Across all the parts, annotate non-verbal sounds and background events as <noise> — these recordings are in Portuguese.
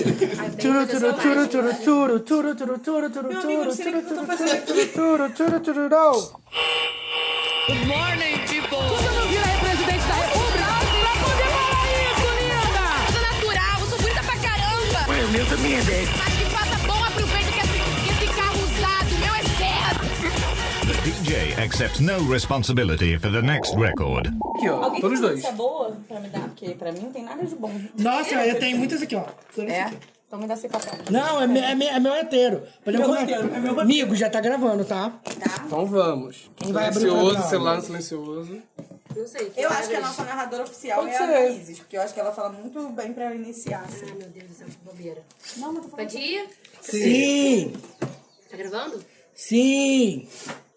Turu, turu, turu, turu, turu, turu, turu, turu, turu, é Meu amigo, turu, não sei nem turu, o que eu tô turu, fazendo turu, turu, turu, turu, não. Você não vira a é presidente da República? Pra poder falar isso, linda! sou natural, eu sou bonita pra caramba. Mas o meu também é 10. Mas que faça bom aproveita que esse, que esse carro usado, meu é certo. The DJ accepts no responsibility for the next record. Aqui, ó, Alguém todos tem dois. notícia boa pra me dar? Porque pra mim não tem nada de bom. Nossa, eu tenho muitas aqui, ó. Todas É? aqui. Então me dá esse papel. Não, é, me- é, me- é meu roteiro. Podemos Meu começar? roteiro, é meu roteiro. Amigo, já tá gravando, tá? Então vamos. Quem vai abrir o silencioso, programa? celular no silencioso. Eu sei. que é Eu vai acho que a abrir. nossa narradora oficial Pode é a ser. Ana Isis, porque eu acho que ela fala muito bem pra eu iniciar. assim. Ai, meu Deus do céu, que bobeira. Não, mas tô falando. Pode ir? Sim! Tá gravando? Sim!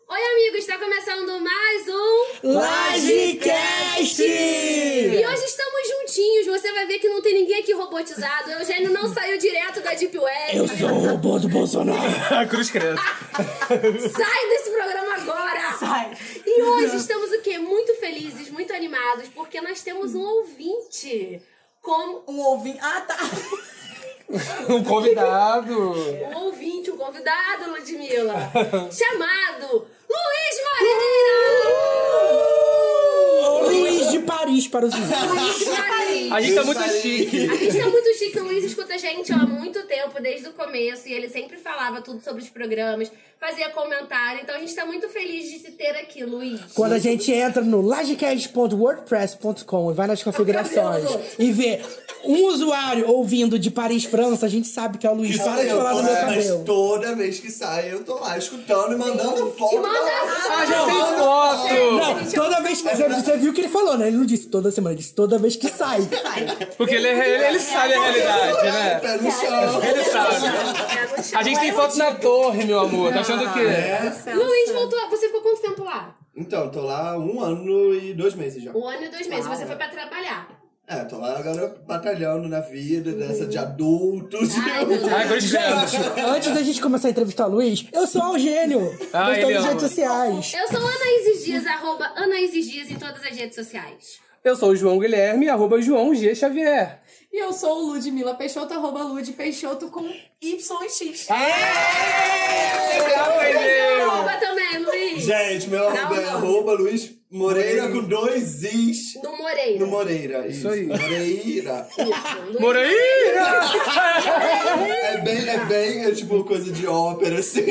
Oi, amigos, está começando mais um. LajeCast! É. E hoje estamos juntinhos. Você vai ver que não tem ninguém aqui robotizado. O Eugênio não saiu direto da Deep Web. Eu sou o robô do Bolsonaro! A Cruz Credo. Sai desse programa agora! Sai. E hoje estamos o quê? Muito felizes, muito animados, porque nós temos um ouvinte. Como Um ouvinte. Ah, <laughs> tá. Um convidado. um ouvinte, um convidado, <laughs> Ludmilla, chamado Luiz Moreira! O Luiz de Paris para os amigos. Luiz Moreira! A gente tá muito chique. A gente tá muito chique, o Luiz escuta a gente ó, há muito tempo, desde o começo, e ele sempre falava tudo sobre os programas, fazia comentário, então a gente tá muito feliz de te ter aqui, Luiz. Quando a gente entra no lagecast.wordpress.com e vai nas configurações e vê um usuário ouvindo de Paris, França, a gente sabe que é o Luiz. Para de eu falar tô do meu lá, mas cabelo. toda vez que sai, eu tô lá escutando e mandando foto. E manda- A gente Ah, tem foto. Não, toda vez que você, você viu o que ele falou, né? Ele não disse toda semana, ele disse toda vez que sai. Porque ele, é- ele, ele sabe a realidade, É, né? pé no chão. Ele sabe. A gente tem foto na torre, meu amor. Tá achando o quê? É. Luiz voltou, você ficou quanto tempo lá? Então, tô lá um ano e dois meses já. Um ano e dois meses, você foi pra trabalhar. É, tô lá agora batalhando na vida dessa de adultos. Ai, meu Deus. Ai, Cruz Gente, Credo. antes da gente começar a entrevistar o Luiz, eu sou o Eugênio. Ah, Ah, ele todas as ama. redes sociais. Eu sou Anaíses Dias, arroba Anaíses Dias em todas as redes sociais. Eu sou o João Guilherme, arroba João G. Xavier. E eu sou o Ludmila Peixoto, arroba Lud Peixoto com YX. Ah, Aprendeu. é Arroba também, Luiz. Gente, meu arroba é Não, não. arroba Luiz Moreira com dois is No Moreira. no Moreira. Isso, aí. Moreira. Luiz. Moreira! É bem, é bem, é tipo coisa de ópera, assim.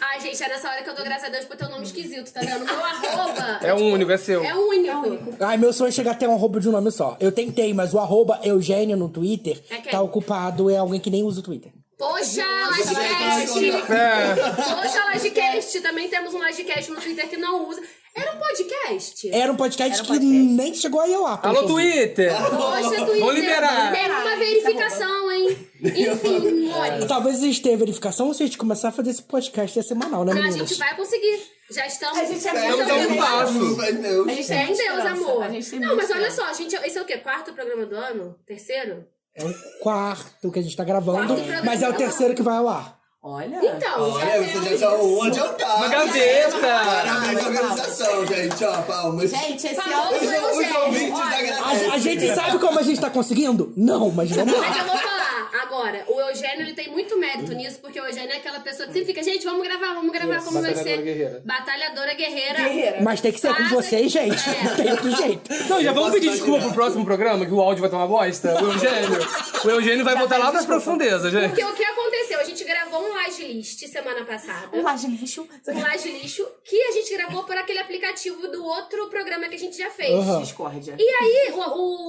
Ai, gente, é nessa hora que eu dou graças a Deus por ter um nome esquisito, tá vendo? Meu arroba. <laughs> É único, é seu. um É único. Ai, meu sonho é chegar a ter um arroba de um nome só. Eu tentei, mas o arroba Eugênio no Twitter É quem? tá ocupado, é alguém que nem usa o Twitter. Poxa, É Lagecast. É. Poxa, Lagecast. Também temos um Lagecast no Twitter que não usa. Era um podcast? É. Era um podcast um que podcast. nem chegou aí ao ar. pelo Alô, que eu vi. Twitter. Poxa, Twitter. Vou liberar. Teve uma verificação, hein? Enfim, Mori. Talvez existia verificação se a gente começar a fazer esse podcast é semanal, né, Não, a meninas? gente vai conseguir. Já estamos. A gente é Estamos Deus, a Deus. um passo. Ai, meu A gente tem Fé em Deus, esperança. amor. A gente tem Não, muita mas olha esperança. só, a gente, esse é o quê? Quarto programa do ano? Terceiro? É o quarto que a gente tá gravando, Quarto programa. tá mas é o terceiro que vai ao ar. Olha. É. Então, Olha, já você temos- já tá um adiantado. Uma gaveta. Parabéns à organização, gente. Ó, palmas. Gente, esse é Falou, Os, foi ano... eu, os gente. ouvintes Olha. A, agradecem. a gente sabe como a gente tá conseguindo? Não, mas vamos lá. Mas eu vou falar agora, o Eugênio ele tem muito mérito nisso, porque o Eugênio é aquela pessoa que sempre fica, gente, vamos gravar, vamos gravar, como vai batalhadora ser? guerreira. Batalhadora guerreira. Mas tem que ser com Nada- vocês, gente. É. Não tem outro jeito. Não, já vamos posso pedir imaginar. desculpa pro próximo programa, que o áudio vai tomar bosta. O Eugênio. O Eugênio vai voltar lá pras profundezas, gente. Porque o que aconteceu? A gente gravou um Laje List semana passada. Um laje lixo. Um Laje Lixo, que a gente gravou por aquele aplicativo do outro programa que a gente já fez. Discórdia. E aí, o,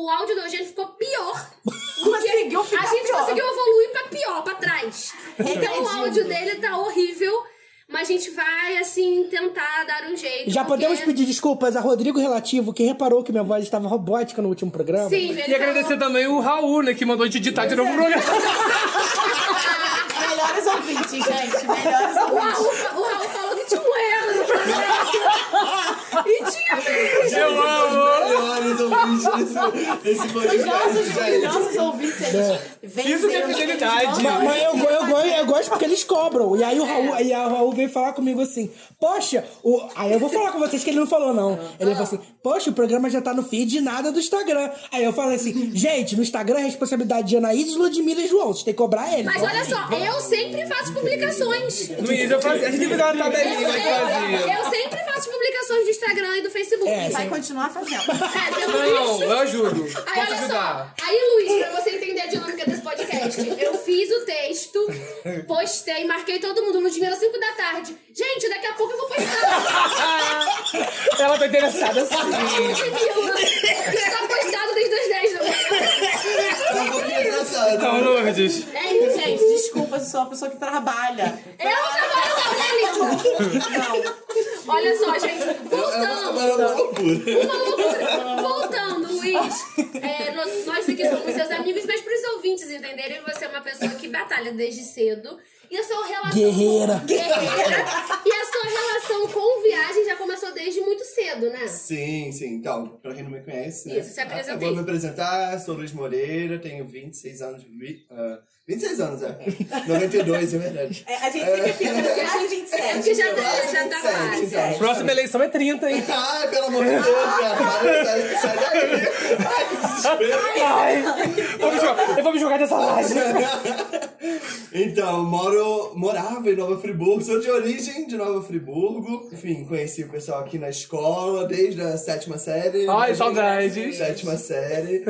o áudio do Eugênio ficou pior. Conseguiu A ficar gente pior. conseguiu evoluir pra pior, pra trás. Então o áudio dele tá horrível, mas a gente vai, assim, tentar dar um jeito. Já porque- podemos pedir desculpas a Rodrigo Relativo, que reparou que minha voz estava robótica no último programa. Sim, ele E falou- agradecer também o Raul, né, que mandou a gente editar de novo o é. programa. Melhores ouvintes, gente. Melhores O Raul, ouvintes. fa- o Raul falou que tinha um erro. no programa. e tinha mesmo. Eu amo. Os melhores ouvintes desse, desse Os nossos, os podcast, gente. nossos ouvintes, eles venceram. Isso que é fidelidade. os Ma- nossos- Mas eu, go- eu, go- eu gosto porque eles cobram. E aí o Raul, aí a Raul veio falar comigo assim: Poxa, o... aí eu vou falar com vocês que ele não falou, não. Ele falou assim: Poxa, o programa já tá no feed e nada do Instagram. Aí eu falei assim: Gente, no Instagram é responsabilidade de Anaís, Ludmilla e João. Vocês têm que cobrar ele. Mas olha só, eu sempre faço <laughs> publicações. No início eu fazia. A gente tem que dar uma tabelinha né, que fazia. Eu sempre faço publicações do Instagram e do Facebook. É, Vai continuar fazendo. É, pelo Não, visto. eu ajudo. Aí, Posso olha ajudar. só. Aí, Luiz, pra você entender a dinâmica desse podcast, eu fiz o texto, postei, marquei todo mundo no dia às 5 da tarde. Gente, daqui a pouco eu vou postar. <laughs> Ela tá interessada Tipo sim. de Mila. Tá postado desde as 10 da manhã. Tá um pouquinho atrasado. Então, Lourdes. É isso, gente. Gente, desculpa, eu sou uma pessoa que trabalha. Eu trabalho com jornalismo. Olha só, gente. Voltando. Agora é uma loucura. Uma loucura. Voltando, Luiz. É, nós, nós aqui somos seus amigos, mas para os ouvintes entenderem, você é uma pessoa que batalha desde cedo. E a sua relação. Guerreira. Guerreira. E a sua relação com viagem já começou desde muito cedo, né? Sim, sim. Então, pra quem não me conhece, né? Isso, se apresenta Eu vou aí. me apresentar, sou Luiz Moreira, tenho 26 anos. Vi, ah, 26 anos, é. 92, é verdade. É, a gente sempre fica no quase 27. É porque já tá, Quase já tá 27, quase. então. Próxima eleição é 30, hein? Ai, pelo amor de Deus, cara. Para, sai, sai daí. Ai, que desespero. Eu vou me jogar- Eu vou me jogar dessa laje. <laughs> Então, moro, morava em Nova Friburgo, sou de origem de Nova Friburgo. Enfim, conheci o pessoal aqui na escola desde a sétima série. Ai, saudades. Sétima série.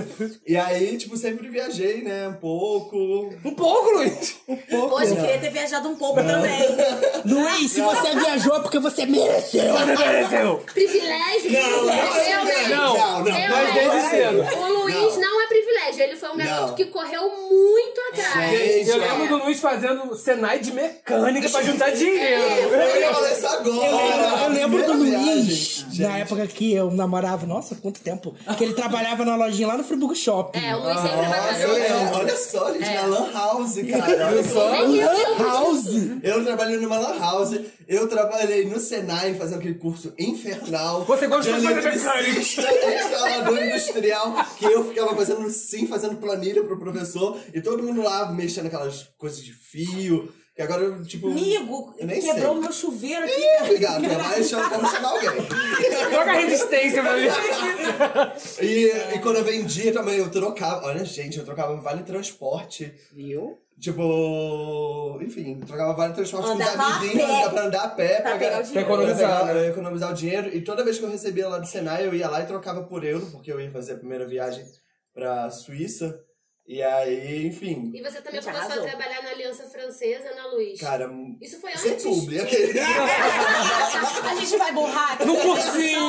E aí, tipo, sempre viajei, né? Um pouco. Um pouco, Luiz. pouco Hoje não. queria ter viajado um pouco também. Luiz, se você viajou é porque você mereceu. Apareceu. Privilégio. Não, não, eu, não, né? não, não, Eu, Mas desde cedo. O Luiz não. é privilégio, ele foi um garoto Não. que correu muito atrás. Gente, Eu lembro do Luiz fazendo Senai de mecânica pra juntar dinheiro. Eu ia falar isso agora. Eu lembro, eu lembro do Primeira Luiz, viagem, na gente. época que eu namorava, nossa, quanto tempo, que ele trabalhava na lojinha lá no Friburgo Shopping. É, o Luiz sempre Nossa, batalhou. Ah, eu lembro. Olha assim, só, gente, é. na Lan House, cara. Olha só. Nem eu tenho House! Eu trabalhei numa lan house, eu trabalhei no Senai fazendo aquele curso infernal. Você gosta de fazer eletricista, instalador é um industrial, que eu ficava fazendo sim, fazendo planilha pro professor, e todo mundo lá mexendo aquelas coisas de fio, que agora eu, tipo... Amigo, eu nem sei. quebrou o meu chuveiro aqui. Obrigado, minha mãe, eu vou chamar alguém. Troca a resistência pra mim. E, e quando eu vendia também, eu trocava. Olha, gente, eu trocava vale transporte. Viu? Tipo, enfim, trocava vale transporte com os Andava a amiguinhos, pé. dá pra andar a pé pra, pegar o dinheiro. Pra economizar, pegar- né? economizar o dinheiro. E toda vez que eu recebia lá do Senai, eu ia lá e trocava por euro, porque eu ia fazer a primeira viagem pra Suíça. E aí, enfim, E você também Já começou arrasou. a trabalhar na Aliança Francesa, na Luiz. cara, Isso foi sem antes. publi, é aquele. A gente vai borrar aqui. No cursinho.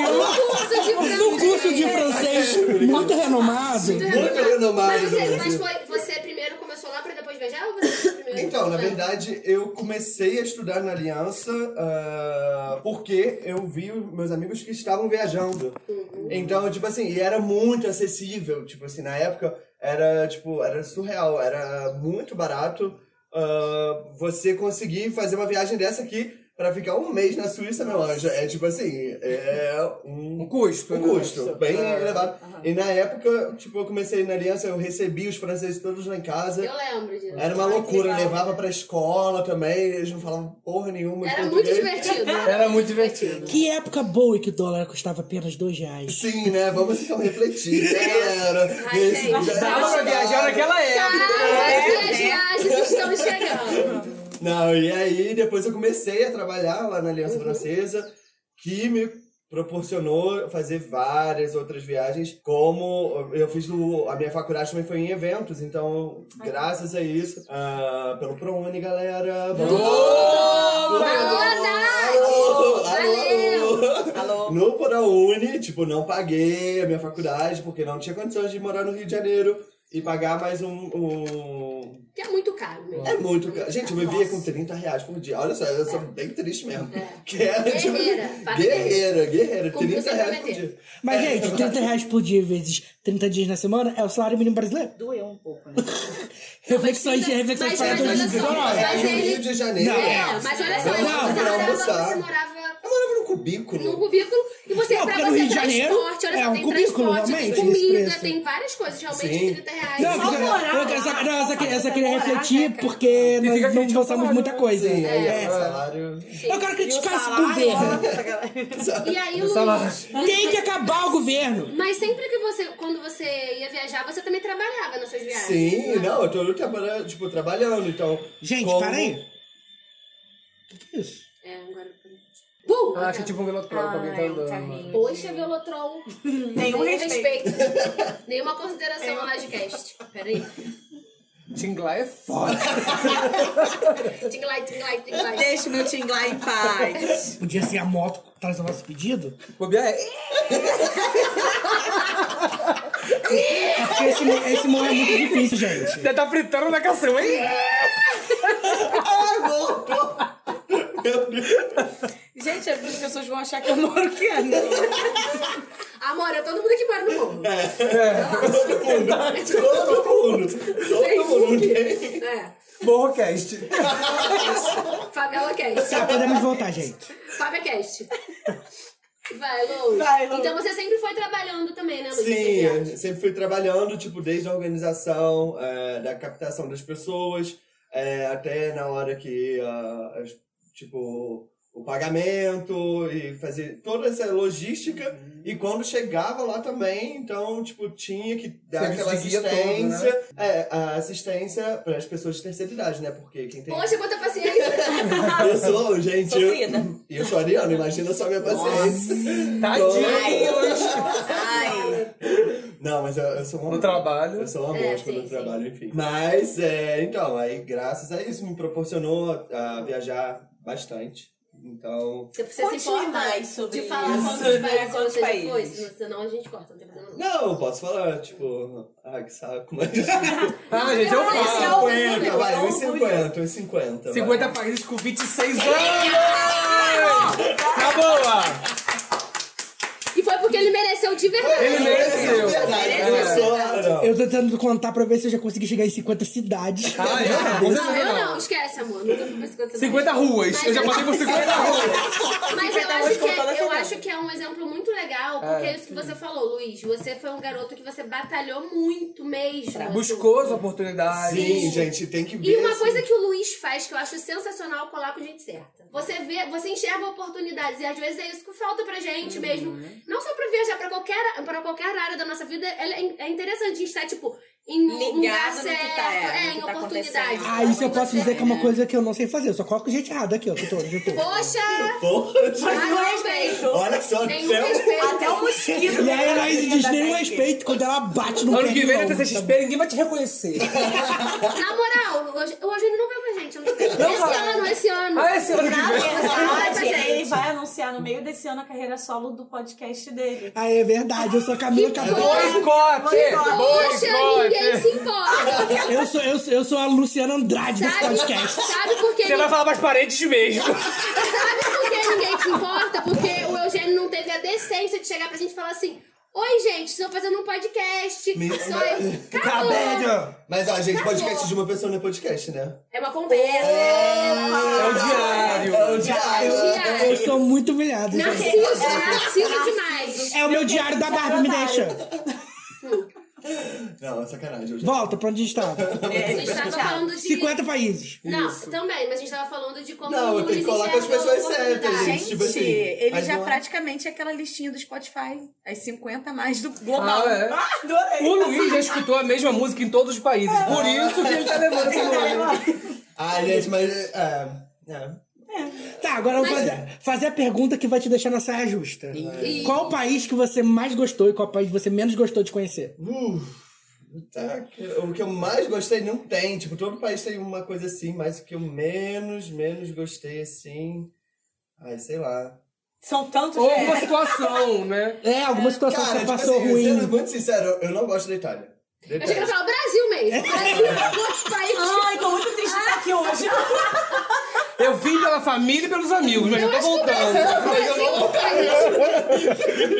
Um Um curso de francês. curso de francês muito renomado. Muito renomado Mas, no você, Brasil. mas foi, você primeiro começou lá pra depois viajar ou você foi primeiro? Então, na verdade, eu comecei a estudar na Aliança ah, porque eu vi meus amigos que estavam viajando. Então, tipo assim, e era muito acessível. Tipo assim, na época era tipo, era surreal, era muito barato ah, você conseguir fazer uma viagem dessa aqui pra ficar um mês na Suíça, meu anjo. É tipo assim, é um Um custo. <laughs> um né? custo, bem É. elevado. E na época, tipo, eu comecei na aliança, eu recebi os franceses todos lá em casa. Eu lembro disso. Era uma loucura, levava pra escola também, eles não falavam porra nenhuma. de Era muito português. divertido. Era muito divertido. Que época boa em que o dólar custava apenas dois reais. Sim, né? Vamos então refletir, né, galera? Ai, Esse- gente. já- Dava pra viajar naquela época. Ai, as viagens estão chegando. Não, e aí depois eu comecei a trabalhar lá na Uhum. Aliança Francesa, que me proporcionou fazer várias outras viagens, como eu fiz no, a minha faculdade também foi em eventos, então graças a isso, ah, pelo ProUni, galera. Uhum. Vamos Alô, Alô, Haddad! Valeu! alô, alô. No ProUni, tipo, não paguei a minha faculdade, porque não tinha condições de morar no Rio de Janeiro e pagar mais um- um Que é muito caro mesmo. é muito caro. Gente, eu bebia com 30 reais por dia. Olha só, eu sou bem triste mesmo. Que era, tipo, É. Guerreira, parabéns. guerreira, guerreira. Cumpriu 30 seu reais por prometer. dia. Mas, É, gente, 30 reais por dia vezes 30 dias na semana é o salário mínimo brasileiro. Doeu um pouco, <laughs> né? Reflexões, mas- reflexões mas- para mas todos olha os só, olhos. mas reais é, no ele- Rio de Janeiro. É, mas olha só, você Não, pra morava, almoçar. você morava Eu morava no cubículo. num cubículo e você, Não, pra porque no você Rio de transporte, Janeiro olha é só, um tem cubículo, transporte, realmente, tem comida, esse preço. tem várias coisas realmente Sim. de 30 reais. Não, Só eu, queria- morar eu, lá. eu, só- não, eu só queria, eu só queria é refletir porque E fica nós não crítico avançamos salário, muita né? coisa. Sim, É. é, salário. Eu quero criticar esse governo. E aí, salário. Luiz, Tem que acabar o governo. mas sempre que você, quando você ia viajar, você também trabalhava nas suas viagens. Sim, não, eu tô trabalhando, tipo, trabalhando, então. Gente, como- para aí. O que é isso? É, agora... Ah, achei tipo um velotrol pra alguém tá andando. Poxa, Velotron. um Nenhum respeito. Nenhuma consideração ao Livecast. Peraí. Tinglar é foda. Tinglai, tinglai, tinglai. Deixa o meu tinglar em paz. Podia ser a moto traz o nosso pedido? Bobear é. Porque esse, mo- esse morro é muito difícil, gente. Deve tá fritando na canção, hein? Ah, <laughs> Gente, é as pessoas vão achar que eu moro aqui. né? Amor, é todo mundo que mora no morro. Todo mundo. é Todo mundo tem. É. Morrocast. Favela Cast. Tá, podemos voltar, gente. Fábia Cast. Vai, Lou. Vai, Lou. Então você sempre foi trabalhando também, né, Luiz? Sim, Você eu sempre fui trabalhando, tipo, desde a organização, é, da captação das pessoas, é, até na hora que, ah, as- tipo, o pagamento e fazer toda essa logística. Uhum. E quando chegava lá também, então, tipo, tinha que dar Serviço aquela de guia todo, né? assistência. É, a assistência para as pessoas de terceira idade, né? Porque é. quem tem. Poxa, quanta paciência. Eu sou, gente. Sofrida. Eu, e eu sou ariana, imagina só minha paciência. Então, Tadinho. Ai. Não, mas eu, eu sou uma No trabalho. Eu sou uma É, bosta sim, no sim. trabalho, enfim. Mas, é, então, aí graças a isso me proporcionou a viajar bastante. Então. Você precisa Conte se importar mais sobre de falar isso, quantos né? países Quantos você já países? foi. se- Senão a gente corta, não tem problema não. Não, eu posso falar, tipo, ah, que saco, <laughs> mas. Ah, gente, eu Esse é falo. o- 50, vai, uns 50, uns 50. vai. 50 países com 26 anos! Na boa! E foi porque ele mereceu de verdade. Ele mereceu. Verdade, eu sou, ah, não. Eu tô tentando contar pra ver se eu já consegui chegar em 50 cidades. Ah, é? Com Não, certeza eu não, não. esquece, amor. Nunca fui pra 50 50 ruas. Eu já passei por 50 ruas. Mas eu Cinquenta acho, ruas que contando a é, eu cidade. acho que é um exemplo muito legal, porque é isso que você falou, Luiz. Você foi um garoto que você batalhou muito mesmo. assim. Buscou as oportunidades. Sim, gente, tem que ver. E uma assim. coisa que o Luiz faz, que eu acho sensacional, é colar com gente certa. Você vê, você enxerga oportunidades, e às vezes é isso que falta pra Uhum. gente mesmo. Não só pra viajar, pra qualquer, pra qualquer área da nossa vida, é, é interessante a gente estar, tipo, em um Ligado lugar no que certo, tá, é, é, no em que tá oportunidades. acontecendo. Ah, isso eu posso dizer que é uma né? coisa que eu não sei fazer. Eu só coloco gente errada aqui, ó. Que eu tô, onde eu tô. <laughs> Poxa! <laughs> Porra, gente, Ah, não, respeito. olha só, Nenhum céu. respeito. Até o mosquito. E aí a né? Anaís diz nenhum respeito quando ela bate no Ano que peito, vem né, na não. TCXP ninguém vai te reconhecer. Na moral, o Eugênio- o Eugênio não veio com a gente. ano que vem. Não esse vai. ano, esse ano. Ah, esse ano que Na vem. verdade, ele vai anunciar no meio desse ano a carreira solo do podcast dele. Ah, é verdade. Eu sou a Camila Cabello. Boicote! Poxa, ninguém se Boicote! importa. Eu sou, eu, sou, eu sou a Luciana Andrade desse Sabe, podcast. sabe por que Você vai falar pras paredes mesmo. Sabe por que ninguém se importa? Porque o Eugênio não teve a decência de chegar pra gente e falar assim: Oi, gente, estou fazendo um podcast. Me- Só <laughs> eu. Acabou. Mas, ó, gente, Acabou. podcast de uma pessoa não é podcast, né? É uma conversa. É o diário. É o diário. Diário. Eu sou muito humilhado. gente. Narciso, narciso demais. É o meu diário da Barbie, me deixa. Não, é sacanagem. eu já- Volta pra onde a gente tava. A gente tava falando de. 50 países. Não, também, mas a gente tava falando de como Não, o eu tenho Luiz que colocar as enxerga pessoas certas, oportunidades. Ah, gente. Tipo assim, ele mas já não é- praticamente é aquela listinha do Spotify. As 50 mais do global. Ah, é. Adorei. O Luiz já escutou a mesma música em todos os países. Por isso que ele tá levando esse nome. Ah, gente, mas. É. é. Tá, agora eu vou fazer, fazer a pergunta que vai te deixar na saia justa. Qual o país que você mais gostou e qual país você menos gostou de conhecer? Uh, tá, que- o que eu mais gostei não tem. Tipo, todo país tem uma coisa assim, mas o que eu menos, menos gostei assim. Ai, sei lá. São tantos. Ou uma situação, né? É, alguma situação que você tipo passou assim, ruim. sendo muito sincero, eu não gosto da Itália. Eu achei que ele Detesto. falar o Brasil mesmo. Brasil, outro país. Ai, tô muito triste de estar aqui hoje. Eu vim pela família e pelos amigos, mas eu tô acho que o voltando. Brasil, o Mas eu Brasil não- votaria.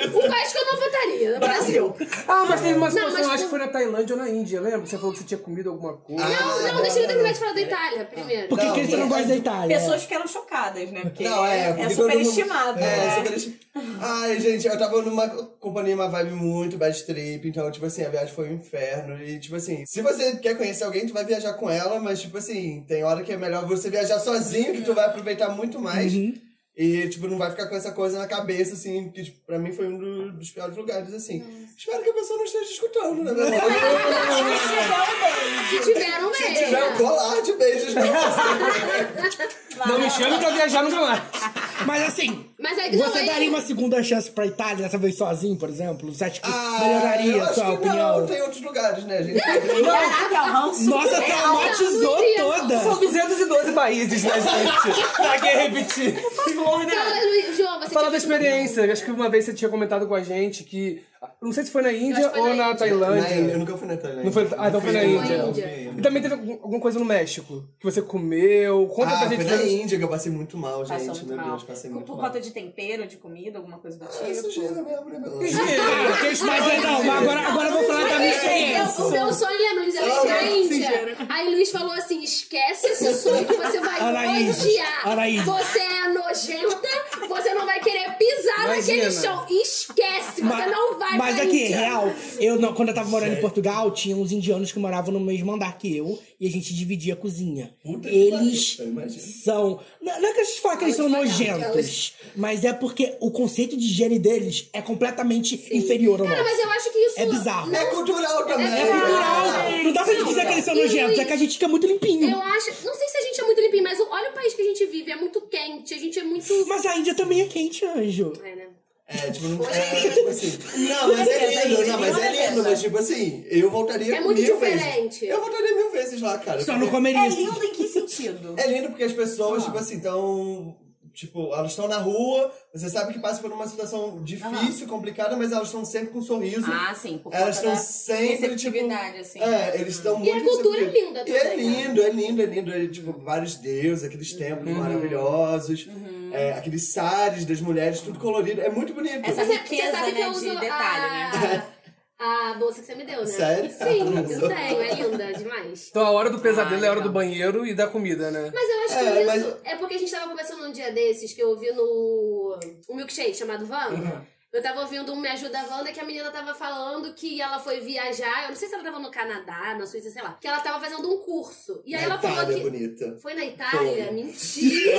Um país que eu não votaria. Brasil. Ah, mas teve uma situação, mas eu acho tu- que foi na Tailândia ou na Índia, lembra? Você falou que você tinha comido alguma coisa. Não, Ah, não, deixa eu terminar de falar da Itália primeiro. Por que, que você não gosta da Itália? Pessoas ficaram chocadas, né? Porque Não, é, é, porque todo mundo- superestimado. É, né? superestim- Ai, gente, eu tava numa companhia, uma vibe muito bad trip, então, tipo assim, a viagem foi um inferno. E, tipo assim, se você quer conhecer alguém, tu vai viajar com ela, mas, tipo assim, tem hora que é melhor você viajar sozinho, que tu vai aproveitar muito mais. E, tipo, não vai ficar com essa coisa na cabeça, assim, que, tipo, pra mim foi um do- dos piores lugares, assim. Espero que a pessoa não esteja escutando, né, meu amor? Se é. <laughs> tiveram Se tiver um mesmo. colar de beijos, não. Não me chame pra viajar nunca mais. Mas assim, Mas é que não, você é- daria uma segunda chance pra Itália, dessa vez sozinho, por exemplo? Você acha que Ah, melhoraria eu a acho sua que opinião? Não, tem outros lugares, né, gente? Caraca, ranço. Nossa, traumatizou não iria. São toda! 212 países, né, gente? Pra que repetir? Fala, Luiz, João, você Fala tinha- da experiência. Acho que uma vez você tinha comentado com a gente que. Não sei se foi na Índia acho que foi na ou na, Índia. Tailândia. Não, eu nunca fui na Tailândia. Não foi, ah, então foi Foi na na Índia. Índia. E também teve algum- alguma coisa no México que você comeu. Conta pra Ah, foi gente. na Índia que eu passei muito mal, gente. Passou muito Meu mal. Deus, passei Por muito mal. conta de tempero, de comida, alguma coisa do É tipo. sujeira mesmo, né, meu Sim, amor? porque eles Mas é, não, mas agora, agora eu vou falar da minha experiência. O meu sonho, é lembra, Luiz? Era ir pra Índia. Aí Luiz falou assim: esquece esse sonho que você vai Anaís, odiar. Anaís. Você é nojenta, você não vai querer pisar Imagina. naquele chão. Esquece, você Ma- não vai Mas pra aqui, Índia. real, eu não- quando eu tava morando em Portugal, tinha uns indianos que moravam no mesmo andar que eu e a gente dividia a cozinha. Puta que eles pariu, eu imagino. são. Não, não é que a gente fala que eles são nojentos, mas é porque o conceito de higiene deles é completamente inferior ao Cara, nosso. mas eu acho que isso. né, É bizarro. É cultural também. É cultural. Não dá pra gente dizer que eles são Luiz, nojentos, é que a gente fica muito Eu limpinho. acho. Não sei se a gente é muito limpinho, mas olha o país que a gente vive. É muito quente, a gente é muito. Mas a Índia também é quente, anjo. É, né? É, tipo, não é, tipo assim. Não, mas é lindo, não, mas é lindo, mas tipo assim, eu voltaria É muito mil diferente. vezes. Eu voltaria mil vezes lá, cara. Só não Porque- comeria. É lindo em que sentido? É lindo porque as pessoas, tipo assim, estão. Tipo, elas estão na rua, você sabe que passa por uma situação difícil, complicada, mas elas estão sempre com um sorriso. Ah, sim. Por Elas conta estão da sempre, tipo. receptividade, assim. É, eles estão né? Uhum. E muito. a cultura é receptivos. linda E é também, né? Uhum. lindo, é lindo, é lindo. É, tipo, vários deuses, aqueles templos maravilhosos, é, aqueles sares das mulheres, tudo colorido. É muito bonito. Essa- Você, riqueza, você sabe que né, eu de uso detalhe, né? a, a bolsa que você me deu, né? Sério? Sim, eu tenho. É linda demais. Então a hora do pesadelo Ah, é a hora legal. do banheiro e da comida, né? Mas eu acho É, que mas- isso é porque a gente tava conversando um dia desses que eu ouvi no um milkshake chamado Wanda. Eu tava ouvindo um Me Ajuda Wanda que a menina tava falando que ela foi viajar. Eu não sei se ela tava no Canadá, na Suíça, sei lá. Que ela tava fazendo um curso. E aí A ela falou Itália é que. bonita. Foi na Itália? Mentira!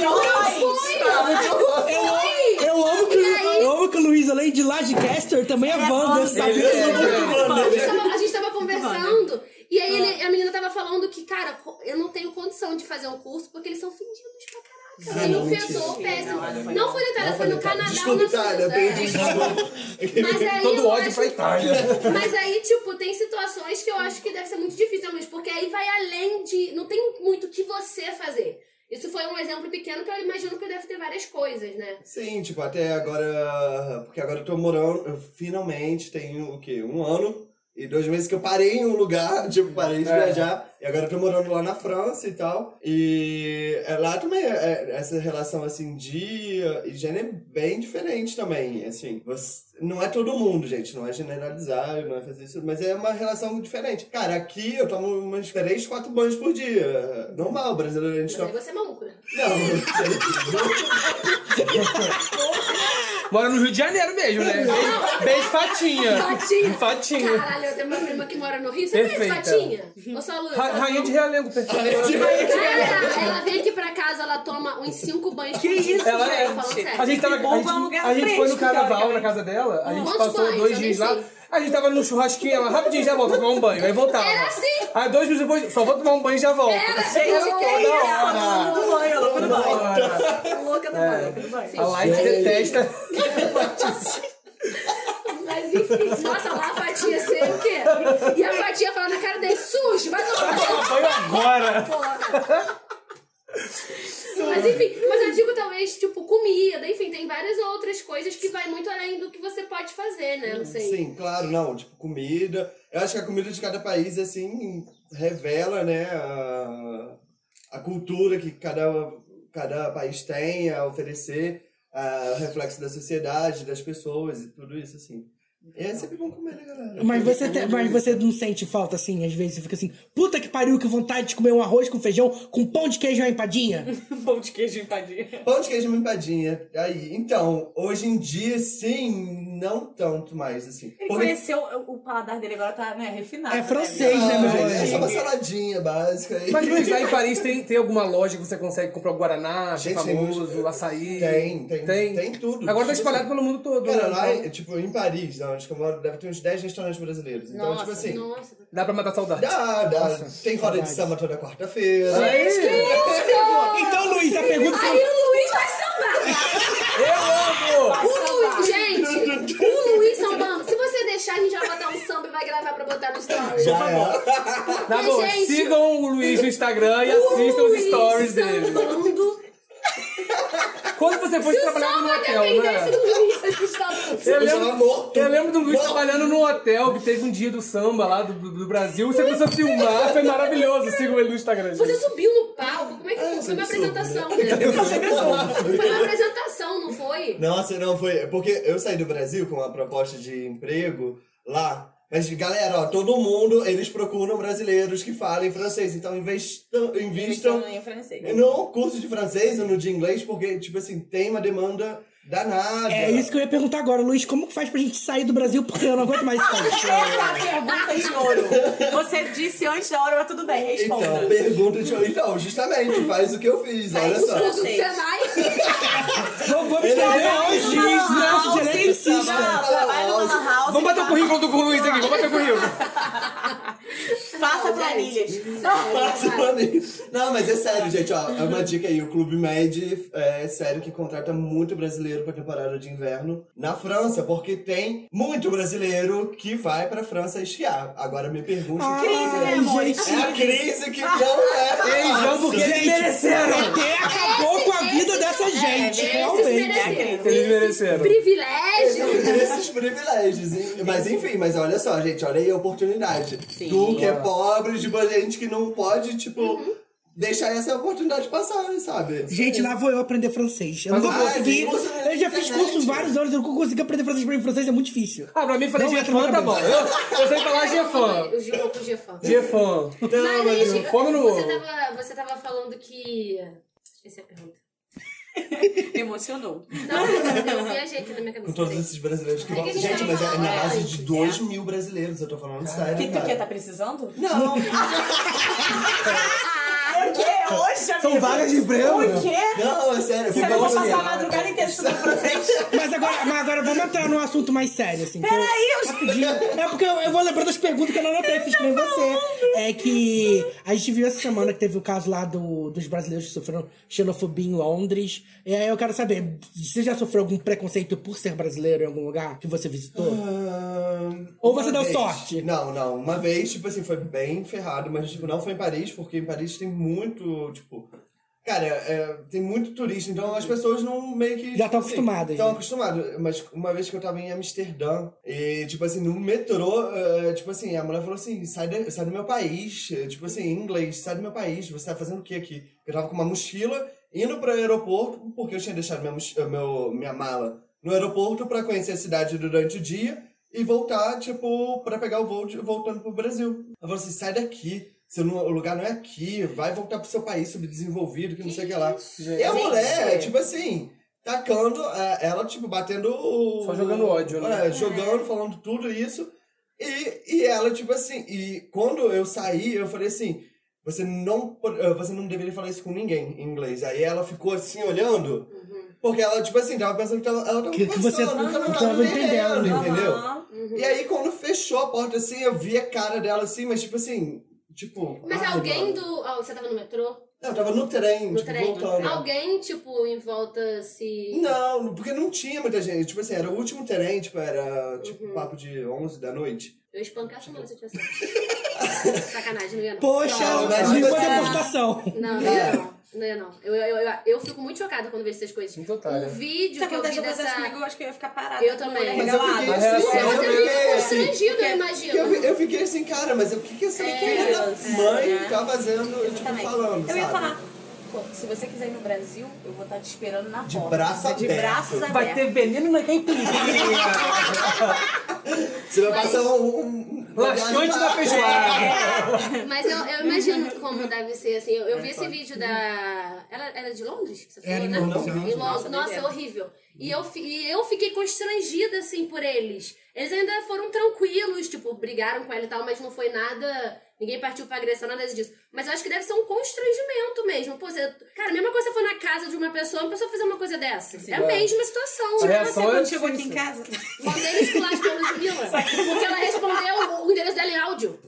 Não foi! Eu amo, eu amo que, eu amo que o Luiz, além de Lajecaster, também é Wander, sabe? Ele é A gente tava, a gente tava conversando e aí ele- a menina tava falando que, cara, eu não tenho condição de fazer um curso porque eles são fingidos pra caraca. Ah, Ele não, ofensou, mentira. péssimo. Não foi na Itália, foi Olha, no Itália. Canadá. Desculpa, na Suíça, Itália, eu é. perdi. desculpa. <laughs> Mas é aí Todo eu ódio acho- pra Itália. Mas aí, tipo, tem situações que eu acho que deve ser muito difícil, né, Luiz, porque aí vai além de. Não tem muito o que você fazer. Isso foi um exemplo pequeno que eu imagino que deve ter várias coisas, né? Sim, tipo, até agora. Porque agora eu tô morando. Eu finalmente tenho o quê? Um ano e dois meses que eu parei em um lugar, <laughs> tipo, parei de É. viajar. E agora eu tô morando lá na França e tal. E é, lá também é- é- essa relação assim de eh, higiene é bem diferente também. Assim, você- não é todo mundo, gente. Não é generalizar, não é fazer isso, mas é uma relação diferente. Cara, aqui eu tomo umas três, quatro banhos por dia. Normal, brasileiro, a Mas gente toma. aí você é maluco, né? Não, Mora no Rio de Janeiro mesmo, né? Beijo, beijo fatinha. Fatinha. Fatinha. Caralho, eu tenho uma prima que mora no Rio. Você conhece Perfeita. Fatinha? Ou só a Lu? Ra- rainha de Realengo, perfeito. Cara, ela vem aqui pra casa, ela toma uns cinco banhos por dia. isso, Ela gente? A gente tava. Bom, A gente, é um lugar a gente foi no fresco, carnaval na teoricamente. casa dela, a gente Quantos passou banhos? Eu dois nem dias lá. sei. A gente tava no churrasquinho, ela rapidinho já volta tomar um banho, aí voltava. Era assim. Aí dois minutos depois, só vou tomar um banho e já volto. Era assim, Era que toda isso? hora. Louca do banho, louca do banho. Ora, é Louca do banho, É. louca do <laughs> banho. A Light detesta. Mas enfim, nossa, lá a Fatinha sei o quê? E a Fatinha fala na cara dele, sujo, vai tomar banho." Banho agora. Mas enfim, mas eu digo talvez, tipo, comida, enfim, tem várias outras coisas que vai muito além do que você pode fazer, né? Não sei. Sim, claro, não. Tipo, comida. Eu acho que a comida de cada país, assim, revela, né? A, a cultura que cada, cada país tem a oferecer, ah, o reflexo da sociedade, das pessoas e tudo isso, assim. E é sempre bom comer, né, galera? Mas você, te- mas você não sente falta, assim, às vezes? Você fica assim, puta que pariu, que vontade de comer um arroz com feijão, com pão de queijo e uma empadinha. Pão de queijo empadinha. Pão de queijo e uma empadinha. Aí, então, hoje em dia, sim, não tanto mais, assim. Ele Porque- conheceu o paladar dele, agora tá né, refinado. É francês, né, meu Ah, É anjo? só uma saladinha básica. aí. Mas <laughs> Luiz, lá em Paris tem, tem alguma loja que você consegue comprar o Guaraná, que é Gente, tem famoso, açaí? Tem, tem, tem, tudo. Agora tá Tipo espalhado assim, pelo mundo todo. Cara, né? lá, Então, é, tipo, em Paris, né, onde que eu moro, deve ter uns 10 restaurantes brasileiros. Então, tipo assim. Dá pra matar saudade. Dá, dá. tem roda de samba toda quarta-feira. É, Gente, que isso? Então, Luiz, a pergunta que Aí o Luiz vai sambar! Eu amo! O Luiz, gente, o Luiz sambando. Se você deixar, a gente vai botar um samba e vai gravar pra botar no stories. Já é, Tá bom, gente- Uh, sigam o Luiz no Instagram e assistam é. os Luiz stories dele. sambando. Quando você for Se o trabalhar no samba hotel, dependesse né? do Luiz, a gente tava... Eu tava lembro, morto. eu lembro do Luiz Morto. trabalhando num hotel que teve um dia do samba lá do, do- do Brasil. Você começou a filmar, foi maravilhoso. Sigam ele no Instagram. Você gente. subiu no palco, como é que assim. foi? Foi uma apresentação, <laughs> né? Foi uma apresentação, não foi? Nossa, não, foi. Porque eu saí do Brasil com uma proposta de emprego lá. Mas, galera, ó, todo mundo, eles procuram brasileiros que falem francês. Então, investam, Estão invistam em francês. no curso de francês ou no de inglês, porque, tipo assim, tem uma demanda danada. É isso que eu ia perguntar agora, Luiz. Como que faz pra gente sair do Brasil? Porque eu não aguento mais esse país. <laughs> Essa pergunta de ouro. Você disse antes da hora, mas tudo bem, responda. Então, pergunta de. Então, justamente, faz o que eu fiz, olha Os só. cursos do Senai. Vou, vou me escrever hoje, Luiz, nosso de Não, eletricista. trabalha numa house. Vamos tá bater e o currículo Tá do Luiz aqui, vamos bater o currículo. Faça planilhas. Passa pra mim. Não, mas é sério, gente, ó. É uma dica aí. O Clube Med é sério que contrata muito brasileiro pra temporada de inverno na França, porque tem muito brasileiro que vai pra França esquiar. Agora me pergunte. Ah, Crise, né, amor? gente. é a crise que não é. Ei, já porque eles mereceram. PT acabou com a vida dessa gente, esses realmente. mereceram. Eles mereceram. é, Privilégio. Esses privilégios, hein? Mas enfim, mas olha só, gente, olha aí a oportunidade. tu que é pobre, tipo, a gente que não pode, tipo, deixar essa oportunidade passar, sabe? Gente, lá vou eu aprender francês. Eu não vou Ah, conseguir. tem curso na Eu já fiz internet. curso vários anos, eu não consigo aprender francês pra mim. Francês é muito difícil. Ah, pra mim falar Não entra Gefan na tá bom. Eu, eu sei falar Gefan. O jogo com o Gefan. Gefan. Mas, Luiz, Fome no você ovo. tava, você tava falando que... Esqueci a pergunta. Emocionou. Não, eu viajei aqui na minha cabeça. Com todos peraí. esses brasileiros que Ai, vão. que Gente, legal. mas é na base de É. 2 mil brasileiros, eu tô falando O sério. que tu cara. quer? Tá precisando? Não, O quê? Hoje, amigo? São vagas de emprego? O quê? não, é sério. eu Você fico não vai olhando. passar a madrugada inteira estudando francês? Mas agora, mas agora vamos entrar num assunto mais sério, assim. que eu- Peraí, eu... rapidinho. É porque eu, eu vou lembrar das perguntas que eu não anotei, fiz que nem você. É que a gente viu essa semana que teve o caso lá do- dos brasileiros que sofreram xenofobia em Londres. E aí eu quero saber, você já sofreu algum preconceito por ser brasileiro em algum lugar que você visitou? Ahn, Ou Ah, uma você deu vez. sorte? Não, não. Uma vez, tipo assim, foi bem ferrado, mas tipo, não foi em Paris, porque em Paris tem muito, tipo. Cara, é, tem muito turista, então as pessoas não meio que. Já tão acostumadas, Estão né? acostumadas. Mas uma vez que eu tava em Amsterdã, e, tipo assim, no metrô, é, tipo assim, a mulher falou assim: sai, da- sai do meu país. É, Tipo assim, em inglês, sai do meu país, você tá fazendo o que aqui? Eu tava com uma mochila indo pro aeroporto, porque eu tinha deixado minha, moch- eh, meu, minha mala no aeroporto pra conhecer a cidade durante o dia e voltar, tipo, pra pegar o voo de- voltando pro Brasil. Ela falou assim: sai daqui. Seu nu- o lugar não é aqui, vai voltar pro seu país subdesenvolvido, que não sei o que lá. E a mulher, tipo assim, tacando, eh, ela, tipo, batendo. o- Só jogando ódio, né? É, jogando, falando tudo isso. E, e ela, tipo assim, e quando eu saí, eu falei assim: você não, po- eh, você não deveria falar isso com ninguém em inglês. Aí ela ficou assim, olhando, porque ela, tipo assim, tava pensando que tava, ela tava Que- que você conversando, que ela não não tava tava entendendo, né? entendendo. entendeu? Aham. E aí, quando fechou a porta assim, eu vi a cara dela assim, mas tipo assim, tipo. Mas ai, alguém mano. do... ah, você tava no metrô? Não, eu tava no trem, No tipo, trem? voltando. Alguém, tipo, em volta se... Não, porque não tinha muita gente. Tipo assim, era o último trem, tipo, era tipo Uhum. papo de 11 da noite. Eu ia espancar essa mulher se eu tivesse. Sacanagem, não ia não. Poxa, Não, mas nenhuma você- deportação. Não, não ia não. Não é, não. Eu, eu, eu, eu fico muito chocada quando vejo essas coisas. Muito otária. O vídeo Se que eu vi acontece uma coisa dessa... dessa comigo, eu acho que eu ia ficar parada. Eu também. Mas eu fiquei Mas assim, É, você fica assim, constrangido, eu que eu, imagino. fi- eu fiquei assim, cara, mas o que, que É, essa filha da mãe tá fazendo, tipo, falando, Eu ia sabe? falar. "Pô, Se você quiser ir no Brasil, eu vou estar te esperando na porta. braço De aberto. braços abertos. Vai ter veneno na caipirinha. Você vai passar um... um tá Laxante da é <laughs> feijoada. Mas eu, eu imagino como deve ser, assim. Eu, eu vi esse vídeo da... Ela era de Londres? que Você falou, Era em né? Londres, Em Londres. Londres. Nossa, é horrível. E eu, fi- e eu fiquei constrangida, assim, por eles. Eles ainda foram tranquilos, tipo, brigaram com ela e tal, mas não foi nada... Ninguém partiu pra agressão, nada disso. Mas eu acho que deve ser um constrangimento mesmo. Pô, você... Cara, a mesma coisa se você for na casa de uma pessoa, uma pessoa fazer uma coisa dessa. é a mesma situação. A né? Você reação é quando chegou aqui em difícil. casa? Mandei esculacho pra <laughs> Ludmilla. Porque ela respondeu o endereço dela em áudio.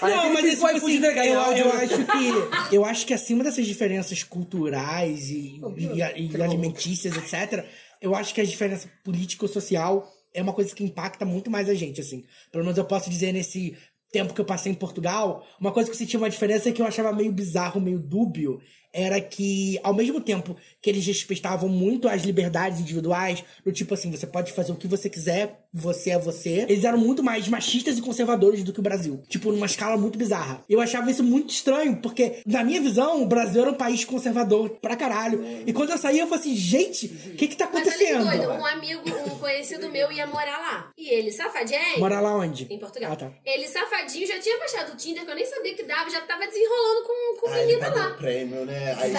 Aí Não, tem mas que isso, tipo iFood assim, entregar em eu, áudio. eu acho que <laughs> eu acho que acima dessas diferenças culturais e, e, e alimentícias, etc., eu acho que a diferença político-social é uma coisa que impacta muito mais a gente, assim. Pelo menos eu posso dizer nesse tempo que eu passei em Portugal, uma coisa que eu senti uma diferença que eu achava meio bizarro, meio dúbio, era que ao mesmo tempo que eles respeitavam muito as liberdades individuais, do tipo assim, você pode fazer o que você quiser, você é você, eles eram muito mais machistas e conservadores do que o Brasil. Tipo, numa escala muito bizarra. Eu achava isso muito estranho, porque, na minha visão, o Brasil era um país conservador pra caralho. E quando eu saí, eu falei assim, gente, o que que tá Mas olha que acontecendo? doido, um amigo, um conhecido meu ia morar lá. E ele, safadinho. Morar lá onde? Em Portugal. Ah, tá. Ele, safadinho, já tinha baixado o Tinder, que eu nem sabia que dava, já tava desenrolando com, com Ah, Aí ele menina pagou o lá. prêmio, né? Aí,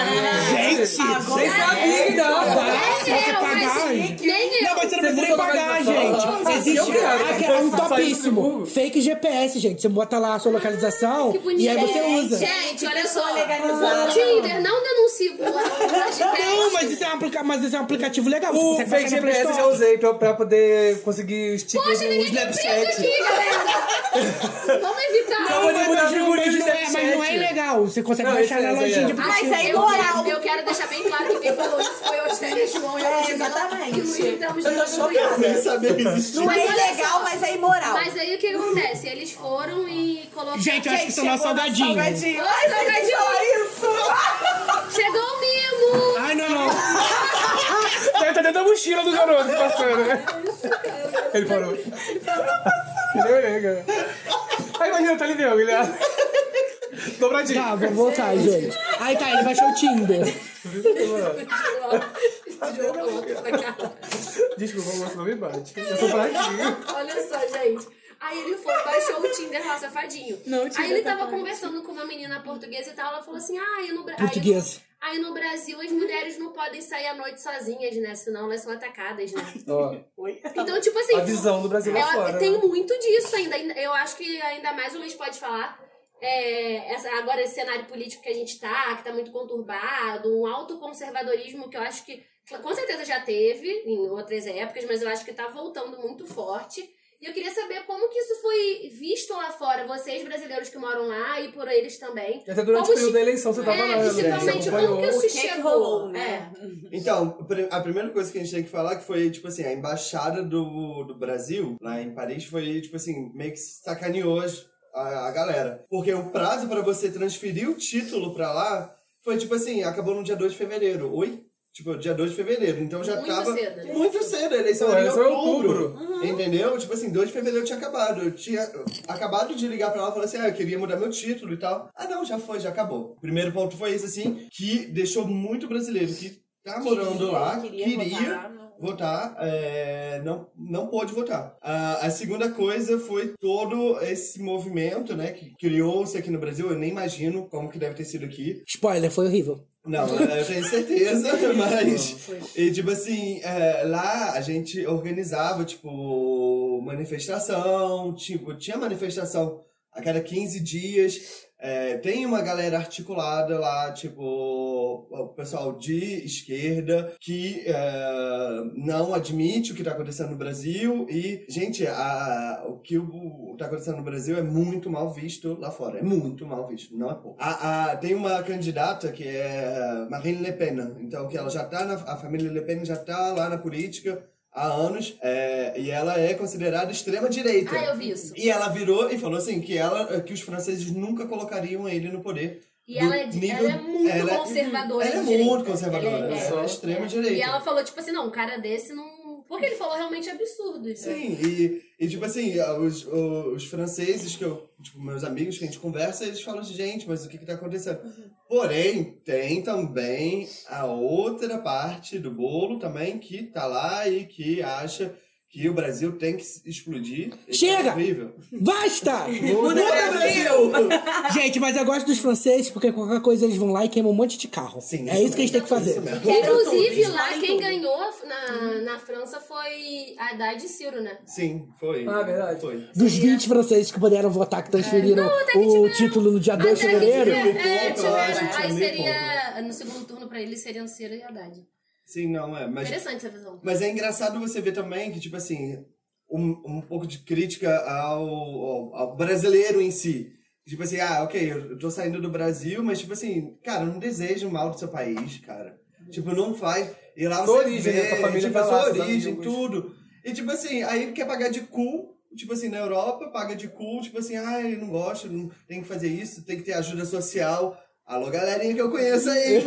Gente! Nem sabia que dava. É, você eu, mas pagar, gente. nem eu. Não, mas você não Você precisa nem botou na pagar, localização? gente. Ah, Existe eu quero. Ah, que é um Saindo do topíssimo. Google. Fake GPS, gente. Você bota lá a sua localização Ah, Que bonito. e aí É, você usa. Gente, olha só. Legalizada. O Tinder não denuncia o Não, mas isso é um, aplica mas isso é um aplicativo legal. Você O é consegue fake baixar na Play GPS eu já Store. usei pra, pra poder conseguir os stickers Poxa, do ninguém tá preso Snapchat. aqui, galera. Vamos evitar. Não, mas- Mas, mudar de não, mas, figurinha não é, mas do não é Snapchat. legal. Você consegue Não, baixar esse na é, esse é. lojinha de Ah, Mas é eu imoral. quero- Eu quero deixar bem claro que quem falou isso foi o Então, Eugênio João e a É, Priscila, exatamente. E o Luiz estamos Eu tô juntos. chocada. nem sabia que existia. Não é Mas olha ilegal, só. mas é imoral. Mas aí o que acontece? Eles foram e colocaram. Gente, eu acho que isso é nosso Chegou no salgadinho. Salgadinho. Nossa, Ai, salgadinho. salgadinho. Olha isso. Chegou o mimo! Ai, não, não. Deve tá dentro da mochila do garoto passando, né? Ele parou. Eu olhei, cara. Aí imagina, tá ali dentro, Guilherme. Dobradinho. Tá, vou voltar, é gente. Aí tá, ele baixou o Tinder. Desculpa, você não me bate. Eu sou fraquinho. Olha só, gente. Aí ele foi, baixou o Tinder lá, safadinho. aí ele tava conversando com uma menina portuguesa e tal. Ela falou assim: ah, eu não. Portuguesa. Aí no Brasil as mulheres não podem sair à noite sozinhas, né? Senão elas são atacadas, né? Ó, Então, tipo assim. a visão do Brasil lá Ela- fora. tem né? muito disso ainda. ainda- Eu acho que ainda mais o Luiz pode falar. É, essa- agora esse cenário político que a gente tá, que tá muito conturbado, um autoconservadorismo que eu acho que com certeza já teve em outras épocas, mas eu acho que tá voltando muito forte. E eu queria saber como que isso foi visto lá fora, vocês brasileiros que moram lá e por eles também. E Até Como durante o período se- da tipo, eleição você tava lá, é, né? principalmente Você como que acompanhou. isso O que é que chegou, rolou, né? É. Então, pri- a primeira coisa que a gente tem que falar que foi, tipo assim, a embaixada do, do Brasil, lá em Paris, foi, tipo assim, meio que sacaneou as- a, a galera. Porque o prazo pra você transferir o título pra lá foi, tipo assim, acabou no dia 2 de fevereiro. Oi? Tipo, dia 2 de fevereiro. Então já Muito tava cedo, né? Uhum. muito cedo. A eleição Pô, era em eleição em outubro. Entendeu? Tipo assim, 2 de fevereiro tinha acabado. Eu tinha acabado de ligar pra ela e falar assim: ah, eu queria mudar meu título e tal. Ah, não, já foi, já acabou. Primeiro ponto foi isso, assim, que deixou muito brasileiro que tá morando lá, queria, votar no- votar, é, não, não pôde votar. A, a segunda coisa foi todo esse movimento, né, que criou-se aqui no Brasil. Eu nem imagino como que deve ter sido aqui. Spoiler, foi horrível. <laughs> Não, eu tenho certeza, mas. E tipo assim, é, lá a gente organizava, tipo, manifestação, tipo, tinha manifestação a cada 15 dias. é, tem uma galera articulada lá, tipo, o pessoal de esquerda que é, não admite o que está acontecendo no Brasil. E, gente, a, o que está acontecendo no Brasil é muito mal visto lá fora. É muito mal visto, não é pouco. A, a- tem uma candidata que é Marine Le Pen, então que ela já tá na. A família Le Pen já está lá na política há anos é, e ela é considerada extrema-direita. Então, Ah, eu vi isso. E ela virou e falou assim que ela que os franceses nunca colocariam ele no poder. E do ela, é de- nível- ela é muito ela é- conservadora. Ela é de muito direita. conservadora. né? Ela é- é. Ela é extrema E direita. ela falou, tipo assim, não, um cara desse não. Porque ele falou realmente absurdo. isso. Sim, e, e, tipo assim, os, os franceses que eu, tipo, meus amigos que a gente conversa, eles falam, gente, mas o que que tá acontecendo? Uhum. Porém, tem também a outra parte do bolo também que tá lá e que acha que o Brasil tem que se explodir. Chega! É horrível. Basta! Muda, Brasil! gente, mas eu gosto dos franceses porque qualquer coisa eles vão lá e queimam um monte de carro. é isso que a gente tem que fazer. Inclusive, lá quem ganhou na, na França foi a Haddad e Ciro, né? Sim, foi. Ah, verdade. Foi. Dos é. 20 franceses que puderam votar, que transferiram Não, até que o título no dia 2 de Até que fevereiro. tiver- é, tiveram- acho, Aí tinha meio seria. No segundo turno pra eles seriam Ciro e Haddad. Sim, não, é. Mas, Interessante essa visão. Mas é engraçado você ver também que, tipo assim, um, um pouco de crítica ao, ao, ao brasileiro em si. Tipo assim, ah, ok, eu eu tô saindo do Brasil, mas tipo assim, cara, eu não desejo o mal do seu país, cara. Tipo, não faz. E lá Sua você origem, vê, né? Sua família tipo, tá lá, sua seus origem, amigos. tudo. E tipo assim, aí quer pagar de cu, tipo assim, na Europa, paga de cu, tipo assim, ah, eu não gosto, não, tem que fazer isso, tem que ter ajuda social. Alô, galerinha que eu conheço aí, que,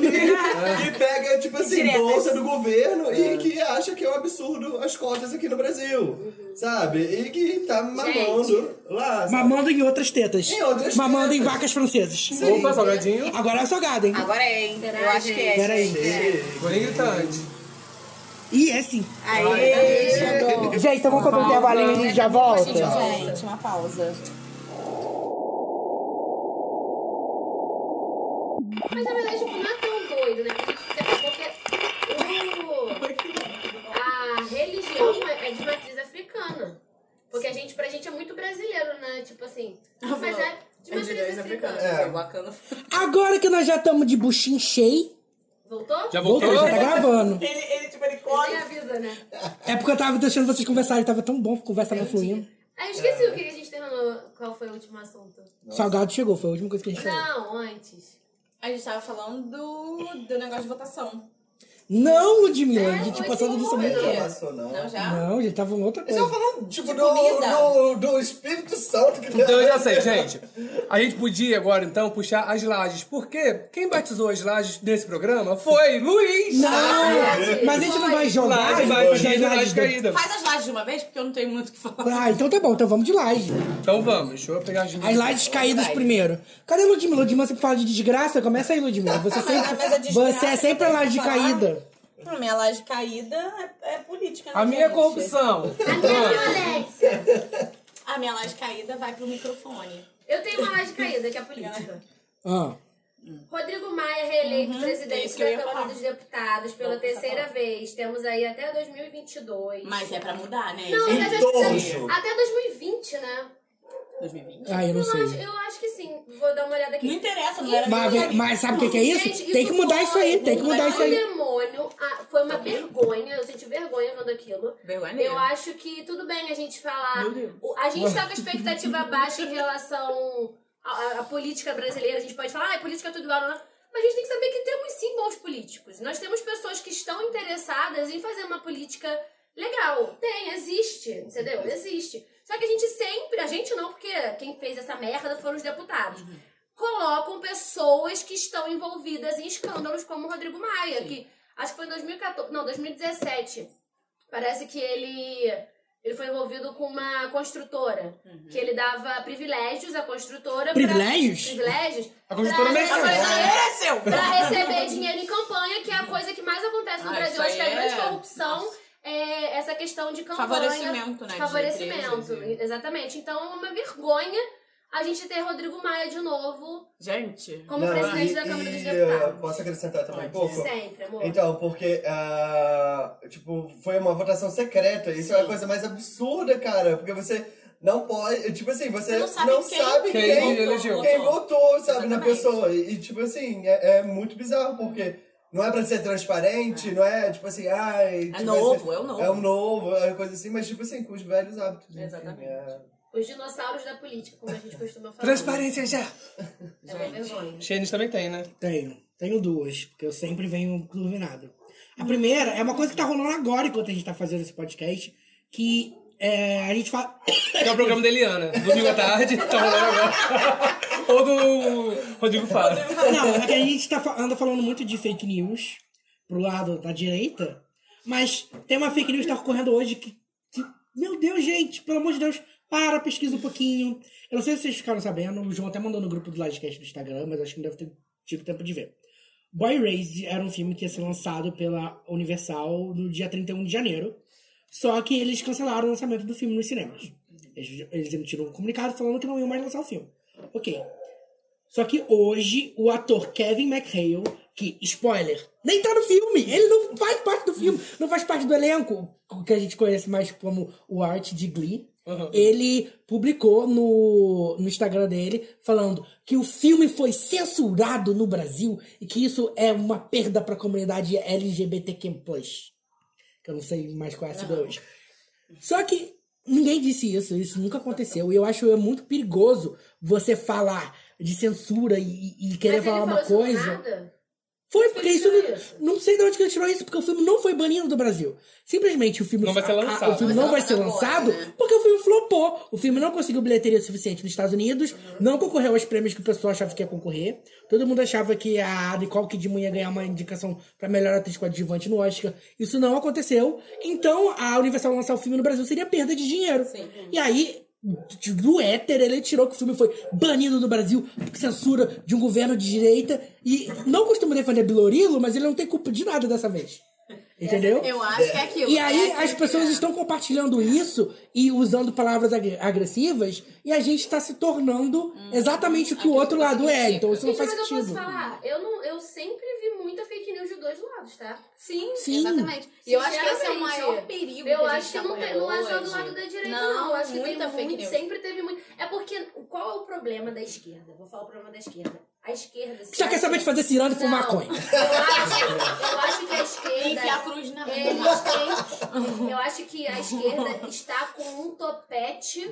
que pega, tipo assim, Indiretas. bolsa do governo e que acha que é um absurdo as cotas aqui no Brasil, Uhum. sabe? E que tá mamando lá. sabe? Mamando em outras tetas. Em outras Mamando em é. tetas. vacas francesas. Sim. Opa, salgadinho. Agora é o salgado, Ah. hein? Agora é, hein? Será, Eu acho que é. Peraí. Agora é gritante. Ih, é sim. Aê! Gente, então vamos fazer um intervalinho e a gente já volta. Gente, uma pausa. Mas na verdade, tipo, não é tão doido, né? Porque o... a religião é é de matriz africana. Porque a gente, pra gente é muito brasileiro, né? Tipo assim. Mas é de matriz africana. É. bacana. Agora que nós já estamos de buchinho cheio, É. Voltou? Já voltou, voltou? já tá gravando. Ele, ele, tipo, ele Ele corre. avisa, né? É porque eu tava deixando vocês conversarem, tava tão bom, a conversa tava fluindo. Ah, eu esqueci o que a gente terminou. Qual foi o último assunto? Salgado chegou, foi a última coisa que a gente falou. Não, antes. A gente tava falando do, do negócio de votação. Não, Ludmilla, a É, gente foi passou esse disso momento. mesmo. Não passou, não. Não, já? Não, a gente tava em outra Eles estão coisa. falando, tipo, De do, comida. do, do Espírito Santo que Então eu já sei, gente. A gente podia agora, então, puxar as lajes. Porque quem batizou as lajes desse programa foi Luiz. Não! É, Mas a gente não vai jogar, a Laje gente vai fazer batida, as lajes laje do- é caída. Faz as lajes de uma vez, porque eu não tenho muito o que falar. Ah, então tá bom, então vamos de laje. Então vamos, deixa eu pegar as As lajes caídas primeiro. Cadê a Ludmilla? Ludmilla sempre fala de desgraça? Começa aí, Ludmilla. Você, sempre, mas a desgraça <laughs> você é sempre a que eu laje de tenho que falar- caída. Pra mim, a laje caída é, é política, né, A minha é gente? corrupção. A minha violência. A minha laje caída vai pro microfone. Eu tenho uma laje caída, que é a política. Ah. Rodrigo Maia, reeleito é presidente isso que eu da ia Câmara falar. dos Deputados pela terceira vez. Temos aí até 2022. Mas é pra mudar, né, Não, gente? mas acho que Dojo. até 2020, né? 2020. ah, eu não Eu acho, sei. eu acho que sim. Vou dar uma olhada aqui. Não interessa, não era Mas, mas sabe o que, que é isso? Gente, tem que mudar foi- isso aí, tem que mudar isso Foi aí. Tá um demônio, ah, foi uma vergonha, eu senti vergonha vendo aquilo. Vergonha Eu mesmo. acho que tudo bem a gente falar. O- A gente tá com a expectativa baixa em relação à, à- à política brasileira. A gente pode falar, ah, política é tudo igual, não, não." Mas a gente tem que saber que temos sim bons políticos. Nós temos pessoas que estão interessadas em fazer uma política legal. Tem, existe, entendeu? Existe. Só que a gente sempre, a gente não, porque quem fez essa merda foram os deputados. Colocam pessoas que estão envolvidas em escândalos como o Rodrigo Maia, que acho que foi em 2014, não, 2017. Parece que ele ele foi envolvido com uma construtora, Uhum. que ele dava privilégios à construtora pra- Privilégios? <laughs> privilégios. A construtora pra americana. receber- Mereceu! pra receber dinheiro em campanha, que é a coisa que mais acontece no Ah, Brasil. isso Acho que a aí grande é- corrupção é essa questão de campanha. Favorecimento, né, de Favorecimento, empresas exatamente. Então é uma vergonha a gente ter Rodrigo Maia de novo Gente. como Não, presidente e- da Câmara dos e, eh, Deputados. Posso acrescentar também um Pode. pouco? Sempre, amor. Então, porque, ah, tipo, foi uma votação secreta. Isso é a coisa mais absurda, cara. Porque você não pode. Tipo assim, você, não sabe quem sabe Quem quem, elegeu. quem votou, sabe, na Exatamente. pessoa. E, e, tipo assim, é, é muito bizarro, porque não é pra ser transparente, não é, tipo assim, ai. tipo, novo, é o novo. É um novo, é coisa assim, mas, tipo assim, com os velhos hábitos. enfim, Exatamente. é. Os dinossauros da política, como a gente costuma falar. Transparência já. É uma vergonha. Xenis também tem, né? Tenho. Tenho duas, porque eu sempre venho iluminado. A primeira é uma coisa que tá rolando agora enquanto a gente tá fazendo esse podcast, que é, a gente fala. Que é o programa da Eliana. Domingo à tarde, tá rolando agora. Ou do Rodrigo Faro. Não, é que a gente tá, fa- anda falando muito de fake news pro lado da direita, mas tem uma fake news que tá ocorrendo hoje que, que- Meu Deus, gente, pelo amor de Deus, para, pesquisa um pouquinho. Eu não sei se vocês ficaram sabendo, o João até mandou no grupo do Livecast do Instagram, mas acho que não deve ter tido tempo de ver. Boy Raised era um filme que ia ser lançado pela Universal no dia 31 de janeiro, só que eles cancelaram o lançamento do filme nos cinemas. Eles, eles emitiram um comunicado falando que não iam mais lançar o filme. Ok. Só que hoje, o ator Kevin McHale, que, spoiler, nem tá no filme! Ele não faz parte do filme, não faz parte do elenco, o que a gente conhece mais como o Art de Glee. Ele publicou no, no Instagram dele falando que o filme foi censurado no Brasil e que isso é uma perda pra comunidade LGBTQ+. Que eu não sei mais qual é a sigla hoje. Só que ninguém disse isso, isso nunca aconteceu. E eu acho é muito perigoso você falar de censura e- e, e querer Mas ele falar uma falou sobre coisa. nada? Foi, porque isso. tirou Não, não sei de onde que ele tirou isso, porque o filme não foi banido do Brasil. Simplesmente o filme. Não vai ser a- a- lançado. o filme Não não vai ser lançado né? porque o filme flopou. O filme não conseguiu bilheteria suficiente nos Estados Unidos, não concorreu aos prêmios que o pessoal achava que ia concorrer. Todo mundo achava que a Nicole Kidman ia ganhar uma indicação pra melhor atriz coadjuvante no Oscar. Isso não aconteceu. Então, a Universal lançar o filme no Brasil seria perda de dinheiro. E aí, do éter, ele tirou que o filme foi banido do Brasil por censura de um governo de direita. E não costumo defender Bilorilo, mas ele não tem culpa de nada dessa vez. Entendeu? Eu acho que é aquilo. E é aí aquilo as que pessoas estão compartilhando isso e usando palavras ag- agressivas e a gente está se tornando exatamente o que o outro lado é. Então isso não Gente, faz mas eu sentido. posso falar, eu, não, eu sempre vi muita fake news de dois lados, tá? Sim, Sim. é. assim. Exatamente. E eu acho que esse é o Sinceramente, maior perigo que Eu a gente acho que tá não, tem, correndo não é só do hoje. lado da direita, Não, não. Eu acho que muita tem fake muito, news. sempre teve muito. É porque, qual é o problema da esquerda? Vou falar o problema da esquerda. A esquerda... Só quer saber de fazer ciranda e fumar Não. maconha. Eu acho, eu acho que a esquerda... é Enfiar a cruz na Eles têm. Eu acho que a esquerda está com um topete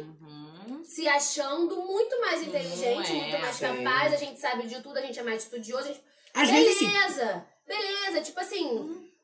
se achando muito mais inteligente, Uhum, é. muito mais capaz. A gente sabe de tudo, a gente é mais estudioso. a gente- É, Às beleza, vezes, assim, sim. beleza. Tipo assim.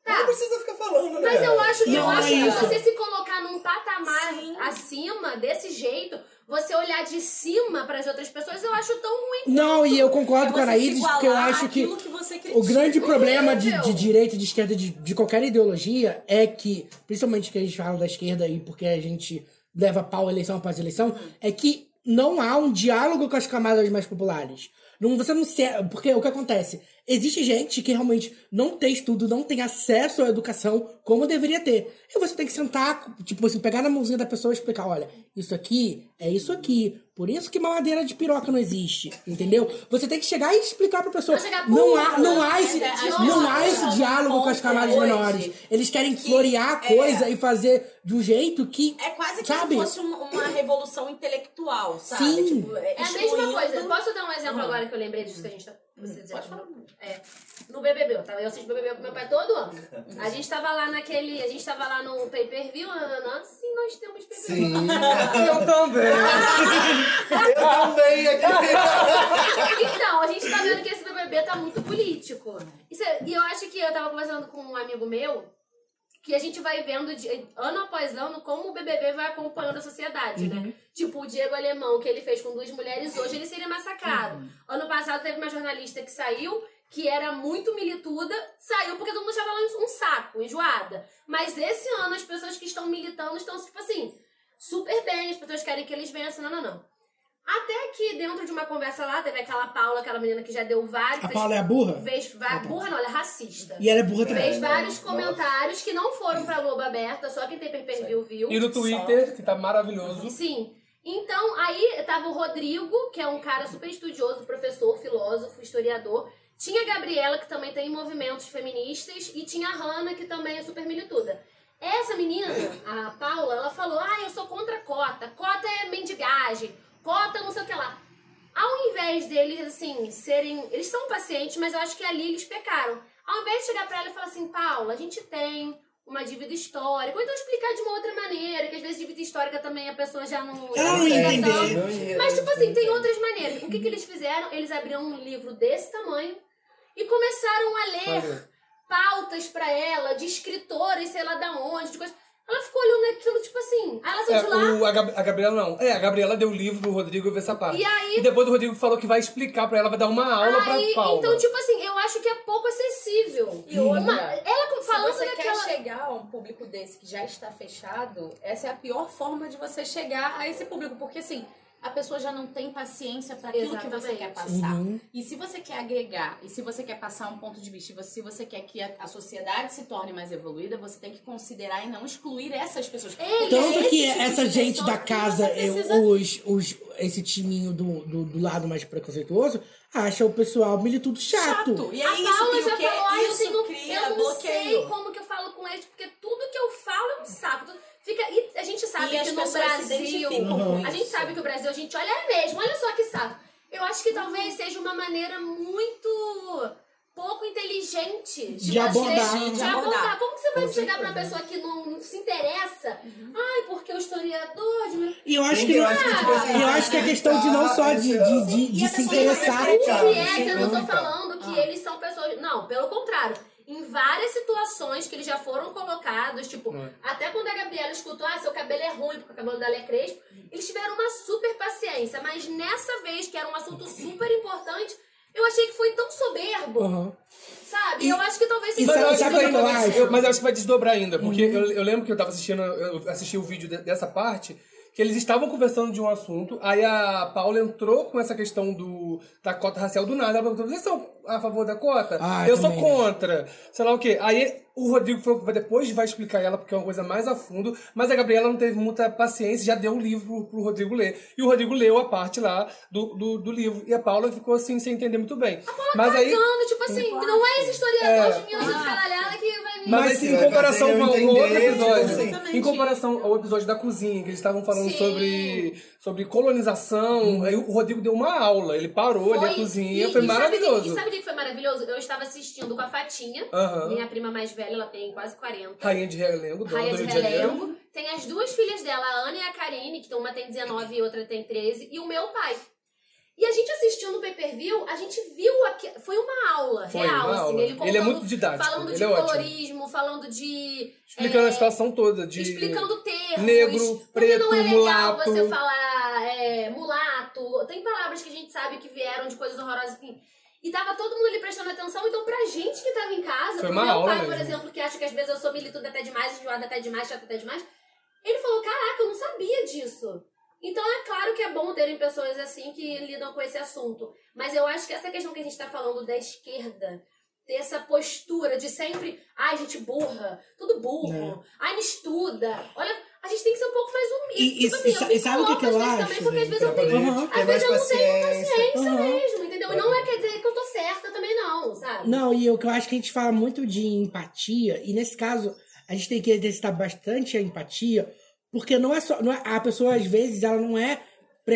Não Tá. precisa ficar falando, né? Mas eu acho, eu Não, acho é que isso. você se colocar num patamar acima desse jeito, você olhar de cima para as outras pessoas, eu acho tão ruim. Não, e eu concordo então, É com a você se Anaídes, porque eu igualar acho que àquilo que você o critica. grande problema de, Horrível. de direita, de esquerda, de, de qualquer ideologia é que, principalmente que a gente fala da esquerda e porque a gente leva pau eleição após eleição, é que não há um diálogo com as camadas mais populares. Não, você não se, porque o que acontece? Existe gente que realmente não tem estudo, não tem acesso à educação como deveria ter. E você tem que sentar, tipo assim, pegar na mãozinha da pessoa e explicar, olha, isso aqui é isso aqui. Por isso que mamadeira de piroca não existe, entendeu? Você tem que chegar e explicar pra pessoa. Vai chegar, Não "Pô, há, não há esse, Essa- as não pessoas há esse estão diálogo com as num camadas ponto menores. hoje Eles querem que florear a é- coisa e fazer de um jeito que. É quase que sabe? se fosse um- uma revolução intelectual, sabe? Sim. Tipo, É a mesma coisa. excluindo- Posso dar um exemplo Aham. agora que eu lembrei disso que a gente Hum, tá. Vocês já- É, no BBB, tá? Eu assisto BBB com meu pai todo <laughs> ano. A gente tava lá naquele. A gente tava lá no pay per view, nananã. Sim, nós temos pay <laughs> per view. Sim. Eu também. <laughs> Eu também aqui. <laughs> Então, a gente tá vendo que esse BBB tá muito político. Isso é- e eu acho que eu tava conversando com um amigo meu que a gente vai vendo de- ano após ano como o BBB vai acompanhando a sociedade, né? Tipo, o Diego Alemão, que ele fez com duas mulheres, hoje ele seria massacrado. Ano passado teve uma jornalista que saiu, que era muito milituda, saiu porque todo mundo achava ela um saco, enjoada. Mas esse ano as pessoas que estão militando estão, tipo assim, super bem, as pessoas querem que eles vençam, não, não, não. Até que dentro de uma conversa lá, teve aquela Paula, aquela menina que já deu vários... A Paula é a burra? tá. Fez, va- burra não, ela é racista. E ela é burra também. Fez vários comentários que não foram pra Globo Aberta, só quem tem pay-per-view viu. é. E no Twitter, que tá maravilhoso. Sim. Então, aí tava o Rodrigo, que é um cara super estudioso, professor, filósofo, historiador. Tinha a Gabriela, que também tem movimentos feministas, e tinha a Hanna, que também é super milituda. Essa menina, a Paula, ela falou: Ah, eu sou contra a cota, cota é mendigagem, cota não sei o que lá. Ao invés deles, assim, serem. Eles são pacientes, mas eu acho que ali eles pecaram. Ao invés de chegar pra ela e falar assim, Paula, a gente tem uma dívida histórica, ou então explicar de uma outra maneira, que às vezes dívida histórica também a pessoa já não. Ela não fica entendeu. tanto. entendeu. Mas, tipo assim, tem outras maneiras. O que, que eles fizeram? Eles abriram um livro desse tamanho e começaram a ler pautas pra ela de escritores, sei lá da onde, de coisa. Ela ficou olhando aquilo, tipo assim. Aí ela saiu É, de lá. o, a, Gab- a Gabriela não. É, a Gabriela deu o livro pro Rodrigo ver essa parte. E aí- depois o Rodrigo falou que vai explicar pra ela, vai dar uma aula Aí, pra Paula. então, tipo assim, eu acho que é pouco acessível. E outra, Uma- ela com- falando se você daquela. quer chegar a um público desse que já está fechado, essa é a pior forma de você chegar a esse público, porque assim, a pessoa já não tem paciência para aquilo que você Exatamente. quer passar. Uhum. E se você quer agregar, e se você quer passar um ponto de vista, e você- se você quer que a, a sociedade se torne mais evoluída, você tem que considerar e não excluir essas pessoas. Porque Tanto esse que tipo de essa pessoa gente da que casa, você eu- precisa os, os, esse timinho do, do, do lado mais preconceituoso, acha o pessoal militudo chato. E A aí é isso Paula cria já o quê? falou, ah, eu isso tenho. cria é eu não bloqueio. sei como que eu falo com eles, porque tudo que eu falo é um saco. Tudo- Fica, e a gente sabe E as que no pessoas se Brasil. identificam com A gente isso. sabe que o Brasil, a gente olha é mesmo, olha só que saco. Eu acho que Uhum. talvez seja uma maneira muito pouco inteligente De abordar. você- de De abordar. abordar. Como que você vai Com chegar pra certeza. uma pessoa que não, não se interessa? Uhum. Ai, porque o historiador. de- E eu acho Sim, que, eu não- acho Ah! que, tipo assim, e eu acho que é questão de não só de, de, de- de se interessar. O que Cara, é que eu não tô nunca. falando que Ah. eles são pessoas. Não, pelo contrário. Em várias situações que eles já foram colocados, tipo, Ah. até quando a Gabriela escutou, ah, seu cabelo é ruim porque o cabelo dela é crespo, eles tiveram uma super paciência. Mas nessa vez, que era um assunto super importante, eu achei que foi tão soberbo, Uhum. sabe? eu acho que talvez e Mas eu, Sabe- acho sabe que o que eu vai- acho? eu- mas eu acho que vai desdobrar ainda, porque Uhum. eu, eu lembro que eu tava assistindo, eu assisti o vídeo de- dessa parte, que eles estavam conversando de um assunto, aí a Paula entrou com essa questão do, da cota racial do nada, ela perguntou, vocês são a favor da cota? Ah, eu também, sou né? contra, sei lá o quê. Aí o Rodrigo falou que vai- depois vai explicar ela, porque é uma coisa mais a fundo, mas a Gabriela não teve muita paciência, já deu um livro pro, pro Rodrigo ler, e o Rodrigo leu a parte lá do, do, do livro, e a Paula ficou assim, sem entender muito bem. mas aí... cagando, tipo assim, Hum. não é esse historiador de Ah. 1900 que vai me. Mas, Mas, assim, em vai comparação fazer com eu o outro entender, episódio, tipo em comparação ao episódio da cozinha, que eles estavam falando Sim. sobre, sobre colonização, Uhum. aí o Rodrigo deu uma aula, ele parou ali a cozinha, Sabe, foi maravilhoso. e sabe o que foi maravilhoso? Eu estava assistindo com a Fatinha, Aham. minha prima mais velha, ela tem quase 40. Rainha de Realengo, dona Raia do de Rio de Janeiro. Relengo. Tem as duas filhas dela, a Ana e a Karine, que uma tem 19 e outra tem 13, e o meu pai. E a gente assistiu no pay-per-view, a gente viu aqui. Foi uma aula Foi real, uma assim. aula. Ele, Ele é contando- muito didático, Falando ele de é ótimo. colorismo, falando de. Explicando é, a situação toda de... Explicando termos. negro, porque não é preto, legal mulato. você falar é, mulato. Tem palavras que a gente sabe que vieram de coisas horrorosas, enfim. E tava todo mundo ali prestando atenção, então pra gente que tava em casa, Foi pro uma meu aula pai, por mesmo. exemplo, que acha que às vezes eu sou milituda até demais, enjoada até demais, chata até demais, ele falou, caraca, eu não sabia disso. Então é claro que é bom terem pessoas assim que lidam com esse assunto. Mas eu acho que essa questão que a gente tá falando da esquerda, ter essa postura de sempre, ai, gente burra, tudo burro, É. ai, não estuda. Olha, a gente tem que ser um pouco mais humilde. E- e- Tipo assim, e sa- eu me e sabe o que coloco que eu às vezes acho, também, porque às gente? vezes Pra eu poder tenho Aham. ter às mais vezes eu não tenho paciência. paciência Aham. mesmo, entendeu? E não é quer dizer que eu tô certa também não, sabe? Não, e o que eu acho que a gente fala muito de empatia, e nesse caso, a gente tem que exercitar bastante a empatia, porque não é só. não é- a pessoa, às vezes, ela não é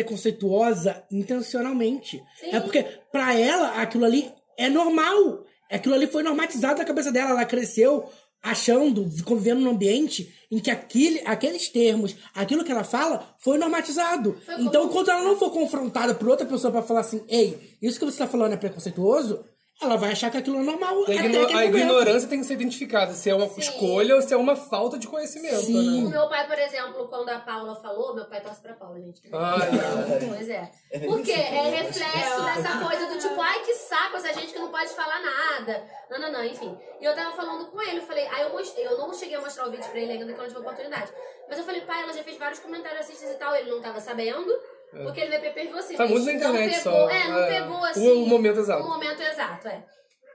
preconceituosa intencionalmente. Sim. É porque, pra ela, aquilo ali é normal. Aquilo ali foi normatizado na cabeça dela. Ela cresceu achando, convivendo num ambiente em que aquele, aqueles termos, aquilo que ela fala, foi normatizado. Foi como- então, quando ela não for confrontada por outra pessoa pra falar assim, ei, isso que você tá falando é preconceituoso, ela vai achar que aquilo é normal. E A, até igno- aquele a momento. ignorância tem que ser identificada, se é uma Sim. escolha ou se é uma falta de conhecimento, Sim. né? O meu pai, por exemplo, quando a Paula falou, meu pai torce pra Paula, gente. Ai, Ah, Pois é. <laughs> Porque é reflexo dessa coisa do tipo, ai que saco, essa gente que não pode falar nada. Não, não, não, enfim. E eu tava falando com ele, eu falei, aí eu, mostrei, eu não cheguei a mostrar o vídeo pra ele ainda, que eu não tive oportunidade. Mas eu falei, pai, ela já fez vários comentários racistas e tal, ele não tava sabendo, porque ele vê pay per view assim. É. Tá mas muito na internet não pegou, só. É, não É. pegou O- assim. o momento exato. O momento exato, é.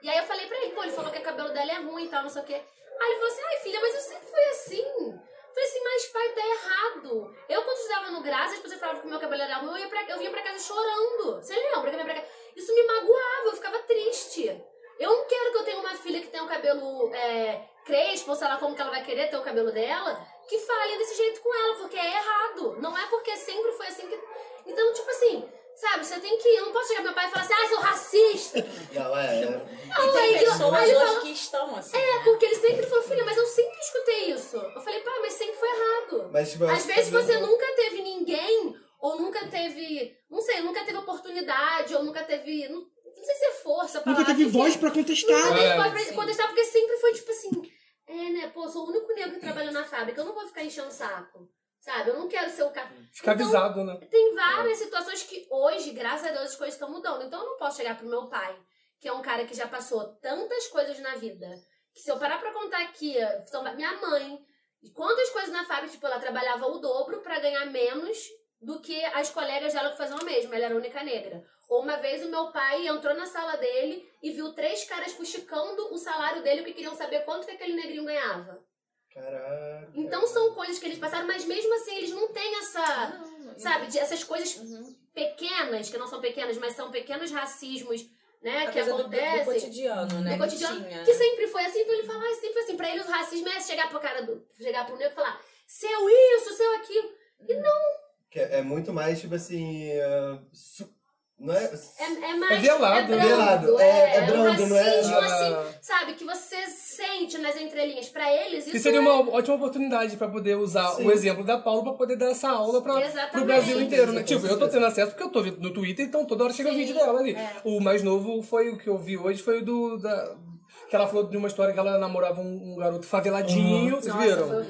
E aí eu falei pra ele, pô, ele falou que o cabelo dela é ruim e tal, não sei o quê. Aí ele falou assim, ai filha, mas eu sempre fui assim. Eu Falei assim, mas pai, tá errado. Eu, quando estudava no Graça, as pessoas falavam que o meu cabelo era ruim, eu, ia pra, eu vinha pra casa chorando. Você lembra que eu vinha pra casa? Isso me magoava, eu ficava triste. Eu não quero que eu tenha uma filha que tenha um cabelo é, crespo, ou sei lá como que ela vai querer ter o cabelo dela, que fale desse jeito com ela, porque é errado. Não é porque sempre foi assim que... Então, tipo assim, sabe, você tem que... Eu não posso chegar pro meu pai e falar assim, ah, sou racista. <laughs> Não, é. Não, é Tem igno- pessoas Aí ele hoje fala- que estão assim. é, porque ele sempre falou, filha, mas eu sempre escutei isso. Eu falei, pai, mas sempre foi errado. Mas, tipo, Às vezes você nunca teve ninguém, ou nunca teve, não sei, nunca teve oportunidade, ou nunca teve. Não, não sei se é força, a Nunca palavra, teve que que voz é. pra contestar. Nunca teve É, voz pra contestar, porque sempre foi tipo assim. É, né, pô, pô, sou o único negro que trabalha na fábrica, eu não vou ficar enchendo o saco. Sabe? Eu não quero ser o cara. Fica Então, avisado, né? Tem várias situações que hoje, graças a Deus, as coisas estão mudando. Então eu não posso chegar pro meu pai, que é um cara que já passou tantas coisas na vida. Que se eu parar pra contar aqui, são minha mãe. E quantas coisas na fábrica, tipo, ela trabalhava o dobro pra ganhar menos do que as colegas dela que faziam a mesma. Ela era a única negra. Ou uma vez o meu pai entrou na sala dele e viu três caras fuxicando o salário dele porque queriam saber quanto que aquele negrinho ganhava. Caraca. Então são coisas que eles passaram, mas mesmo assim eles não têm essa. sabe, de- essas coisas Uhum. pequenas, que não são pequenas, mas são pequenos racismos, né? A que coisa do- do acontecem. cotidiano, né, Do que cotidiano. tinha. Que sempre foi assim, então ele fala, ah, sempre foi assim. Pra ele o racismo é chegar pro cara do. chegar pro negro e falar, seu isso, seu aquilo. E não, Que é é muito mais, tipo assim. ah, su- Não é. é, é mais. É velado, é né? brando, Velado. É, É- é um brando, não é- racismo, Ah. assim, sabe, que você sente nas entrelinhas. Pra eles, isso Que seria é- uma ótima oportunidade pra poder usar Sim. o exemplo da Paula pra poder dar essa aula pra, Exatamente. pro Brasil inteiro, né? Com Tipo, eu tô tendo acesso porque eu tô vendo no Twitter, então toda hora chega o vídeo dela ali. é. O mais novo foi o que eu vi hoje, foi o do. Da, que ela falou de uma história que ela namorava um, um garoto Uhum. faveladinho. Vocês viram?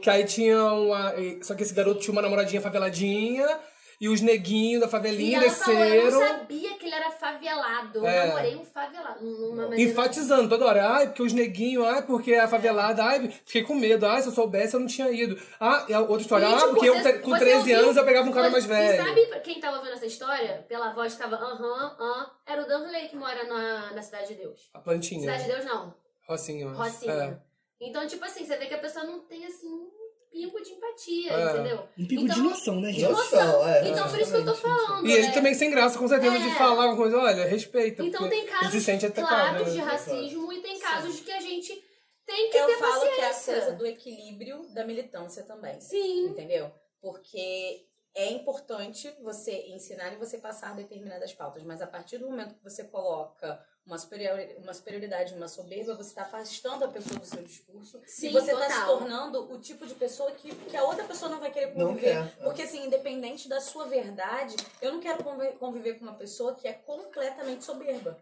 Que aí tinha uma. e- Só que esse garoto tinha uma namoradinha faveladinha e os neguinhos da E favelinha ela falou, eu desceram. não sabia que ele era favelado. Eu É. namorei um favelado. Numa maneira- Enfatizando toda hora, ai, porque os neguinhos, ai, porque a favelada, ai, fiquei com medo, ai, se eu soubesse eu não tinha ido. Ah, e a outra história, E, ah, tipo, porque eu você- te- com você 13 ouviu- anos eu pegava um cara Foi- mais E velho. sabe quem tava ouvindo essa história? Pela voz que tava aham, aham. Era o Danley que mora na, na Cidade de Deus. A plantinha. Cidade de Deus não, Rocinha. eu acho. Rocinha. É. Então, tipo assim, você vê que a pessoa não tem assim um pingo de empatia, É. entendeu? Um pingo Então, de noção, né, assim, de gente? noção. Noção, é, então, por isso que eu tô falando. E ele né? também sem graça, com certeza, de É. falar uma coisa, olha, respeita. Então porque tem casos ele se sente até né? claros de racismo e tem casos que a gente tem que eu ter falo que é a paciência. coisa do equilíbrio da militância também. Sim. Entendeu? Porque é importante você ensinar e você passar determinadas pautas, mas a partir do momento que você coloca uma superioridade, uma, superioridade, uma soberba, você está afastando a pessoa do seu discurso Sim, e você está se total. tornando o tipo de pessoa que, que a outra pessoa não vai querer Não conviver. quer, é. Porque, assim, independente da sua verdade, eu não quero convi- conviver com uma pessoa que é completamente soberba.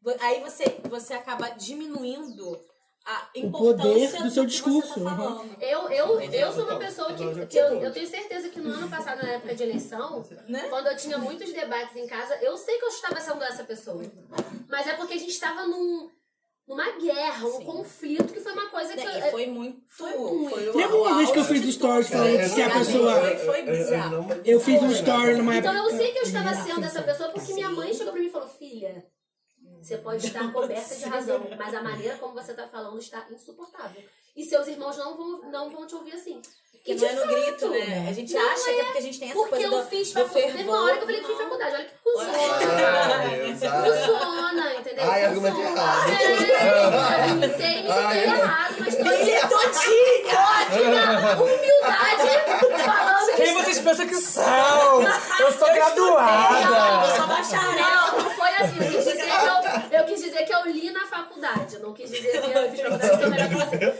Vo- Aí você, você acaba diminuindo a O importância poder do seu que você discurso, tá uhum. falando. Eu, eu, é eu sou uma pessoa que, que eu, eu tenho certeza que no ano passado, na época de eleição, né? quando eu tinha muitos debates em casa, eu sei que eu estava sendo essa pessoa. Mas é porque a gente estava num, numa guerra, um conflito, que foi uma coisa que... Né, E foi muito. é, Foi muito. Lembra uma vez que eu fiz stories falando É, que se a pessoa. Eu fiz um story numa é Então época. eu sei que eu estava sendo essa pessoa porque minha assim. mãe chegou pra mim e falou, filha... Você pode estar coberta de razão, mas a maneira como você está falando está insuportável. E seus irmãos não vão, não vão te ouvir assim. Que E, não de é no grito, fato, né? A gente não acha que é é. porque a gente tem essa Porque coisa eu do, fiz do faculdade. Teve uma hora que eu falei que fervor. fiz faculdade. Olha que cuzona. Ai, Deus, ai. Cuzona, entendeu? Ai, argumento Cuzona. errado. É, me tem, me Ai. tem errado, mas tô Ele é todinho! humildade falando que Quem vocês pensam que são? Eu sou graduada! Eu sou bacharel! Não, não foi assim. Eu quis, dizer que eu, eu quis dizer que eu li na faculdade. Eu não quis dizer que eu fiz faculdade que eu era melhor que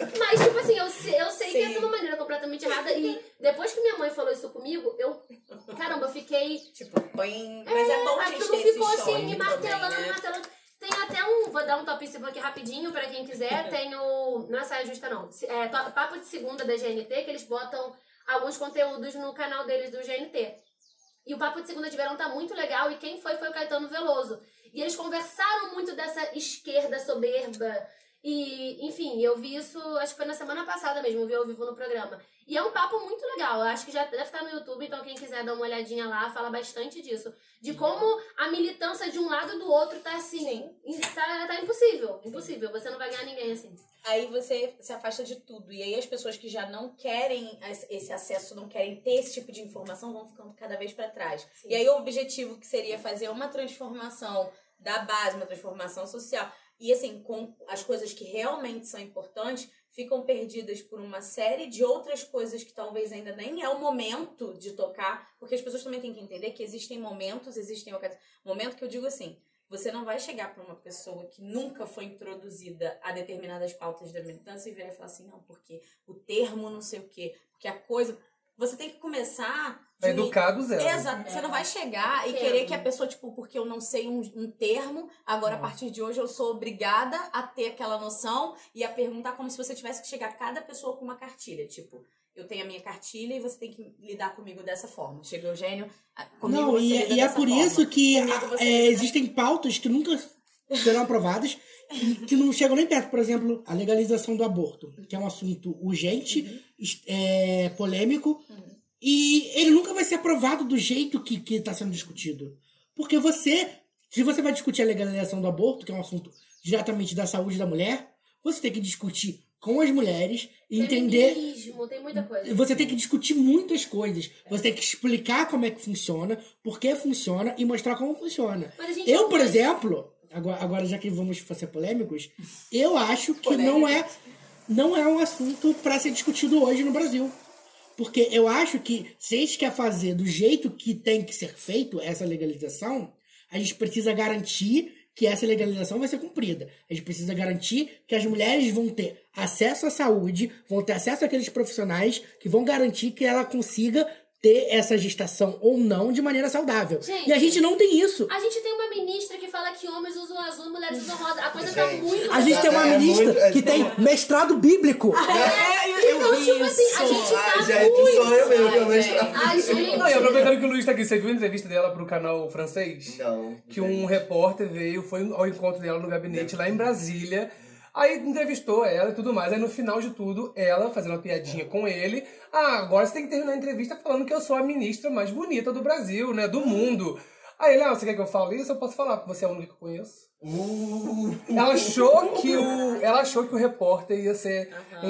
você. Mas, tipo assim, eu, se- eu sei que essa é uma maneira completamente errada. E depois que minha mãe falou isso comigo, eu. Caramba, eu fiquei. Tipo, põe. Mas é, bom a gente aquilo ter esse ficou assim, me choque também, martelando, né? martelando. Tem até um. Vou dar um top cima aqui rapidinho pra quem <laughs> quiser. Tem o. Não é saia justa, não. É, to- Papo de Segunda da GNT, que eles botam alguns conteúdos no canal deles do GNT. E o Papo de Segunda de Verão tá muito legal. E quem foi foi o Caetano Veloso. E eles conversaram muito dessa esquerda soberba. E, enfim, eu vi isso, acho que foi na semana passada mesmo, eu vi ao vivo no programa. E é um papo muito legal. Eu acho que já deve estar no YouTube, então quem quiser dar uma olhadinha lá, fala bastante disso. De como a militância de um lado e do outro tá assim. Tá, tá impossível. Impossível. Você não vai ganhar ninguém assim. Aí você se afasta de tudo. E aí as pessoas que já não querem as- esse acesso, não querem ter esse tipo de informação, vão ficando cada vez para trás. E aí o objetivo que seria fazer uma transformação da base, uma transformação social, e assim, com as coisas que realmente são importantes, ficam perdidas por uma série de outras coisas que talvez ainda nem é o momento de tocar, porque as pessoas também têm que entender que existem momentos, existem ocasiões. Momento que eu digo assim, você não vai chegar para uma pessoa que nunca foi introduzida a determinadas pautas da militância e virar e falar assim, não, porque o termo não sei o quê, porque a coisa. Você tem que começar. É de um- educar do Então. zero. Exato. Você não vai chegar e querer que a Sim. pessoa, tipo, porque eu não sei um, um termo, agora a partir de hoje eu sou obrigada a ter aquela noção e a perguntar como se você tivesse que chegar a cada pessoa com uma cartilha. Tipo, eu tenho a minha cartilha e você tem que lidar comigo dessa forma. Chega o Eugênio, a- comigo Não, você e, lida e é dessa por forma. isso que Comigo você é, lida dessa existem pautas que nunca serão aprovadas e que não chegam nem perto. Por exemplo, a legalização do aborto, que é um assunto urgente, Uhum. es- é, polêmico, e ele nunca vai ser aprovado do jeito que está sendo discutido. Porque você, se você vai discutir a legalização do aborto, que é um assunto diretamente da saúde da mulher, você tem que discutir com as mulheres, e entender Feminismo, tem muita coisa. você tem que discutir muitas coisas. Você tem que explicar como é que funciona, por que funciona e mostrar como funciona. Mas a gente Eu, não por pode- exemplo, agora, agora já que vamos ser polêmicos, eu acho que não é, não é um assunto para ser discutido hoje no Brasil. Porque eu acho que se a gente quer fazer do jeito que tem que ser feito essa legalização, a gente precisa garantir que essa legalização vai ser cumprida. A gente precisa garantir que as mulheres vão ter acesso à saúde, vão ter acesso àqueles profissionais que vão garantir que ela consiga ter essa gestação ou não de maneira saudável. Gente, e a gente não tem isso. A gente tem uma ministra que fala que homens usam azul e mulheres usam rosa. A coisa tá muito. A gente tem uma É ministra muito- é- que tem mestrado bíblico. é. É, Então, tipo assim, a gente tá é. Ai, gente, sou eu mesmo que eu vejo. Ai, gente. Não, e aproveitando que o Luiz tá aqui, você viu a entrevista dela pro canal francês? Não. Que um repórter veio, foi ao encontro dela no gabinete lá em Brasília. Aí entrevistou ela e tudo mais. Aí no final de tudo, ela fazendo uma piadinha com ele. Ah, agora você tem que terminar a entrevista falando que eu sou a ministra mais bonita do Brasil, né? Do mundo. Aí ele, ah, você quer que eu fale isso? Eu posso falar, porque você é a única que eu conheço. Uh, Ela achou que o, ela achou que o repórter ia ser. eh,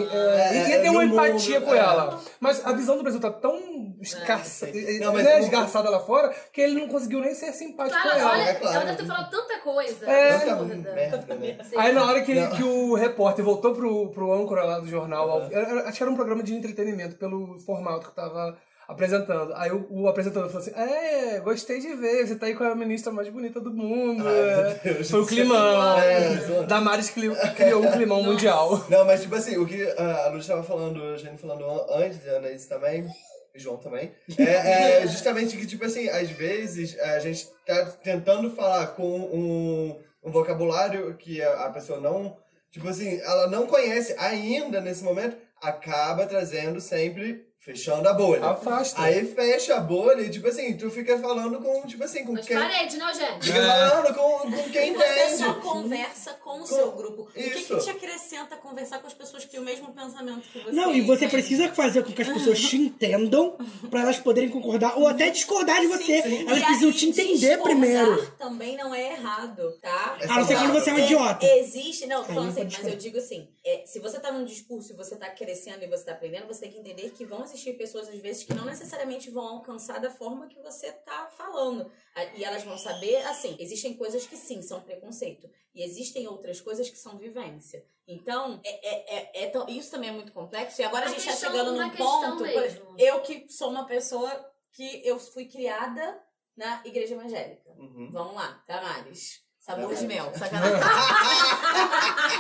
É, ia ter é, uma no mundo, empatia com é. ela. Mas a visão do Brasil tá tão escarça, eh, Não, mas né, o- esgarçada lá fora que ele não conseguiu nem ser simpático Claro, com ela. olha, ela deve ter falado tanta coisa. É. tá absurda. né? Aí na hora que, que o repórter voltou pro, pro âncora lá do jornal, ao- era- era- acho que era um programa de entretenimento pelo formato que tava apresentando. Aí o, o apresentador falou assim: É, gostei de ver, você tá aí com a ministra mais bonita do mundo. Ai, é." meu Deus Foi o do climão. céu. É, zoando. Damares cli- criou um climão mundial. Não, mas tipo assim, o que ah, a Luz estava falando, a Jane falando an- antes, a Anaís também, e João também, é, é justamente que, tipo assim, às vezes a gente tá tentando falar com um, um vocabulário que a, a pessoa não, tipo assim, ela não conhece ainda nesse momento, acaba trazendo sempre. Fechando a bolha. Afasta. Aí fecha a bolha e, tipo assim, tu fica falando com, tipo assim, com Mas quem. parede, não, gente? Fica falando com, com quem E você entende. só conversa com o seu grupo. O que, Isso. que te acrescenta conversar com as pessoas que têm o mesmo pensamento que você? Não, e você entende? precisa fazer com que as pessoas te entendam pra elas poderem concordar ou até discordar de você. Sim, sim. Elas E precisam aí, te entender discordar primeiro. Também não é errado, tá? A não ser quando você é um É, idiota. Existe, não, tô Aí falando eu vou assim, mas discordar. eu digo assim: é, se você tá num discurso e você tá crescendo e você tá aprendendo, você tem que entender que vão existir pessoas, às vezes, que não necessariamente vão alcançar da forma que você tá falando. A- E elas vão saber, assim, existem coisas que sim são preconceito. E existem outras coisas que são vivência. Então, é- é- é- é tão- isso também é muito complexo. E agora a, A gente questão- tá chegando uma num questão ponto. por- mesmo. Eu que sou uma pessoa que eu fui criada na igreja evangélica. Uhum. Vamos lá, Damares. Sabor de mel, <laughs> sacanagem.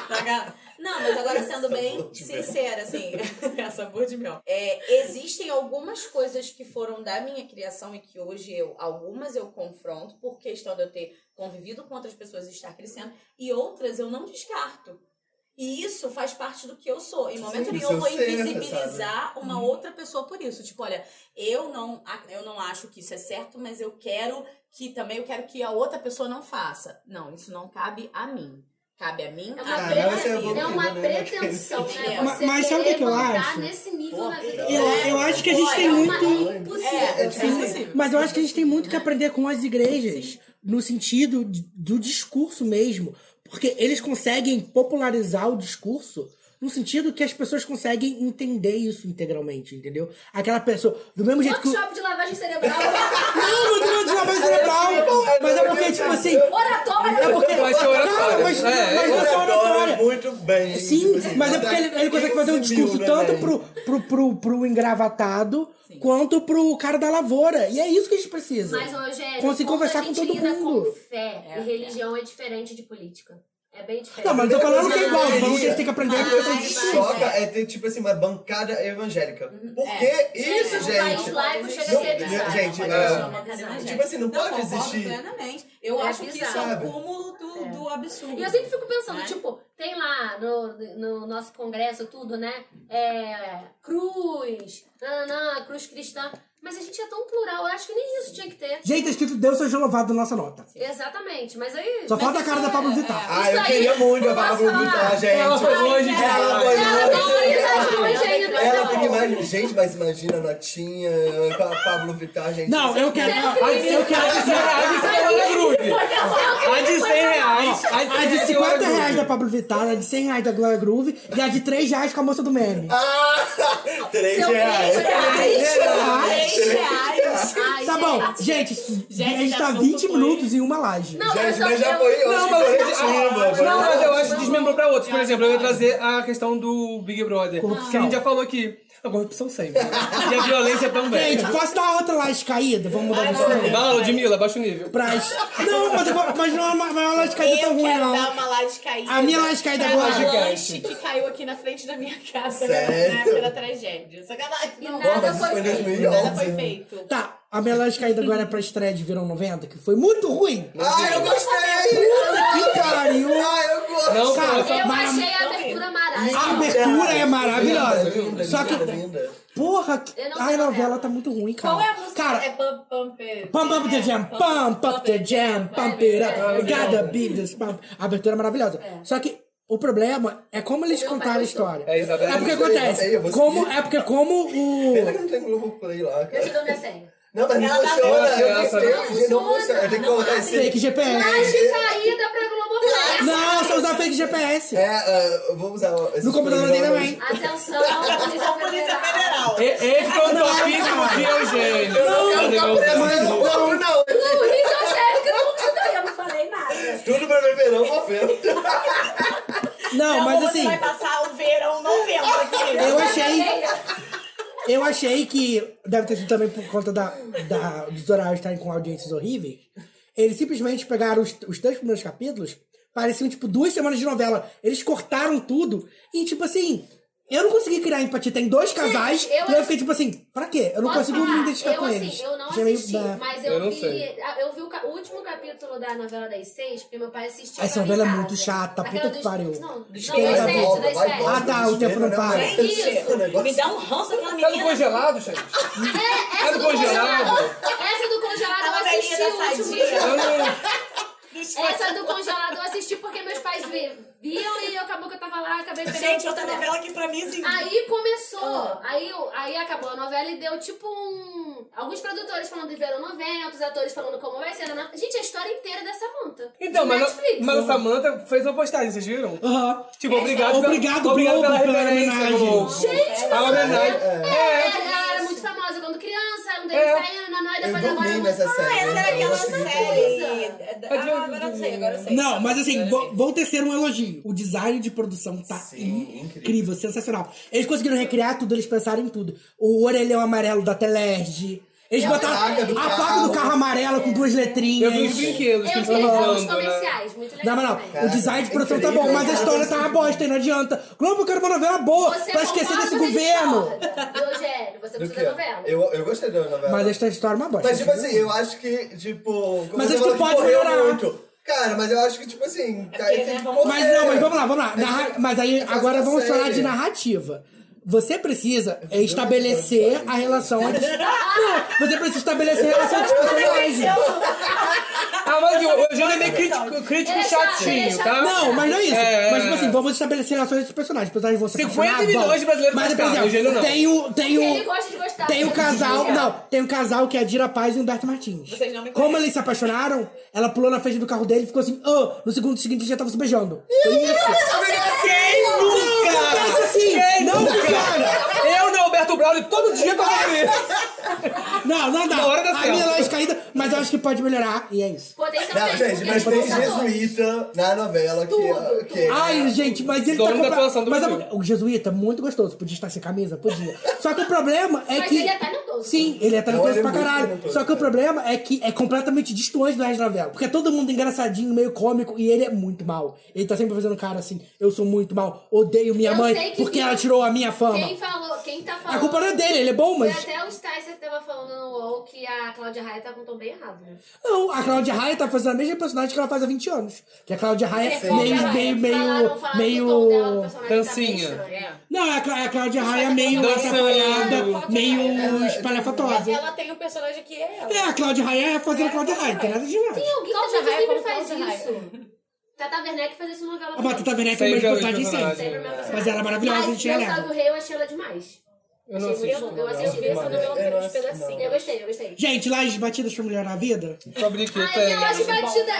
Saca- Não, mas agora sendo bem sincera, assim, <laughs> é sabor de mel. É, existem algumas coisas que foram da minha criação e que hoje eu, algumas eu confronto por questão de eu ter convivido com outras pessoas e estar crescendo, e outras eu não descarto. E isso faz parte do que eu sou. Em momento Sim, do nenhum eu vou seu ser, né, invisibilizar sabe? Uhum. uma outra pessoa por isso. Tipo, olha, eu não, a- eu não acho que isso é certo, mas eu quero que também eu quero que a outra pessoa não faça. Não, isso não cabe a mim. Cabe a mim. É uma, a mim, Caralho, você é a mim. pre- é uma pretensão, né? Ma- Você mas sabe o que querer eu mandar acho? nesse nível na vida. Eu, eu acho que a gente tem muito. É impossível. É, é Sim, mas eu acho que a gente tem muito que aprender com as igrejas, no sentido de- do discurso mesmo. Porque eles conseguem popularizar o discurso no sentido que as pessoas conseguem entender isso integralmente, entendeu? Aquela pessoa, do mesmo jeito que. o- Workshop de lavagem cerebral. Não, não tem de lavagem cerebral! Mas é porque, tipo assim. Oratória. <laughs> É porque. Vai ser oratória. Não, mas, É, mas não é só oratória. Muito bem. Sim, Tipo assim, mas é tá porque ele, ele consegue fazer um 15 mil, discurso né, tanto velho? pro, pro, pro, pro engravatado quanto pro cara da lavoura. E é isso que a gente precisa. Mas, Eugênio, Conseguir quando conversar a com gente todo lida mundo. com fé e religião é diferente de política. É bem diferente. Não, mas eu tô falando que é igual, Deveria. falando que eles têm que aprender com pessoas O que distintas. choca é ter, tipo assim, uma bancada evangélica. Por que É. isso, Chega num gente? país laico, chega a Não, ser bizarro. Gente, Pode é, achar uma casa tipo evangélica. assim, não, Não, pode concordo existir. Plenamente. Eu É acho que isso um é o bizarro. cúmulo do, do absurdo. E eu sempre fico pensando, Né? tipo, tem lá no, no nosso congresso tudo, né? É, cruz, nananã, cruz cristã. Mas a gente é tão plural, eu acho que nem isso tinha que ter. Gente, tá escrito Deus seja louvado na nossa nota. Exatamente, mas aí. Só mas falta a isso cara da é- Pablo Vittar. Ah, eu Isso aí. queria muito a Pablo Nossa. Vittar, gente. é, Ela foi longe Ai, demais. ela foi Ela longe. não, ela foi longe ainda, Ela não. tem que imaginar. Gente, mas imagina a Notinha com a Pablo Vittar, gente. Não, é eu quero. A de, eu quero a de 100 reais. A de 100 A de 100 reais. reais. A é de 50 reais da Pablo Vittar, a de 100 reais da Glória Groove e a de 3 reais com a moça do meme. Ah, <laughs> Três Seu reais. né? três reais. Três reais. tá bom, gente, a gente tá 20 minutos em uma laje. Não, Gente, mas já foi hoje Não, mas, corretiva. não, mas eu acho que desmembrou pra outros. Por exemplo, eu ia trazer a questão do Big Brother. Que a gente já falou aqui. A corrupção sempre. e a violência também. tá Gente, posso dar outra laje caída? Vamos mudar de Vai assunto? lá, Ludmilla, baixa o <laughs> nível. Pras... Não, mas, eu vou- mas não é uma, não é uma laje caída tão ruim, quero não. dar uma lascaída. A minha é lascaída pra agora- um lanche que caiu aqui na frente da minha casa Sério? na época da tragédia. Sacanagem. E nada foi feito. Nada né? foi feito. Tá, a minha laje caída agora é pra estreia de Verão 90, que foi muito ruim. Ai, Ah, eu gostei! Puta que pariu! Ai, eu gosto! Não, Eu mas- achei a abertura maravilhosa. A abertura é maravilhosa. Linda, linda, Só que. linda, linda. Porra, que- Eu não ai, a novela tá muito ruim, cara. Qual é a música? Cara, é Pump Pump Pump up the jam, pump up the jam, pump it up, you gotta beat this pump. A abertura é maravilhosa. Só que o problema é como eles contaram a história. É, Isabela, É porque eu gostei, eu acontece. gostei. Como, é porque como o. Pena que não tem Globoplay lá, Deixa eu dar cara. minha senha. Não, mas não Ela tá funciona. vendo, Eu ela tá gostei, vendo. gente, não funciona. Tem que colocar esse... Fake GPS. Laje caída pra Globoplay. Não, só usar fake GPS. É, ah, eu vou usar esse No computador dele programa. também. Atenção, Polícia Federal. E- Esse foi o Então, topíssimo de Eugênio. Não, Mas não, não. O Rio de Janeiro, que eu não consigo, eu não falei nada. Tudo pra beber, não uma oferta. Não, mas assim, vai passar o verão 90 aqui. eu achei. Eu achei que. Deve ter sido também por conta da, da, dos horários estarem com audiências horríveis. Eles simplesmente pegaram os, os três primeiros capítulos, pareciam tipo duas semanas de novela. Eles cortaram tudo e, tipo assim. Eu não consegui criar empatia. Tem dois casais eu e eu acho- fiquei tipo assim, pra quê? Eu não Posso consigo falar? me identificar eu, com assim, eles. Eu não Já meio- assisti, né? mas Eu eu, não vi. sei. Eu vi o ca- o último capítulo da novela das seis, porque meu pai assistiu. Essa pra mim novela é em casa. muito chata, puta Aquela que dos- pariu. Não, não, das Esquenta a sete, bola, das vai, sete. bola. Ah tá, o tempo não para. É isso. Me dá um ranço aquela Tá no menina. congelado, gente? É, Tá essa no do congelado? congelado. Essa do congelado eu Aquela velhinha assisti da o último sadia. Eu Então, não- Essa do congelado eu assisti porque meus pais vi- viam e eu- acabou que eu tava lá, acabei pegando. Gente, outra também. novela que pra mim, assim... Aí começou, aí, eu- aí acabou a novela e deu tipo um. Alguns produtores falando de verão 90, os atores falando como vai ser. nanã. Gente, a história inteira é dessa monta. Então, de mas, Netflix. a- mas a Samanta fez uma postagem, vocês viram? Aham. Tipo, obrigado, Obrigado, pela, obrigado pela Globo, pela referência, homenagem. Globo. Gente, a homenagem. É, ela era muito famosa quando criança, não teve É. saída, nanã, e Eu depois agora. dormi nessa série. Ah, Essa era é aquela série... Ah, agora eu sei, agora eu sei. Não, mas assim, vou, vou tecer um elogio. O design de produção tá incrível, sensacional. Eles conseguiram recriar tudo, eles pensaram em tudo. O orelhão amarelo da Telerge. Eles Eu botaram adorei. a placa do carro amarela com duas Eu vi os letrinhas. brinquedos que Eu eles vi estão alguns usando, né? comerciais, muito legal. Não, mas também. não. O design de produção tá incrível. bom, mas a história tá uma bosta e não adianta. Globo, eu quero uma novela boa Você tá pra esquecer concorda, desse mas governo. discorda. Eugênio, você Do precisa da novela. que? Eu, eu gostei da novela. Mas esta história é uma bosta. Mas, tipo assim, eu acho que, tipo... como Mas você acho que falou pode correu melhorar. Muito. Cara, mas eu acho que, tipo assim... tá- porque, tem né, que vamos- correr. É Mas não, mas vamos lá, vamos lá. Narra- que- Mas aí tem que agora fazer vamos série. falar É É. de narrativa. Você precisa estabelecer a relação entre. Não, <laughs> você precisa estabelecer a relação entre os personagens. Ah, mas o Eugênio é meio crítico, Ele crítico é chato, ele é chatinho, chato. tá? Não, mas não é isso. É. Mas, tipo assim, vamos estabelecer relações entre os personagens. Os personagens vão se 50 apaixonar, milhões vão. de brasileiros Mas, por gostaram, Eugênio exemplo, não. é tem o. Tem Ele o gosta de gostar. tem o Ele gosta de casal. gostar. Não, tem o casal que é a Dira Paz e o Humberto Martins. Vocês não me Como conhecem. eles se apaixonaram, ela pulou na frente do carro dele e ficou assim, oh, no segundo seguinte já tava se beijando. Foi isso. Quem nunca? Não, pensa assim. Quem Não nunca? funciona. Eu, não, Alberto Braulio, todo <laughs> dia tô fazendo isso. Não, não dá. Na hora da a selfie. minha loja caída, mas eu acho que pode melhorar. E é isso. Não, Potencialmente, gente, porque mas eles tem É são atores. jesuíta na novela que... é, Tudo, que- Ai, gente, mas ele Dono tá da compra- atuação do mas a- Brasil. O jesuíta, muito gostoso. Podia estar sem camisa? Podia. Só que o problema é Mas que. ele é talentoso. Sim, ele é talentoso Olha, pra é muito caralho. talentoso, Só que o problema é que é completamente distante do resto da novela. Porque é todo mundo engraçadinho, meio cômico, e ele é muito mal. Ele tá sempre fazendo cara assim, eu sou muito mal, odeio minha Eu sei mãe que porque quem- ela tirou a minha fama. Quem falou, quem tá falando. A culpa não é dele, ele é bom, mas- Foi até o Sticer que tava falando no UOL que a Cláudia Raia tá com o tom bem errado, né? Não, a Cláudia Raia tá fazendo a mesma personagem que ela faz há 20 anos. Que a Cláudia Raia Você é meio, fala, meio, fala, não meio, fala que o tom dela do meio... personagem tá bem estranho. Não, é a, Clá- é a Cláudia Raia ela meio tá atrapalhada, meio Mas espalhafatosa. ela tem um personagem que é ela. É, a Cláudia Raia é fazendo a Cláudia Raia, não tem nada de nada. Tem alguém Cláudia também que Raia sempre como faz Cláudia isso. Tata Werneck faz isso no novela. A Matata Werneck é uma Sempre é o personagem mesmo sempre. personagem. Mas ela é maravilhosa, a Mas gente tinha Meu ela. Salve o Rei, eu achei ela demais. Eu não Achei assisto. muito- Eu assisti essa novela por um assim, uns pedacinhos. Eu gostei, eu gostei. Gente, Lajes Batidas pra Melhorar a Vida? Só né? brinquedo. Ai, eu acho batida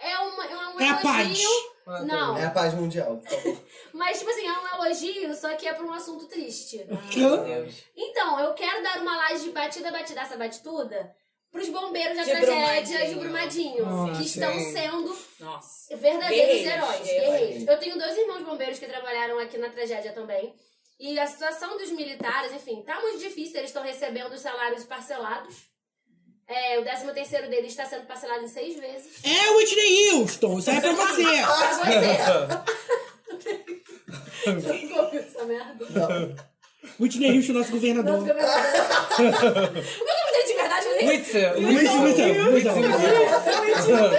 é uma, é um É a paz. elogio. Não, É a paz mundial. por favor. mas tipo assim, é um elogio, só que é pra um assunto triste. Hã? Então, eu quero dar uma laje batida, batidaça, batituda pros bombeiros da De tragédia de Brumadinho. Brumadinho, Ah, que sim. estão sendo Nossa. verdadeiros Guerreiros, heróis, guerreiros. guerreiros. Eu tenho dois irmãos bombeiros que trabalharam aqui na tragédia também. E a situação dos militares, enfim, tá muito difícil. Eles estão recebendo os salários parcelados. É, o 13 terceiro deles está sendo parcelado em seis vezes. É Whitney Houston, isso aí é pra você. <laughs> Quem ouviu essa merda? Whitney Houston, nosso <laughs> governador. Nosso governador. O meu nome dele de verdade eu nem Witzel. Witzel, Witzel, Witzel.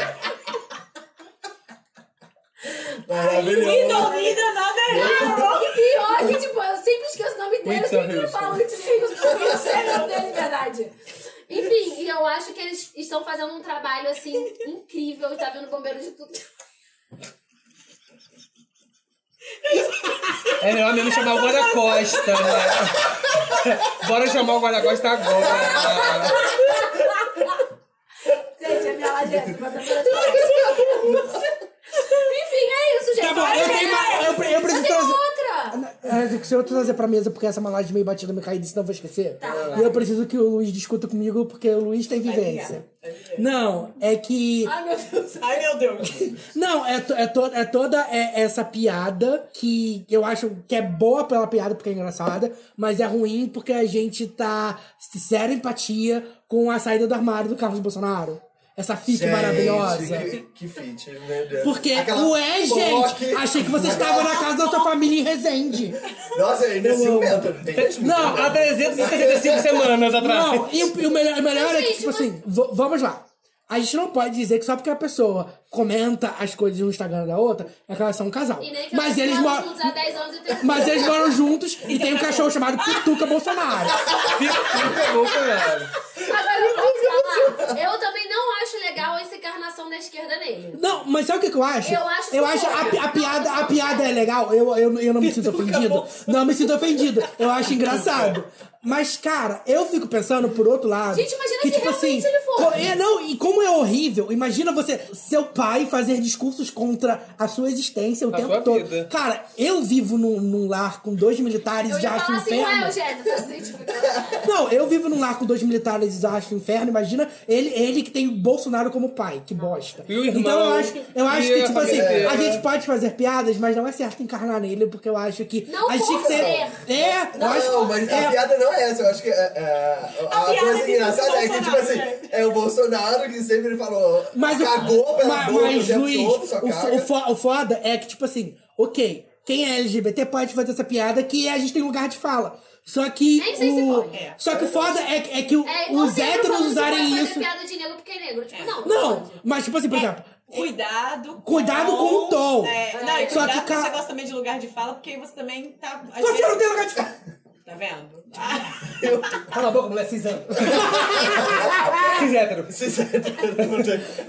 Maravilhoso. Ainda nada é Cara, e pior Ah, que, tipo, eu sempre esqueço o nome dele, eu Whitney sempre Houston. falo Whitney Houston, porque eu sei o nome dele, de verdade. Enfim, e eu acho que eles estão fazendo um trabalho, assim, incrível, e tá vendo bombeiro de tudo. <laughs> É melhor mesmo chamar o Guarda Costa. Né? <laughs> Bora chamar o Guarda Costa agora. Gente, é minha lajeta, mas tá Enfim, é isso, gente. Tá bom, Olha, eu tenho galera, uma- eu pre- eu preciso tenho trazer- outra. É, se eu trazer pra mesa, porque essa malagem meio batida me caiu, senão eu vou esquecer. E eu preciso que o Luiz discuta comigo, porque o Luiz tem vivência. Não, é que. Ai, meu Deus. Ai, meu Deus. Não, é, to- é, to- é toda é- essa piada que eu acho que é boa pela piada porque é engraçada, mas é ruim porque a gente tá zero empatia com a saída do armário do Carlos Bolsonaro. Essa fique Gente, maravilhosa. Que, que fit, meu Deus. Porque, Aquela ué, toque. gente, achei que você estava na casa da sua família em Resende. Nossa, é ainda Eu se amo. inventa. Bem mais Não, inventa. Há 365 semanas atrás. Não, e o, e o melhor, o melhor é que, tipo assim, v- vamos lá. A gente não pode dizer que só porque a pessoa comenta as coisas no Instagram da outra, é que elas são um casal. E nem que Mas eu eles, tava moram, juntos há 10 anos e tenho- mas eles moram juntos e tem um cachorro chamado Pituca Bolsonaro. <laughs> Fica bom, caralho. Agora eu posso falar. Eu também não acho legal essa encarnação da esquerda nele. Não, mas sabe o que, que eu acho? Eu acho a, fofoca. pi- a piada, a piada é legal, eu, eu, eu não me sinto ofendido. Não me sinto ofendido, eu acho engraçado. Mas, cara, eu fico pensando por outro lado. Gente, imagina que, se tipo assim, realmente ele for. co- é, não, e como é horrível, imagina você, seu pai, fazer discursos contra a sua existência o A tempo sua todo. vida. Cara, eu vivo num, num lar com dois militares Eu de ia acho falar assim, inferno. ué, Eugênio, <laughs> tá se identificando. Não, eu vivo num lar com dois militares acho inferno, imagina ele, ele que tem o Bolsonaro como pai, que bosta. E o irmão, então eu acho, eu acho e que, a tipo assim, família inteira. a gente pode fazer piadas, mas não é certo encarnar nele, porque eu acho que. Não a gente tem por que ser. ter. É, eu acho Não, mas a é, piada não é essa. Eu acho que é, é, a, piada coisa é que engraçada tem é o que, tipo Bolsonaro, assim, né? é o Bolsonaro que sempre falou. mas o- cagou pela mas, boca o mas, tempo Luiz, todo, o, só fo- o <laughs> caga. fo- o foda é que, tipo assim, ok, quem é LGBT pode fazer essa piada que a gente tem lugar de fala. Só que. Nem sei se o, pode. É. Só que o foda é, é que o- É, igual os negro héteros falando que vai usarem fazer isso. piada de negro porque é negro. Tipo, não. Não, pode. mas, tipo assim, por exemplo. É, Cuidado com Cuidado com o tom. É, não, e Só cuidado que com ca- esse negócio também de lugar de fala, porque aí você também tá... às Você vezes- não tem lugar de fala. Tá vendo? Ah, Cala a boca, mulher cisana. Cis hétero.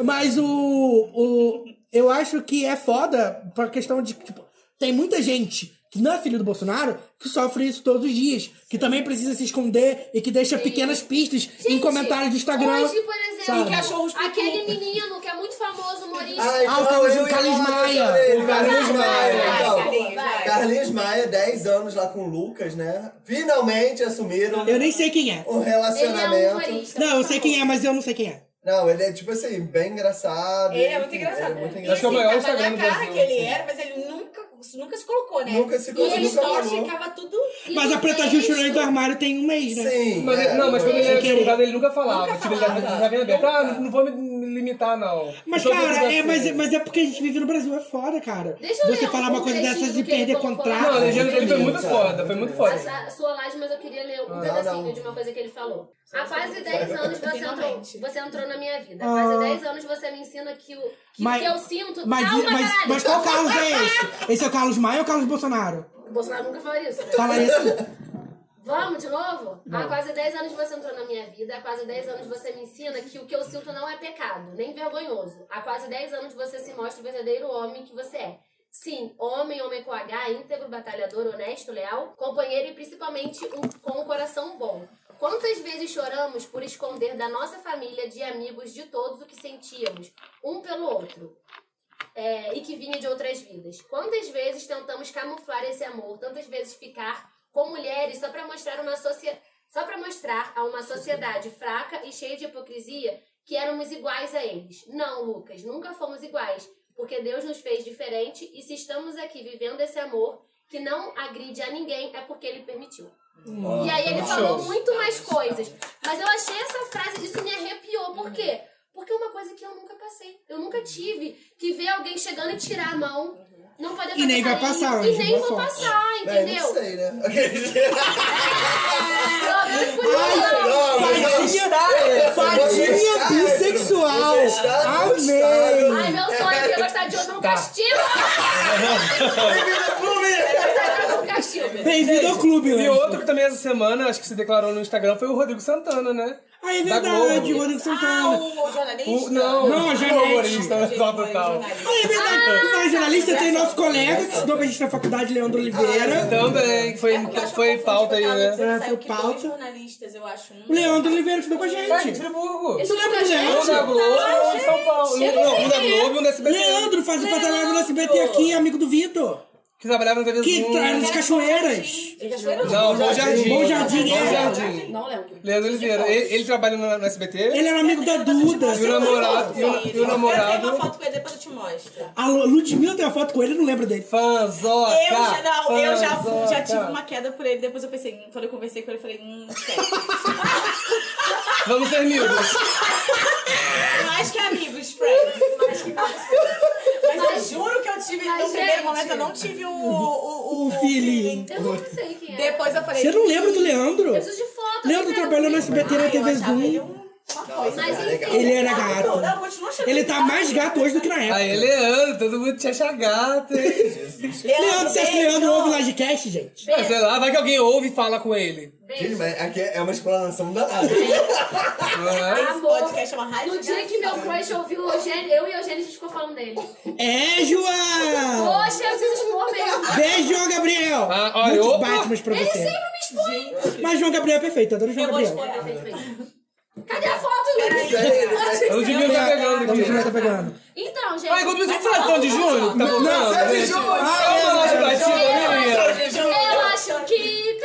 Mas o, o. Eu acho que é foda pra questão de. Tipo, tem muita gente que não é filho do Bolsonaro que sofre isso todos os dias. Que também precisa se esconder e que deixa pequenas pistas em Gente, comentários do Instagram. Hoje, por exemplo, sabe? cachorros pipi. aquele menino que é muito famoso, humorista. Ai, é Ah, o não, Carlos- eu o ia Carlos falar Maia. sobre ele, O Carlos Carlos Maia. Maia. então. Carlinhos, vai. Carlinhos Maia, 10 anos lá com o Lucas, né? Finalmente assumiram Eu nem sei quem é. um ele é um relacionamento. humorista. Não, eu sei quem é, mas eu não sei quem é. não, ele é tipo assim, bem engraçado. Ele é muito engraçado. Ele é muito E, assim, engraçado. Acho que é o maior tava Instagram na do cara Brasil, que ele assim. era, mas ele nunca nunca se colocou, né? Nunca se colocou, E eles nunca dois falou. ficava tudo... Mas a Preta Gil tirou ele do armário tem um mês, né? Sim. é, Mas ele- não, mas quando ele é- Sem era querer. divulgado, ele nunca falava. tipo, ele já- já vem aberto. Ah, não vou me- me limitar, não. Mas, Eu sou cara, é, assim. mas, é- mas é porque a gente vive no Brasil, é foda, cara. Deixa eu Você ler falar um uma coisa trechinho dessas do e que ele perder colocou contrato. lá. Não, a legenda dele foi muito foda, foi muito foda. A sua laje, mas eu queria ler um Ah, pedacinho não. de uma coisa que ele falou. Há quase 10 anos você entrou, Finalmente. você entrou na minha vida. Há Ah. quase 10 anos você me ensina que o que, Mas- que eu sinto. é Mas, Calma, mas, caralho! mas qual Carlos é esse? Esse é o Carlos Maia ou o Carlos Bolsonaro? O Bolsonaro nunca falou isso. né? Fala isso. Vamos de novo? Não. Há quase 10 anos você entrou na minha vida, há quase 10 anos você me ensina que o que eu sinto não é pecado, nem vergonhoso. Há quase 10 anos você se mostra o verdadeiro homem que você é. Sim, homem, homem com H, íntegro, batalhador, honesto, leal, companheiro e principalmente um- com um coração bom. Quantas vezes choramos por esconder da nossa família, de amigos, de todos o que sentíamos, um pelo outro? é, e que vinha de outras vidas. Quantas vezes tentamos camuflar esse amor, tantas vezes ficar com mulheres só para mostrar uma socie- só para mostrar a uma sociedade fraca e cheia de hipocrisia que éramos iguais a eles. Não, Lucas, nunca fomos iguais, porque Deus nos fez diferente e se estamos aqui vivendo esse amor que não agride a ninguém é porque ele permitiu. Hum. E aí Hum. ele falou muito mais coisas. Mas eu achei essa frase, isso me arrepiou. Por quê? Porque é uma coisa que eu nunca passei. Eu nunca tive que ver alguém chegando e tirar a mão. Não poder fazer nem vai carinho, passar, E Anjo, nem boa vou sorte. passar, É, entendeu? não sei, né? Pelo menos por não, mas não Fadinha, está, fadinha você está bissexual. hétero, você está Amei. Ai, meu sonho é eu gostar de outro no castigo. Bem-vindo ao clube! Gostar de outro no castigo. Bem-vindo ao clube, E né? outro que também essa semana, acho que se declarou no Instagram, foi o Rodrigo Santana, né? Ah, é Da verdade, Globo. Rodrigo Ah, Santana. o jornalista? O- não, Não, o Janete. humorista total, tá total. Ah, é verdade. Por falar em jornalista, tem nosso colega que estudou com a gente na faculdade, Leandro Ah, Oliveira. Também, foi, foi pauta aí, né? É, É, foi foi pauta. pauta. jornalistas, eu acho. um- O Leandro Oliveira estudou com a É, de gente. Friburgo. Tu lembra do Um da Leandro? Globo e um de São Paulo. Um- Não, um da Globo e um da SBT. Leandro faz o patalhava no SBT aqui, amigo do Vitor. Que trabalhava na TV Que Zoom. traz é um as cachoeiras. Não, Bom Jardim. Bom Jardim, é. Bom Jardim. Não lembro. Leandro Oliveira. Ele, ele trabalha na- no SBT. Ele é era amigo da Duda. E o namorado. E o, e o Eu tenho uma namorado. foto com ele, depois eu te mostro. A Lu- Ludmilla tem uma foto com ele, eu não lembro dele. Fanzoca. Eu já, não, eu já, fui- já tive fanzoca. uma queda por ele, depois eu pensei, hum, quando eu conversei com ele, eu falei, hum, esquece. Vamos ser amigos. Mais que amigos, friends. Mais que amigos. Mas eu juro que eu tive, Ai, no primeiro gente. momento, eu não tive o... o, O feeling. Eu não sei quem é. Depois eu falei... Você não lembra do Leandro? Eu preciso de foto. Leandro quero trabalhou no ver. SBT na "Ai, eu TV achava ele Zoom. um- uma coisa. Mas enfim. Ele era Não, gato. não, continua achando Ele tá gato. mais gato hoje do que na Aí, época. Leandro, todo mundo te acha gato. hein? Leandro, você acha que beijo. Leandro ouve Lagecast, gente? Ah, é, sei lá, vai que alguém ouve e fala com ele. Gente, mas aqui é uma explanação danada. Ah, Esse podcast é uma raiva No dia que meu crush ouviu o Eugênio, eu e o Eugênio a gente ficou falando dele. É, João! Poxa, eu preciso expor mesmo. Beijo, João Gabriel! Ah, olha, Muitos opa! Batmans pra Ele você. sempre me expõe. Mas João Gabriel é perfeito, adoro João Eu vou Gabriel. expor. Cadê a foto, A Luiz? Ludmilla tá pegando Não, aqui. Ludmilla tá pegando. Então, gente. Ah, enquanto isso, vamos falar de Sandy Júnior? Tá voltando? Não, Sandy gente? Júnior! Ah, vamos falar de Batista, né, Eu acho que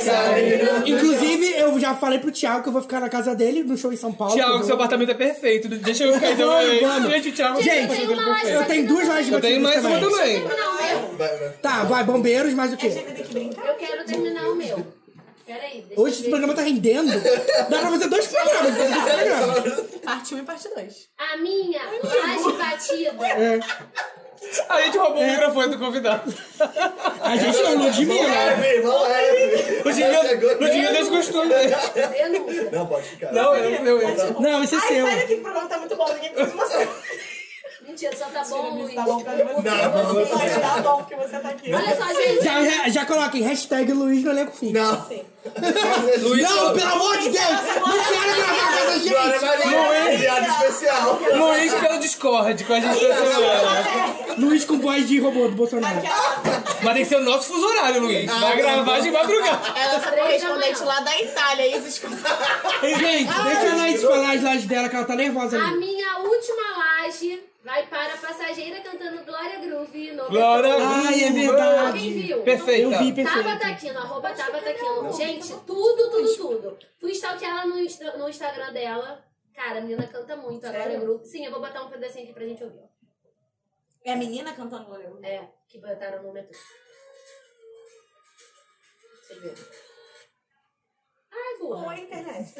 terei. Inclusive, eu já falei pro Thiago que eu vou ficar na casa dele, no show em São Paulo. minha? Thiago, Eu seu vou- apartamento é perfeito. Deixa eu ficar então. Vamos, vamos. Gente, o Thiago Gente, o eu tenho apartamento dele uma é Eu perfeito. tenho duas lajes de Eu tenho mais uma também. também. Não, meu. Vai, vai. Tá, vai, bombeiros, mais o quê? Eu quero terminar o meu. Peraí, deixa Hoje esse eu ver. programa tá rendendo. Dá pra fazer dois programas. fazer dois programas. Parte 1 e parte 2. A minha laje É, batida. A gente roubou o microfone do convidado. A gente é o Mão Ludmilla. leve, mão leve. O Dinho, Chegou- o Dinho desgostou dele. Denúncia. Não, pode ficar. Não, eu, eu, eu. Não, esse é Ai, seu. sai daqui que o programa tá muito bom, ninguém precisa de você. Mentira, só tá bom, Luiz. Tá bom pra mim, você. Não, pra você. Vai te dar bom porque você tá aqui. Olha só, gente. Já, já, já coloquem hashtag Luiz no elenco fixo. Não. é Luiz, Não, pelo amor de Deus! Não quero gravar com essa Glória gente! Maria, é. convidado especial. Luiz pelo Discord com a gente toda semana. Luiz com voz de robô do Bolsonaro. Mas tem que ser o nosso fuso horário, Luiz. Ah, Vai tá gravar de madrugada. Ela é Três da correspondente manhã. lá da Itália, isso escuta. Gente, deixa a Laís falar as lajes dela, que ela tá nervosa A ali. minha última laje vai para a passageira cantando Glória Groove. no Glória metrô. Ai, é Alguém verdade. viu? Perfeita. Eu vi, Tava perfeito. Taquino, arroba Tava Taquino. Gente, tudo, tudo, tudo. Fui stalkear ela no, Insta- no Instagram dela. Cara, a menina canta muito agora em grupo. Sim, eu vou botar um pedacinho aqui pra gente ouvir. ó. É a menina cantando Bolero? É, que botaram no metrô. Vocês viram? Ai, voa. Boa internet.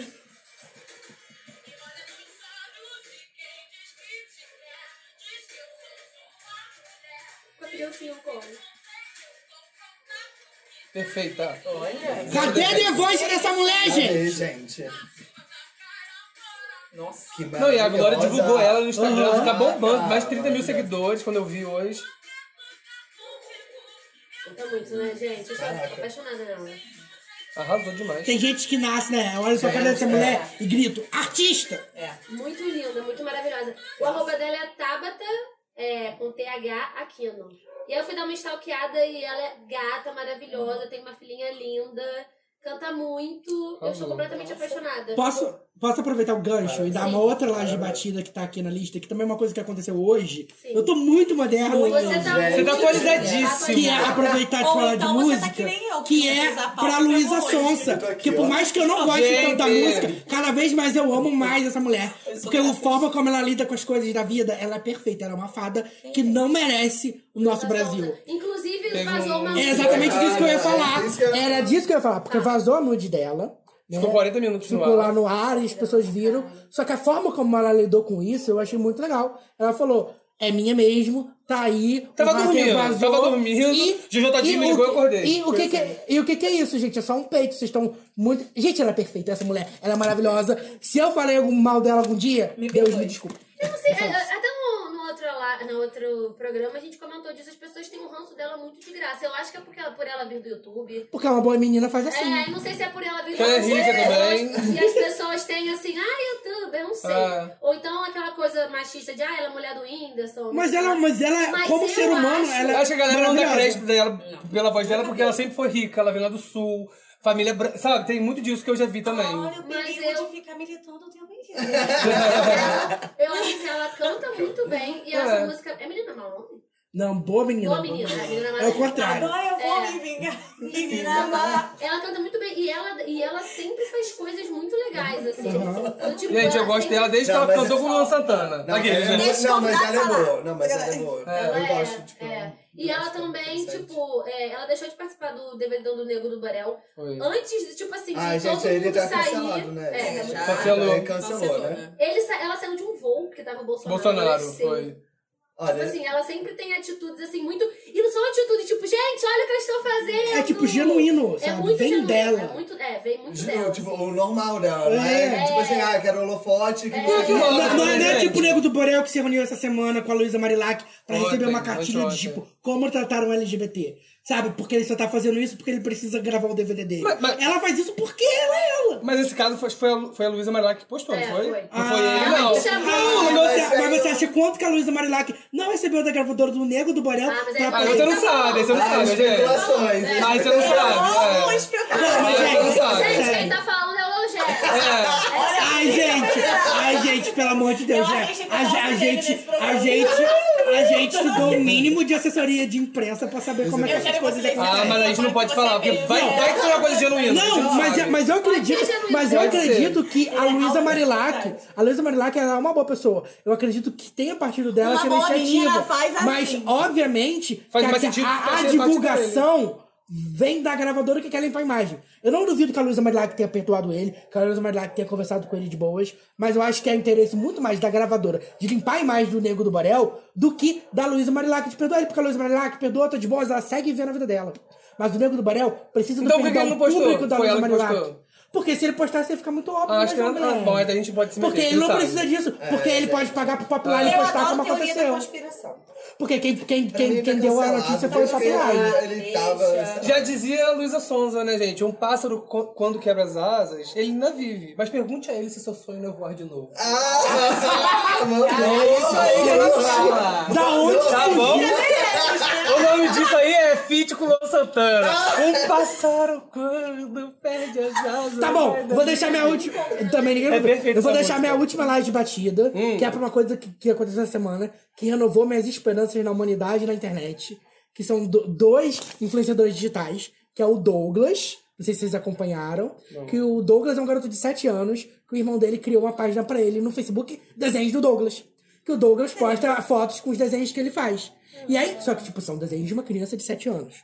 Conseguiu sim o como. Perfeita. Cadê a The Voice dessa mulher, Cadê, gente? gente? Nossa. Que Não, e a Glória maravilhosa. divulgou ela no Instagram, Uhum. tá bombando. Ah, Mais 30 mil olha. seguidores quando eu vi hoje. Canta muito, né, gente? Eu sou apaixonada nela. Arrasou demais. Tem gente que nasce, né? Olha pra cara dessa mulher e grito, artista! Muito linda, muito maravilhosa. O arroba dela é Tabata, é, com TH Aquino. E aí eu fui dar uma stalkeada e ela é gata, maravilhosa, tem uma filhinha linda, canta muito. Eu sou Arrasou. completamente apaixonada. Posso, posso aproveitar o gancho e dar uma outra laje batida que tá aqui na lista, que também é uma coisa que aconteceu hoje. Eu tô muito moderno Você hoje. tá Você muito tá atualizadíssimo. Que é aproveitar de Ou falar então de você tá música, que nem eu, que que não é fez a pauta pra pra Luísa hoje. Sonsa. Que por mais que eu não goste Gente. tanto da música, cada vez mais eu amo mais essa mulher. Porque a forma como ela lida com as coisas da vida, ela é perfeita. Ela é uma fada que não merece o nosso Brasil. Inclusive, Teve vazou uma É exatamente disso que eu ia É falar. isso que eu ia Era disso que eu ia falar, Tá. porque vazou a nude dela. né? Ficou 40 minutos no Ficou ar. lá no ar e as pessoas viram. Só que a forma como ela lidou com isso, eu achei muito legal. Ela falou, é minha mesmo, tá aí. o Tava hacker dormindo, vazou." tava dormindo. Jojo Todinho me o ligou e que- eu acordei. E o, que que é, e o que que é isso, gente? É só um peito, vocês estão muito... Gente, ela é perfeita, essa mulher. Ela é maravilhosa. Se eu falei algum mal dela algum dia, Deus me desculpe. Eu não sei, a- a- até no, no, outro, lá, no outro programa a gente comentou disso, as pessoas têm um ranço dela muito de graça. Eu acho que é porque ela, por ela vir do YouTube. Porque uma boa menina faz assim. É, eu não sei se é por ela vir do Que ela é YouTube. rica e as também. pessoas- E as pessoas têm assim, ah, YouTube, eu não sei. Ah. Ou então aquela coisa machista de, ah, ela é mulher do Whindersson. Mas ela, mas ela é Mas como eu ser humano, acho- ela é Eu acho que a galera não dá maravilhosa. crédito dela pela voz dela, porque ela sempre foi rica, ela veio lá do sul, família branca. Sabe, tem muito disso que eu já vi também. um Mas eu... eu, de ficar militando o tempo inteiro. eu acho que ela canta muito bem. E essa É. música. É menina, não? é homem? Não, boa menina. Boa menina, é menina É o contrário. Agora eu vou me vingar. Menina má. Ela canta muito bem e ela, e ela sempre faz coisas muito legais, assim. Eu, tipo, Gente, eu ela gosto sempre- dela desde Não, que ela mas- é cantou com o Luan Santana. Não, Aqui, é- gente. Deixa eu não, mas ela é falar. boa, não, mas ela é boa. Ela Eu é, gosto, tipo, é. E ela também, tá tipo, é, ela deixou de participar do Devedão do Negro do Barel. Oi. Antes de, tipo assim, de Ah, todo gente, ele mundo tá sair. cancelado, né? É, Tipo tá muito Já, Cancelou. né? Cancelou, né? Ele sa- ela saiu de um voo que tava Bolsonaro. Bolsonaro, aparecendo. foi. Tipo assim, ela sempre tem atitudes assim, muito. E não são atitudes tipo, gente, olha o que eles estão fazendo. É tipo genuíno, É sabe? muito Vem genuíno. dela. É, muito, é, vem muito Tipo, dela. assim. tipo, o normal dela, né? É. Tipo assim, ah, quero holofote. que É. não sei o que. Não, não, não é tipo o Nego do Borel que se reuniu essa semana com a Luísa Marilac pra Ontem, receber uma cartilha ontem, de tipo como tratar um LGBT. Sabe? Porque ele só tá fazendo isso porque ele precisa gravar o DVD dele. Ela faz isso porque ela é ela. Mas esse caso foi, foi, a, foi a Luísa Marilá que postou, não foi? Não Ah, foi ele, mas- não. é Ah, mas, você, mas você acha quanto que a Luísa Marilac não recebeu da gravadora do Nego do Borel? mas pra é aí- poder- Ah, você não tá sabe, aí você não Ah, sabe, gente. especulações, né? Aí você não sabe, é. Não, mas, Aí você não sabe. É. gente, Gente, sério. quem tá falando é o Eugênio. Ai, gente, ai, gente, pelo amor de Deus, Eu né? achei que A, ge- a tava gente, nesse a programa. gente, a <laughs> gente estudou o mínimo de assessoria de imprensa pra saber como é que Eu essas quero coisas vocês Ah, mas a gente não pode falar, porque vai, Não. vai que foi uma coisa genuína. a gente Não, mas, é, sabe. mas eu acredito, mas eu Pode ser. acredito que é a Luísa Marilac, a Luísa Marilac ela é uma boa pessoa. Eu acredito que tenha partido dela Uma essa boa menina iniciativa. faz assim. Mas, obviamente, Faz que mais a, sentido a- que a seja divulgação vem da gravadora que quer limpar a imagem. Eu não duvido que a Luísa Marilac tenha perdoado ele, que a Luísa Marilac tenha conversado com ele de boas, mas eu acho que é interesse muito mais da gravadora de limpar a imagem do Nego do Borel do que da Luísa Marilac de perdoar ele, porque a Luísa Marilac perdoa, tá de boas, ela segue vivendo a vida dela. Mas o Nego do Borel precisa do Então por que perdão ele não postou? público da Foi Luísa ela que Marilac. postou? Porque se ele postasse, ia ficar muito óbvio. Ah, acho que mas ela não, tá galera. bom, aí a gente pode se meter. Porque ele quem não sabe? precisa disso. É, Porque ele é. pode pagar pro popular e eu postar adoro como teoria da aconteceu. conspiração. Porque quem, quem, Pra quem, mim, quem tá deu a cancelado, notícia foi o porque popular. ele- é. ele assim, tava- Já dizia a Luísa Sonza, né, gente? Um pássaro, co- quando quebra as asas, ele ainda vive. Mas pergunte a ele se seu sonho não é voar de novo. Ah, mandou. É isso aí que a gente fala. Da onde Tá se é, bom? viu? O nome disso aí é Fit com Luan Santana. Ah. Um pássaro quando perde as asas. Tá bom, vou deixar minha última. Também ninguém vai ver. É perfeito Eu vou essa deixar música. Hum. minha última live de batida, que é pra uma coisa que, que aconteceu essa semana, que renovou minhas esperanças na humanidade e na internet. Que são do- dois influenciadores digitais, que é o Douglas. Não sei se vocês acompanharam. Não. Que o Douglas é um garoto de 7 anos, que o irmão dele criou uma página pra ele no Facebook, desenhos do Douglas. que o Douglas posta fotos com os desenhos que ele faz. E aí, só que, tipo, são desenhos de uma criança de 7 anos.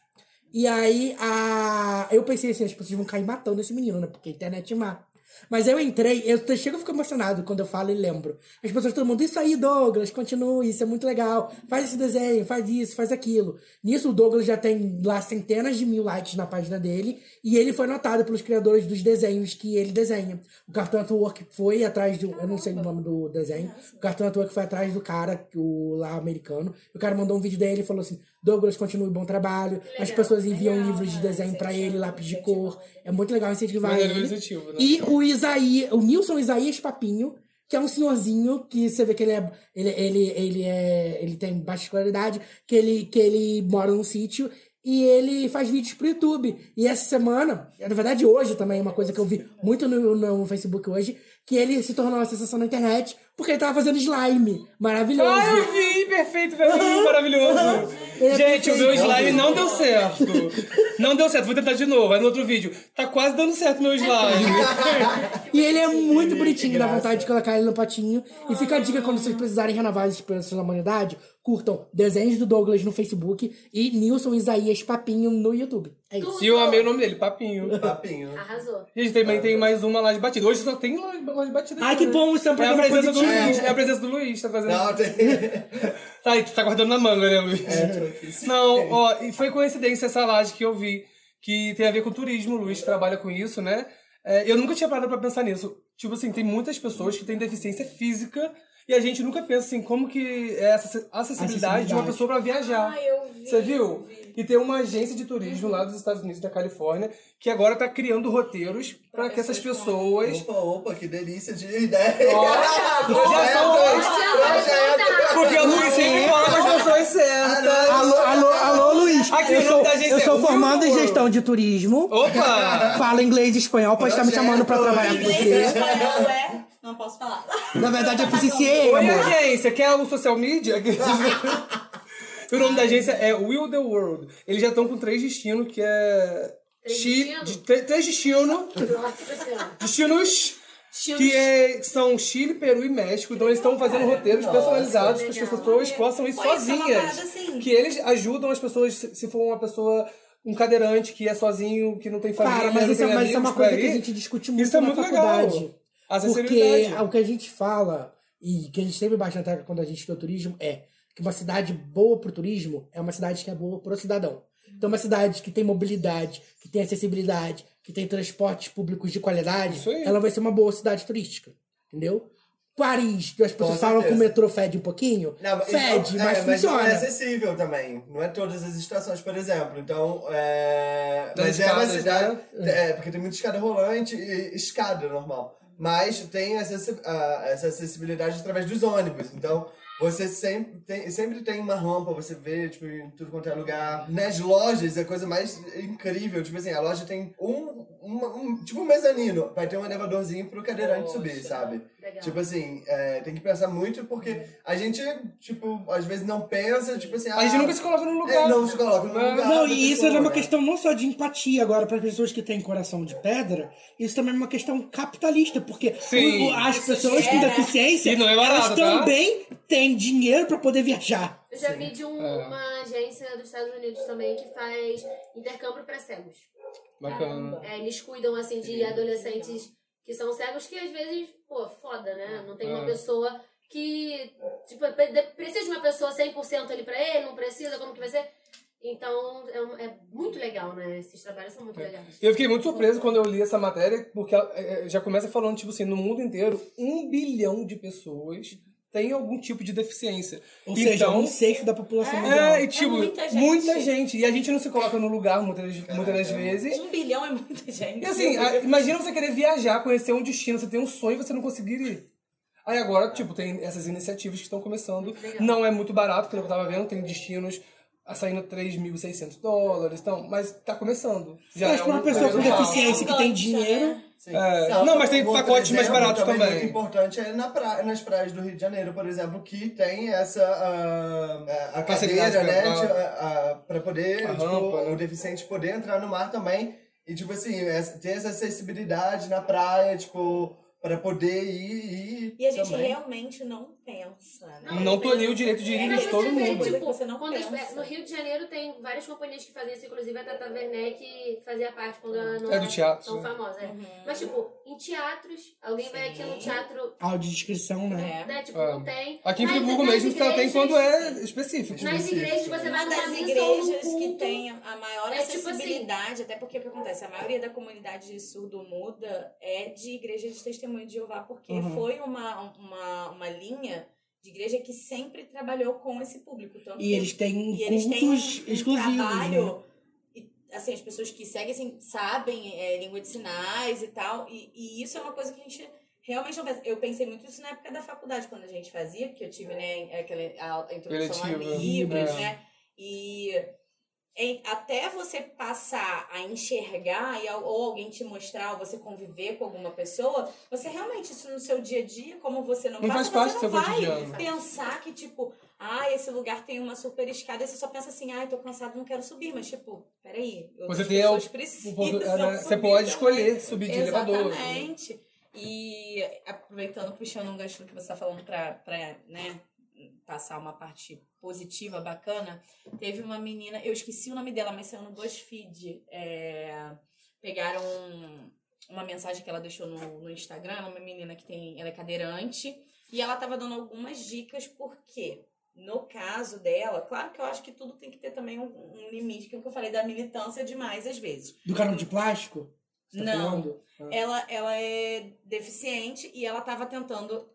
E aí, a... eu pensei assim, as pessoas vão cair matando esse menino, né? Porque a internet má. Mas eu entrei, eu te- chego a ficar emocionado quando eu falo e lembro. As pessoas, todo mundo, isso aí, Douglas, continue, isso é muito legal. Faz esse desenho, faz isso, faz aquilo. Nisso, o Douglas já tem lá centenas de mil likes na página dele. E ele foi notado pelos criadores dos desenhos que ele desenha. O Cartoon Network foi atrás de um, eu não sei o nome do desenho. O Cartoon Network foi atrás do cara, o lá americano. O cara mandou um vídeo dele e falou assim: Douglas, continue o bom trabalho. As pessoas enviam livros de desenho pra ele, lápis de cor. É muito legal incentivar Maneiro ele. positivo, né? E o Isaí, o Nilson Isaías Papinho, que é um senhorzinho que você vê que ele é ele ele ele é ele tem baixa escolaridade, que ele que ele mora num sítio e ele faz vídeos pro YouTube. E essa semana, na verdade hoje também, é uma coisa que eu vi muito no, no Facebook hoje, que ele se tornou uma sensação na internet porque ele tava fazendo slime. Maravilhoso. Ah, eu vi, perfeito, perfeito, maravilhoso. Ele é Gente, o meu perfeito. slime não deu certo. Não deu certo, vou tentar de novo. Aí no outro vídeo, tá quase dando certo meu É. slime. <laughs> E ele Tipo, é muito bonitinho, dá vontade de colocar ele no potinho. E fica a dica quando vocês precisarem renovar as esperanças da humanidade, curtam desenhos do Douglas no Facebook e Nilson Isaías Papinho no YouTube. É isso. E eu amei o nome dele, Papinho. Papinho. Arrasou. Gente, também tem mais uma lá de batida. Hoje só tem lá lá de batida. Ai, aqui, que né? bom, isso é um a programa presença do positivo. Luiz, É a presença do Luiz, tá fazendo. Não, tem- Tá aí, tu tá guardando na manga, né, Luiz? É, Não, ó, e foi coincidência essa laje que eu vi, que tem a ver com turismo, o Luiz trabalha com isso, né? É, eu nunca tinha parado pra pensar nisso. Tipo assim, tem muitas pessoas que têm deficiência física e a gente nunca pensa assim, como que é essa acessibilidade, de uma Acessibilidade. pessoa pra viajar. Ah, eu vi, Você viu? E tem uma agência de turismo lá dos Estados Unidos, da Califórnia, que agora tá criando roteiros pra que essas pessoas. Opa, opa, que delícia de ideia. Ó, projeção dois. é Porque o Luiz sempre fala com as pessoas certas. Alô, alô, alô, Luiz. Aqui, eu o nome sou, da agência eu sou é formado em Wilbur. gestão de turismo. <laughs> Opa! Falo inglês e espanhol, pode estar me chamando pra trabalhar com Inglês você. espanhol é. Não posso falar. Na verdade, eu fiz CCA, Oi, amor. agência, quer algo <laughs> social media? o nome da agência é Will the World. Eles já estão com três destinos, que é... Chile, de- tre- três destinos. Nossa senhora. Destinos... Que é- são Chile, Peru e México. Então eles estão fazendo roteiros Nossa, personalizados para que as pessoas possam ir Pô, isso é uma sozinhas. parada assim. Que eles ajudam as pessoas, se se for uma pessoa, um cadeirante que é sozinho, que não tem família. Cara, não mas isso, é- tem mas isso é amigos uma por coisa aí. que a gente discute muito Isso é na muito legal. faculdade. Porque é Acessibilidade. o que a gente fala, e que a gente sempre baixa na tecla quando a gente estuda turismo, é que uma cidade boa pro turismo é uma cidade que é boa pro cidadão. Então, uma cidade que tem mobilidade, que tem acessibilidade, que tem transportes públicos de qualidade, Isso aí. ela vai ser uma boa cidade turística. Entendeu? Paris, que as Com pessoas falam que o certeza. metrô fede um pouquinho, Não, fede, então, mas é, funciona. não é acessível também. Não é todas as estações, por exemplo. Então, é... Das Mas é uma escadas, cidade... né? É, porque tem muita escada rolante e escada normal. Mas tem acessi- a- essa acessibilidade através dos ônibus. Então, você sempre tem, sempre tem uma rampa, você vê, tipo, em tudo quanto é lugar. Nas lojas, é a coisa mais incrível. Tipo assim, a loja tem um... uma- um- tipo um mezanino. Vai ter um elevadorzinho pro cadeirante subir, sabe? Legal. Tipo assim, é, tem que pensar muito porque É. a gente, tipo, às vezes não pensa, tipo assim... A gente nunca se coloca no lugar. É, não se coloca no lugar. Não, da e isso pessoa, é uma né? questão não só de empatia agora para pessoas que têm coração de pedra, isso também é uma questão capitalista, porque Sim. o- o- as Isso pessoas com gera. deficiência E não é elas barato, tá? também têm dinheiro para poder viajar. Eu já vi de um- É. uma agência dos Estados Unidos também que faz intercâmbio pra cegos. Bacana. É, eles cuidam, assim, de adolescentes que são cegos, que às vezes, pô, foda, né? Não tem uma É. pessoa que, tipo, pre- de- precisa de uma pessoa 100% ali pra ele, não precisa, como que vai ser? Então, é, um- é muito legal, né? Esses trabalhos são muito legais. Eu fiquei muito surpreso quando eu li essa matéria, porque ela, eh, eh, já começa falando, tipo assim, no mundo inteiro, um bilhão de pessoas tem algum tipo de deficiência. Então, Ou seja, um sexto da população mundial. É, e tipo, muita, gente. E a gente não se coloca no lugar muitas, muitas das vezes. Um bilhão é muita gente. E assim, a- imagina você querer viajar, conhecer um destino, você tem um sonho e você não conseguir ir. Aí É. agora, tipo, tem essas iniciativas que estão começando. Não é muito barato, pelo que eu tava vendo, tem destinos a saindo 3.600 dólares, então, mas tá começando. um Mas pra uma pessoa com deficiência que tem dinheiro. É, não, mas tem um outro pacotes mais exemplo baratos também. muito importante é na pra- nas praias do Rio de Janeiro, por exemplo, que tem essa ah, a, a Facilidade cadeira, né? É, pra- de- a- a- Pra poder, A tipo, rampa, né? o deficiente poder entrar no mar também. E, tipo assim, essa- ter essa acessibilidade na praia, tipo... para poder ir. ir E a gente também. realmente não pensa, né? Não tolhiu o direito de ir Mas de todo você vê, mundo. tipo, Você não quando as- pensa. no Rio de Janeiro tem várias companhias que fazem isso, inclusive a Tata Werneck fazia parte quando ela não É do teatro, tão né? famosa. é. Mas, tipo, em teatros, alguém vai aqui no teatro, Audiodescrição, né? né? Tipo, É. não tem. Aqui em Mas Friburgo nas mesmo tá, só tem igrejas- quando é específico. Nas igrejas você vai Uma numa das missa igrejas ou num que culto. tem a maior É, tipo assim- acessibilidade, até porque o que acontece? A maioria da comunidade surdo-muda é de igreja de testemunho de Jeová, porque Uhum. foi uma, uma, uma linha de igreja que sempre trabalhou com esse público. Tanto E que- eles têm e eles têm cultos um exclusivos, trabalho, né? e, assim, as pessoas que seguem assim, sabem é, língua de sinais e tal, e, e isso é uma coisa que a gente realmente não pensa. Eu pensei muito isso na época da faculdade, quando a gente fazia, porque eu tive né, aquela a introdução a Eletiva. Libras, É. né? E em- até você passar a enxergar e, al- ou alguém te mostrar, ou você conviver com alguma pessoa, você realmente, isso no seu dia a dia, como você não, Não passa, faz parte você do não seu vai cotidiano. pensar que, tipo, ah, esse lugar tem uma super escada, e você só pensa assim, ah, eu tô cansado, não quero subir, mas, tipo, peraí, outras Você tem a- pessoas o- precisam é, né? <laughs> Você subir pode também. escolher subir de elevador. né? Exatamente. E aproveitando, puxando um gancho do que você está falando para né, passar uma parte positiva, bacana, teve uma menina, eu esqueci o nome dela, mas saiu no BuzzFeed. é, pegaram um- uma mensagem que ela deixou no, no Instagram, ela é uma menina que tem, ela é cadeirante, e ela estava dando algumas dicas porque no caso dela, claro que eu acho que tudo tem que ter também um, um limite, que é o que eu falei da militância demais às vezes. Do carro de plástico? Você tá Não. falando? Ah. Ela, ela é deficiente e ela estava tentando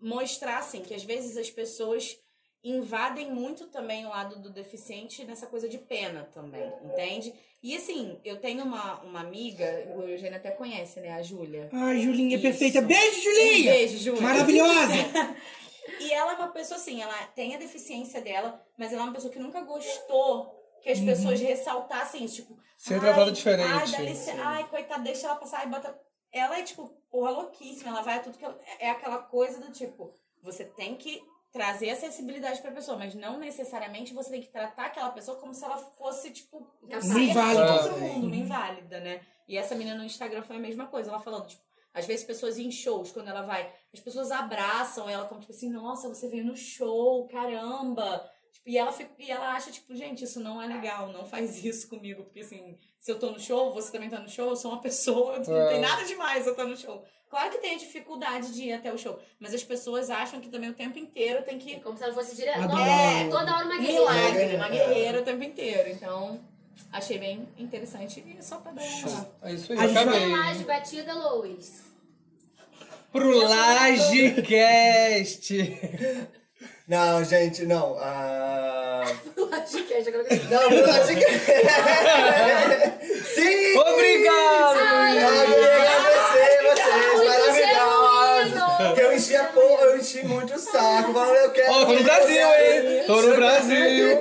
mostrar, assim, que às vezes as pessoas invadem muito também o lado do deficiente nessa coisa de pena também, entende? E assim, eu tenho uma, uma amiga, o Eugênio até conhece, né? A Júlia. Ai, Julinha, é perfeita. Beijo, Julinha! Um beijo, Júlia. Maravilhosa! <laughs> E ela é uma pessoa assim, ela tem a deficiência dela, mas ela é uma pessoa que nunca gostou que as pessoas ressaltassem isso, tipo, Ser ai, tratada diferente, Ai, dá licença, sim. ai, coitada, deixa ela passar e bota. Ela é tipo, porra louquíssima, ela vai a tudo que ela... é aquela coisa do tipo, você tem que trazer acessibilidade pra pessoa, mas não necessariamente você tem que tratar aquela pessoa como se ela fosse tipo, Uma saia de inválida. todo É. mundo, uma inválida, né? E essa menina no Instagram foi a mesma coisa, ela falando, tipo, às vezes pessoas em shows, quando ela vai, as pessoas abraçam ela como tipo assim, nossa, você veio no show, caramba. Tipo, e ela fica, e ela acha tipo, gente, isso não é legal, não faz <laughs> isso comigo, porque assim, se eu tô no show, você também tá no show, eu sou uma pessoa, <laughs> não É. tem nada demais eu tô no show. Claro que tem a dificuldade de ir até o show, mas as pessoas acham que também o tempo inteiro tem que como se ela fosse direto, Adoro. nossa, toda hora uma guerreira. Milagre, uma É. guerreira o tempo inteiro. Então, achei bem interessante e só pra dar uma É isso aí, A gente vai acabei. lá de batida, Lois. <laughs> Pro Lagecast. Não, gente, não. ah, Não, é, Não, eu acho que. <laughs> Sim! Obrigado! Ai, obrigado a vocês, vocês, maravilhosos! Que eu enchi a porra, eu enchi muito o é. saco. Falando, eu quero. Ó, tô no Brasil, hein? Tô no Brasil.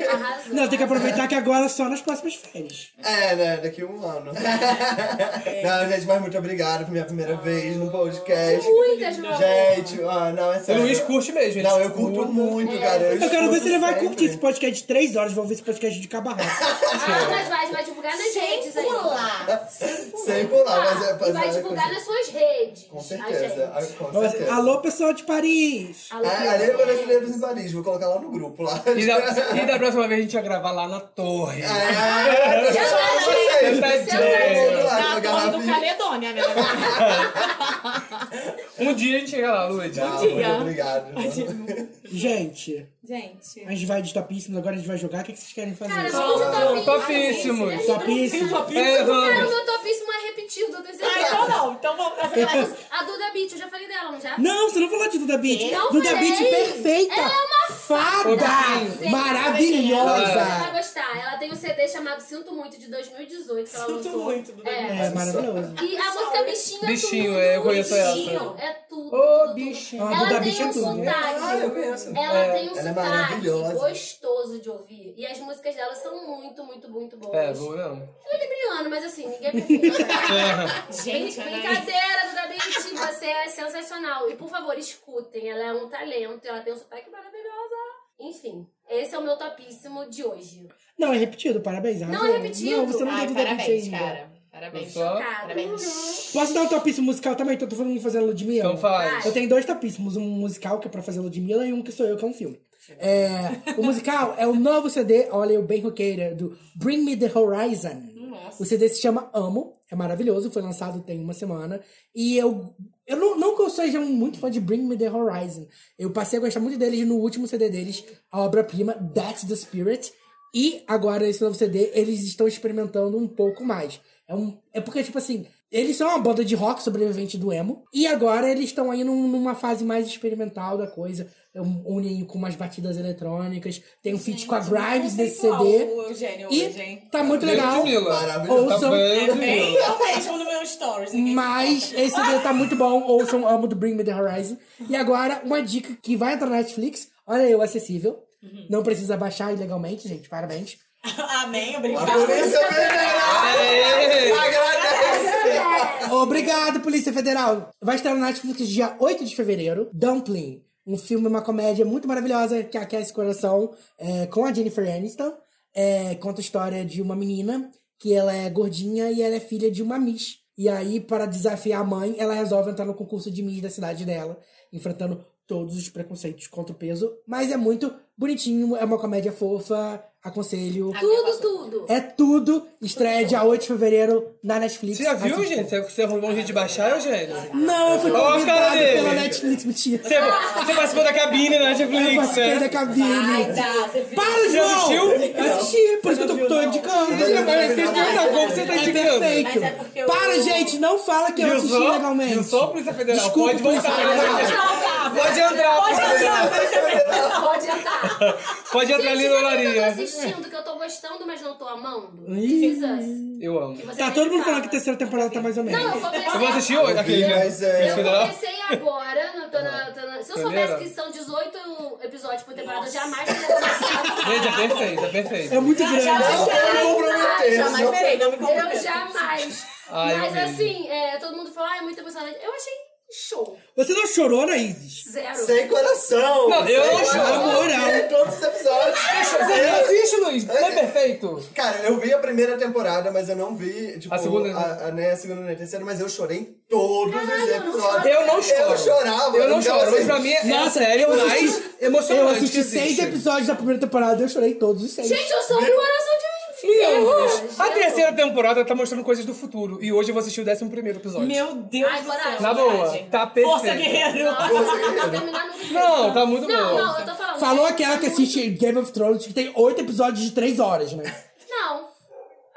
Não, tem que aproveitar que agora é só nas próximas férias. É, né? Daqui a um <laughs> ano. Não, gente, mas muito obrigado por minha primeira Ah. vez no podcast. Muitas, meu amor. Gente, ah, não, é sério. Luiz curte mesmo. Não, eu curto muito, cara. Eu, quero ver se ele vai curtir. curtir esse podcast de três horas. Vou ver esse podcast de cabarraco. Ah, mas vai, vai divulgar nas Sem redes aí. pular. Sem pular, mas é- E mas vai é divulgar coisa- nas suas redes. Com certeza, A gente. ah, com certeza. Alô, pessoal de Paris! Alô, Ah, ali é brasileiros em Paris, vou colocar lá no grupo lá. E da, e da próxima vez a gente vai gravar lá na torre. É, Já tá só vocês. é Sentadinho. Lá, Na com torre a do garrafinha. Caledônia, né? Um dia a gente chega lá, Luiz. Não, Bom dia. Muito obrigado. Gente, Gente. a gente vai de topíssimos, agora a gente vai jogar. O que que vocês querem fazer? Cara, vamos de topíssimos. Topíssimos. Topíssimos. É, Cara, o vamos. meu topíssimo é repetido, eu tenho Ah, certeza. então não. Então vamos pra A Duda Beat, eu já falei dela, não já? Não, você não falou de Duda Beat. Não Duda falei. Beat perfeita. Ela é uma fada. É. Sim. Você vai Maravilhosa. gostar. Ela tem um CD chamado Sinto Muito, de 2018, que ela lançou. Sinto muito, Duda É. É maravilhoso. E a música Bichinho é Bichinho, tudo. é, eu conheço Bichinho essa. é tudo. Ô, bichinho. Ah, Ela Duda tem Beat é um né? tudo. sotaque. Ah, eu conheço. Ela tem um Ela é sotaque maravilhosa. gostoso de ouvir. E as músicas dela são muito, muito, muito boas. É, vamos mesmo. Ela é libriana, mas assim, ninguém é perfeito. É. Brin- Gente, Ana, Brincadeira, Duda Beat, você é sensacional. E por favor, escutem, ela é um talento, ela tem um sotaque maravilhosa. Enfim, esse é o meu topíssimo de hoje. Não, é repetido, parabéns. Não arrasou. é repetido. Não, você não deu Ai, Duda Beat parabéns, ainda. cara. Parabéns. Só- Uhum. Parabéns. Posso dar um topíssimo musical também? Então, tô todo mundo fazendo Ludmilla. Então faz. Eu tenho dois topíssimos. Um musical, que é pra fazer Ludmilla, e um que sou eu, que é um filme. É, o musical é o novo CD, olha eu bem roqueira, do Bring Me The Horizon. O CD se chama Amo, é maravilhoso, foi lançado tem uma semana. E eu. Eu não, não que eu seja um muito fã de Bring Me The Horizon. Eu passei a gostar muito deles no último CD deles, a obra-prima, That's the Spirit. E agora, esse novo CD, eles estão experimentando um pouco mais. É, um, é porque, tipo assim, eles são uma banda de rock sobrevivente do emo. E agora eles estão aí num- numa fase mais experimental da coisa. É um- Unem com umas batidas eletrônicas. Tem um feat com a Grimes nesse CD. O Uhum. Eugênio E hoje, hein? Tá muito Bem, legal. Ludmilla. Maravilhoso. Ouçam. Tá bem, É bem Ludmilla. <laughs> eu mesmo no meu stories. ninguém Mas me esse conta. CD tá muito bom. Ouçam Amo do Bring Me The Horizon. E agora, uma dica que vai entrar na Netflix. Olha eu, acessível. Uhum. Não precisa baixar ilegalmente, gente. Parabéns. Amém, obrigado. Polícia Federal! Agradece! Obrigado, Polícia Federal. Vai estar no Netflix dia 8 de fevereiro. Dumpling. Um filme, uma comédia muito maravilhosa que aquece o coração é, com a Jennifer Aniston. É, conta a história de uma menina que ela é gordinha e ela é filha de uma Miss. E aí, para desafiar a mãe, ela resolve entrar no concurso de Miss da cidade dela, enfrentando todos os preconceitos contra o peso. Mas é muito bonitinho, é uma comédia fofa. Aconselho. Tudo, tudo. É tudo. Estreia dia 8 de fevereiro na Netflix. Você já viu, Assista. gente? Você arrumou um jeito de baixar, Eugênio? Não, eu fui Ó, convidado cadê? pela Netflix, mentira. Você, você participou da cabine na Eu Netflix, participei da né? cabine. Tá, você viu? Para, Você João! assistiu? Assisti, por isso que eu tô, tô indicando. Mas você viu, tá bom, que você tá É indicando. perfeito. Mas é porque eu- Para, gente, não fala que eu Viu assisti só? legalmente. Viu só, Polícia Federal? Desculpa, Pode voltar. Polícia Federal. Pode entrar, Pode Polícia Federal. entrar, Polícia Federal. Pode andar. Pode entrar Gente, ali no sabe o que eu tô olaria. assistindo, que eu tô gostando, mas não tô amando? Ih. Jesus. Eu amo. Que você Tá nem todo mundo fala. falando que a terceira temporada tá mais ou menos. Não, eu comecei. Eu vou assistir hoje, aquele, né? Mas é. Eu Polícia Federal. comecei agora, não tô na- tô na- se eu soubesse Primeira? que são 18 episódios por temporada, eu jamais teria começado. Gente, é perfeito, é perfeito. É muito grande. Não vou me comprometer. Jamais senão- verei, não me Eu comprometo. jamais. Ai, eu Mas mesmo. assim, é, todo mundo fala, ah, é muito emocionante. Eu achei show. Você não chorou, Anaíses? Zero. Sem coração! Não, eu Sem não choro. coração. Moral. Em todos os episódios. Você não assiste, Luiz? Não é perfeito? Cara, eu vi a primeira temporada, mas eu não vi, tipo, A segunda, né? a, a, né, a segunda nem a terceira, mas eu chorei em todos os Caralho, eu não episódios. Eu não choro. Eu chorava. Eu não ficava choro. Mas assim, pra mim é a Nossa, série eu assisti- mais Eu emocionante que assisti seis existe. episódios da primeira temporada e eu chorei todos os seis. Gente, eu sou um coração de Meu ferro. Deus. A terceira temporada tá mostrando coisas do futuro. E hoje eu vou assistir o décimo primeiro episódio. Meu Deus Ai, do coragem. céu. Na boa, tá perfeito. Força, guerreiro. Nossa, vou terminar no Não, tá muito Não, bom. não, eu tô falando. Falou é- aquela é que muito- assiste Game of Thrones, que tem oito episódios de três horas, né? Não.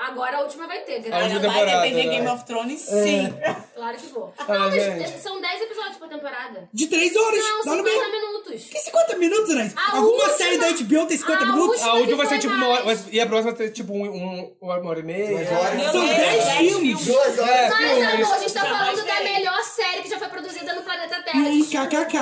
Agora a última vai ter, A graças a última Deus. Ela vai temporada, defender né? Game of Thrones, sim. Claro que vou. Ah, não, mas gente. são 10 episódios por temporada. De três horas! Não, lá no 50 meio. minutos. Que 50 minutos, né? A Alguma última- série da HBO tem 50 a minutos? última- A última vai que ser foi tipo uma hora. mais. E a próxima vai ser tipo um, um- uma hora e meia. Duas horas. São Meu 10 Deus, filmes! Duas É, Mas, horas. amor, a gente tá Jamais falando da verei. melhor série que já foi produzida no planeta Terra. Ih, Desculpa. kkk.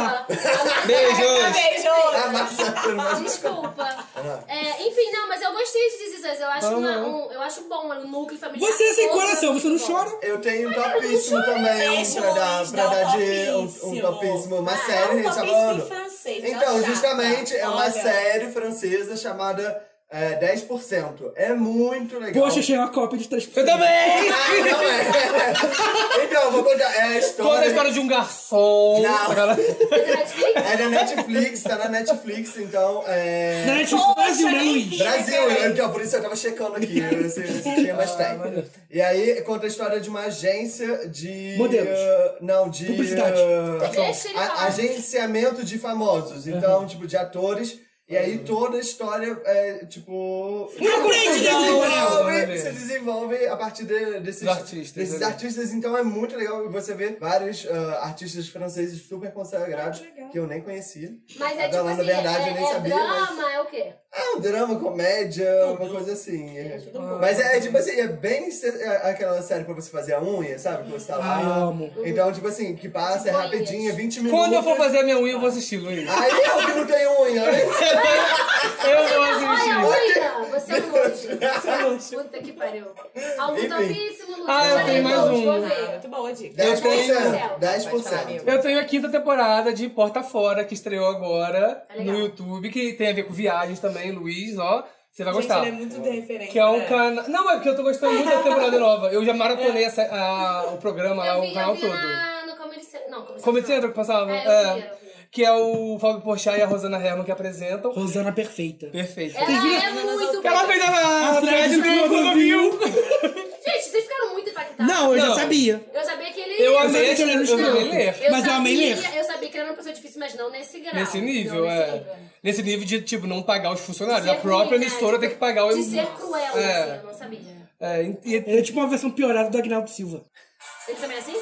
Beijos! Beijo. Ah, mas- Desculpa. É, enfim, não, mas eu gostei de This Is Us. Eu acho, uma- um- eu acho bom o núcleo familiar. Você é sem todo, coração, você não muito bom. chora? Eu tenho um é topíssimo também Deixa um pra o dar, Luiz pra dar um dar de um, um topíssimo. topíssimo. Uma Ah, um série, gente, topíssimo chamando. em francês, Então, ó, justamente, chapa. é uma Olha. série francesa chamada é, 10%. É muito legal. Poxa, achei uma cópia de três Eu também! Ah, não é. <laughs> Então, eu vou contar. É a Conta a história. história de um garçom. Não. Sacanagem. Netflix? É da Netflix, tá na Netflix, então é. Na Netflix Brasil, Ah, né, Luiz? Brasil, eu- então, por isso eu tava checando aqui, né, se, <laughs> se tinha mais tempo. E aí conta a história de uma agência de. Modelos. eh, não, de. Publicidade. eh, Deixa ele a- falar. agenciamento de famosos. Então, tipo, de atores. E aí toda a história é, tipo. Não aprende, se desenvolve, né? se desenvolve a partir de- desses, Dos artistas, desses né? artistas, então é muito legal você ver vários ah, artistas franceses super consagrados que eu nem conhecia. Mas é Agora, tipo na assim, verdade, é, eu nem é sabia, drama, mas- é o quê? É um <laughs> drama, comédia, uma coisa assim. é. Mas é, tipo assim, é bem se- é aquela série pra você fazer a unha, sabe? Que você tá lá. Ai, eu amo. Então, tipo assim, que passa, é Tipo rapidinho, é 20 minutos. Quando eu for fazer a minha unha, eu vou assistir, Luiz. Aí eu que não tenho unha, né? Eu vou Olha, assistir. Luísa, você é um luxo. Puta que pariu. Algum Enfim. topíssimo, Luísa. Ah, eu tenho mais um. Vou Ah, ver. Muito boa a dica. 10%. tenho- 10%. Eu tenho a quinta temporada de Porta Fora, que estreou agora É legal. no YouTube, que tem a ver com viagens também, Luiz, ó. Você vai Gente, gostar. ele é muito de referência, Que é um né? canal. Não, é porque eu tô gostando muito <laughs> da temporada nova. Eu já maratonei essa- a- o programa lá, É. Eu o vi, eu canal vi todo. na, no Comedy Central. Não, Comedy Comedy Central que passava? É, eu vi, eu Que é o Fábio Porchat e a Rosana Herman que apresentam. Rosana perfeita. Perfeita. Ela é muito Ela fez a... a Atrás Thread do do Clodovil. Gente, vocês ficaram muito impactados. Não, eu já Não. sabia. Eu sabia que ele. Eu amei sabia esse- que ele eu não. amei ler. Mas eu sabia, amei ler. Eu sabia que ele era uma pessoa difícil, mas não nesse grau. Nesse nível, Não nesse é. nível. Nesse nível de, tipo, não pagar os funcionários. De A ser própria ruim, né? emissora tem que pagar o De ser cruel, É. assim, eu não sabia. É, e... Era tipo uma versão piorada do Agnaldo Silva. Ele também é assim?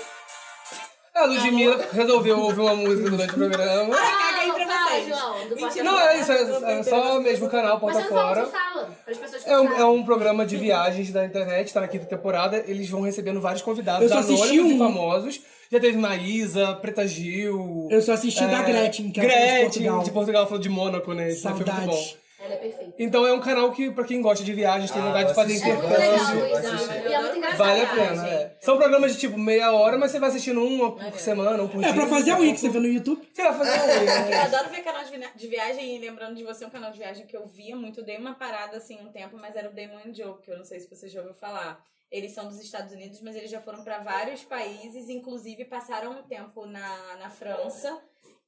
A Ludmilla resolveu ouvir uma música durante o programa. caguei pra vocês. João, do Porta Não, Fora. é isso, é, é só o mesmo canal, Mas porta você não fala, fora. você fala. Para as pessoas que É um, sabem. é um programa de viagens da internet, tá na quinta temporada. Eles vão recebendo vários Eu convidados só assisti anônimos um. e famosos. Já teve Maísa, Preta Gil. Eu só assisti o da Gretchen, que é Gretchen, de Portugal. de Portugal, falou de Mônaco, né? Esse foi muito bom. Saudades. Ela é perfeita. Então é um canal que, pra quem gosta de viagens, tem vontade de É fazer muito intercâmbio. legal, Luiz. E é muito engraçado. Vale a pena, é. São programas de tipo meia hora, mas você vai assistindo um por semana, um por dia. É pra fazer a Wiki, você vê no YouTube. É Você vai fazer a né? <laughs> Wiki. Eu adoro ver canal de, vina- de viagem e lembrando de você, um canal de viagem que eu via muito, eu dei uma parada assim um tempo, mas era o Damon Joe, que eu não sei se você já ouviu falar. Eles são dos Estados Unidos, mas eles já foram para vários países, inclusive passaram um tempo na, na França.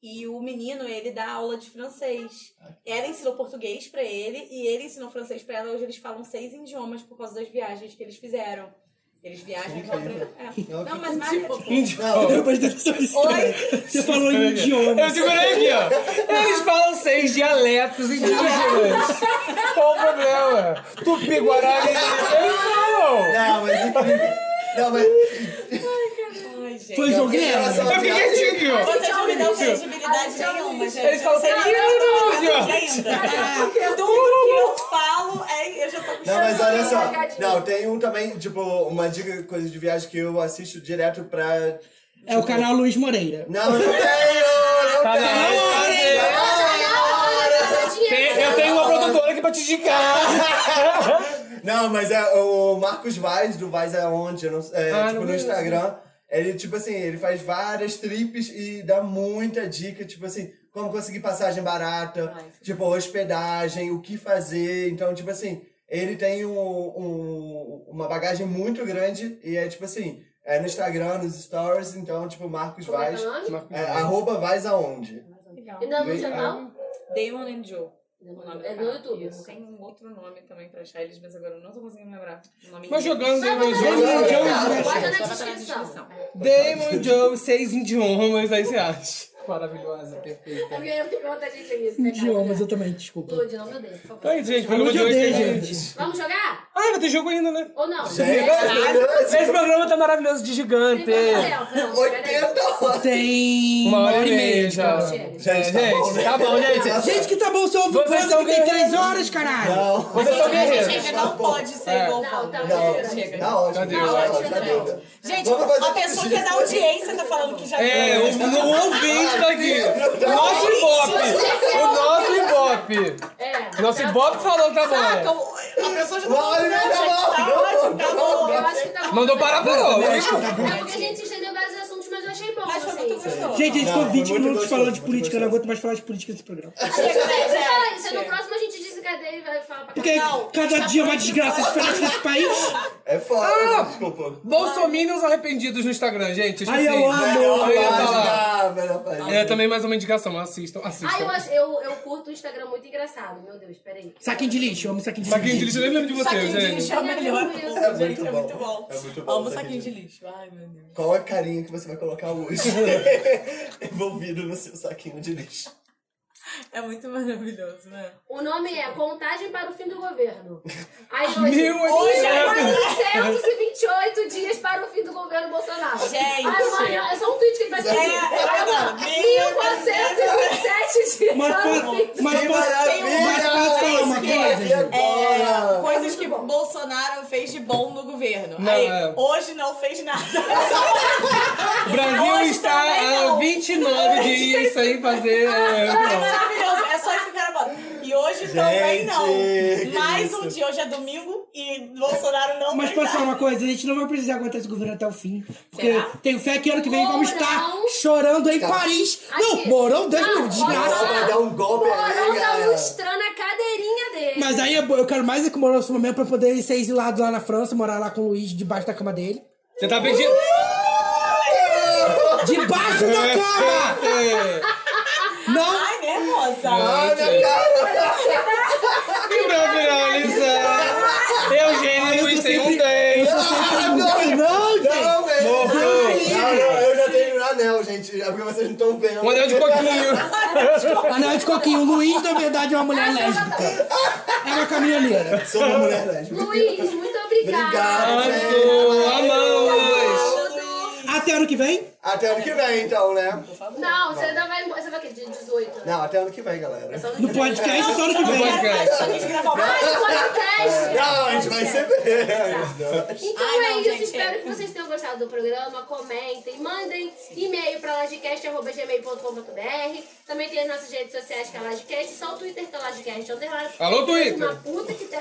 E o menino, ele dá aula de francês. Ela ensinou português pra ele e ele ensinou francês pra ela. Hoje eles falam seis idiomas por causa das viagens que eles fizeram. Eles viajam e vão Incrível. pra... É. Não, mas <laughs> marca... Eu prestei atenção nisso. Você falou em idiomas. Eu segurei aqui, ó. Eles falam seis dialetos indígenas. Qual o problema? Tupi, Guarani... Eu Não, mas incrível. Não, mas. Ai, gente. Foi o João Guilherme. Eu fiquei tímido. Vocês não me dão credibilidade nenhuma, gente. é ainda. É. Tudo que eu falo, é, eu já tô com Não, mas olha só. Não, tem um também, tipo, uma dica, coisa de viagem que eu assisto direto pra. É o canal Luiz Moreira. Não, não tenho! Não Tá na tenho! Tem- eu tenho uma produtora aqui pra te indicar. não, mas é o Marcos Vaz, do Vaz Aonde, eu não, é, Ah, tipo, não no conheço. Instagram. Ele, tipo assim, ele faz várias trips e dá muita dica, tipo assim, como conseguir passagem barata, tipo, hospedagem, o que fazer. Então, tipo assim, ele tem um, um- uma bagagem muito grande e é, tipo assim, é no Instagram, nos stories. Então, tipo, Marcos Como é Vaz. que é o nome? É, arroba Vaz Aonde. Legal. E não, no jornal? Damon and Joe. É no YouTube. Isso. Tem um outro nome também pra achar eles, mas agora eu não tô conseguindo lembrar. O nome Mas em inglês. jogando Damon and Joe, você vai Bota na Bota na descrição. Damon Joe, seis idiomas, aí você acha. Maravilhosa, perfeita. Eu ganhei muito conta da gente nisso, né, cara? Idiomas, eu também, desculpa. Lude, não me odeia, por favor. Tá Então é isso, gente. Não Programa te de hoje. odeio, é isso. gente. Vamos jogar? Ah, vai ter jogo ainda, né? Ou não? <laughs> Esse programa tá maravilhoso de gigante. Tem Uma hora e meia já. Chega. É, gente, tá bom, gente. Gente, que tá bom, você ouve o Vocês Wanda são que tem guerreiros. três horas, caralho. Não. Vocês são guerreiros. Gente, não pode ser É. igual Não, tá Não, bom. Chega. tá ótimo, Cadê? tá ótimo, tá ótimo. Gente, Vamos fazer a pessoa que é da audiência tá falando que já É, o, o ouvinte tá aqui. Nosso Ibope. O nosso Ibope. É. Nosso Ibope falou que tá Saca, bom. o- a pessoa já tá Não, falando. "Não, não, não, gente, tá não, ótimo, tá bom." Eu acho que tá bom. Mandou parar, parou. É porque a gente se estendeu em vários assuntos, mas eu achei bom. assim. Mas foi vocês. muito gostoso. Gente, a gente Não, ficou 20 foi muito minutos gostoso, falando de muito política, eu não gostoso. aguento mais falar de política nesse programa. Chega, gente, fala isso. No próximo a gente desencadeia e vai é. falar pra um. Porque Não, cada tá dia é uma proibido. desgraça diferente nesse país. É Ah! foda, desculpa. Bolsominions arrependidos no Instagram, gente. Ai, eu esqueci. amo. Melhor Eu ia falar. página, melhor página. É também mais uma indicação. Assistam, assistam. Ah, eu, acho- eu, eu curto o Instagram muito engraçado. Meu Deus, peraí. Saquinho de lixo, eu amo saquinho de Saquinho de lixo. lixo, eu nem lembro de Saquinho você, de gente. lixo é o melhor. É Gente, muito é bom. muito bom. É muito bom, Amo saquinho saquinho de de lixo. Ai, meu Deus. Qual é a carinha que você vai colocar hoje? <laughs> Envolvido no seu saquinho de lixo. É muito maravilhoso, né? O nome é Contagem para o Fim do Governo. Aí hoje, Mil hoje é oitocentos. 428 dias para o fim do governo Bolsonaro. Gente. Aí amanhã, é só um tweet que ele vai fazer. É, Aí amanhã, 1427 dias Mas, para o fim. po- mas, posso, mas posso falar uma coisa, gente? É, coisas que Bolsonaro fez de bom no governo. Não, Aí, é. hoje não fez nada. O Brasil Hoje está também há não. 29 <laughs> dias sem fazer. É maravilhoso, é só isso que o cara bota. E hoje também que não. Mais um dia, hoje é domingo e Bolsonaro não Mas fez posso falar nada. uma coisa? A gente não vai precisar aguentar esse governo até o fim. Porque Será? tenho fé que ano que vem Ou vamos estar não. chorando em Paris. Aqui. Não, Morão, Deus Não, me livre, desgraça. Bolsonaro. Vai dar um golpe aí, Morão tá galera. lustrando a cadeirinha dele. Mas aí eu eu quero mais é que o Moroço mesmo pra poder ser exilado lá na França, morar lá com o Luiz debaixo da cama dele. Você tá pedindo. <laughs> Debaixo tá da cama! Não! Ai, né, Ah, moça? Ai, minha cara! E pra finalizar, Eugênio Luiz tem um 10. não, não, velho. Morreu. Não, não, eu já tenho um anel, gente. É porque vocês não estão vendo. Um anel <laughs> de coquinho. Anel de coquinho. O Luiz, na verdade, é uma mulher lésbica. É uma caminhoneira. Sou uma mulher lésbica. Luiz, muito obrigada. Obrigado, gente. Até ano que vem? Até ano que vem, então, né? Não, você ainda vai. Você vai que dia 18? Não, até ano que vem, galera. No podcast, só ano que vem. No podcast. Só que a gente grava mais. Ah, no podcast. Não, a gente vai se ver. Então Ai, é não, isso, gente, espero que vocês tenham gostado do programa. Comentem, mandem e-mail para lajecast.gmail.com.br. Também tem as nossas redes sociais que é Lajecast, só o Twitter que é Lajecast Underline. Alô, Twitter. Uma puta que tem. <laughs>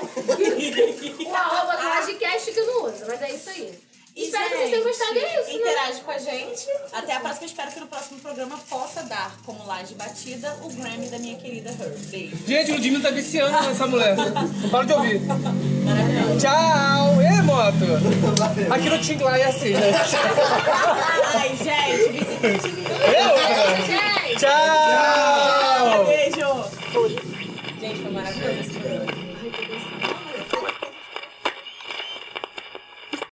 o arroba do Lajecast que eu não uso, mas é isso aí. E, espero que vocês tenham gostado. É isso, né? Interage com a gente. Até a próxima. Espero que no próximo programa possa dar, como laje batida, o Grammy da minha querida Herb. Beijo. Gente, o Ludmilla tá viciando nessa mulher. Não para de ouvir. Tchau! Ê, moto! Aqui no Tim é assim, né? Ai, gente, visita Eu? Tchau!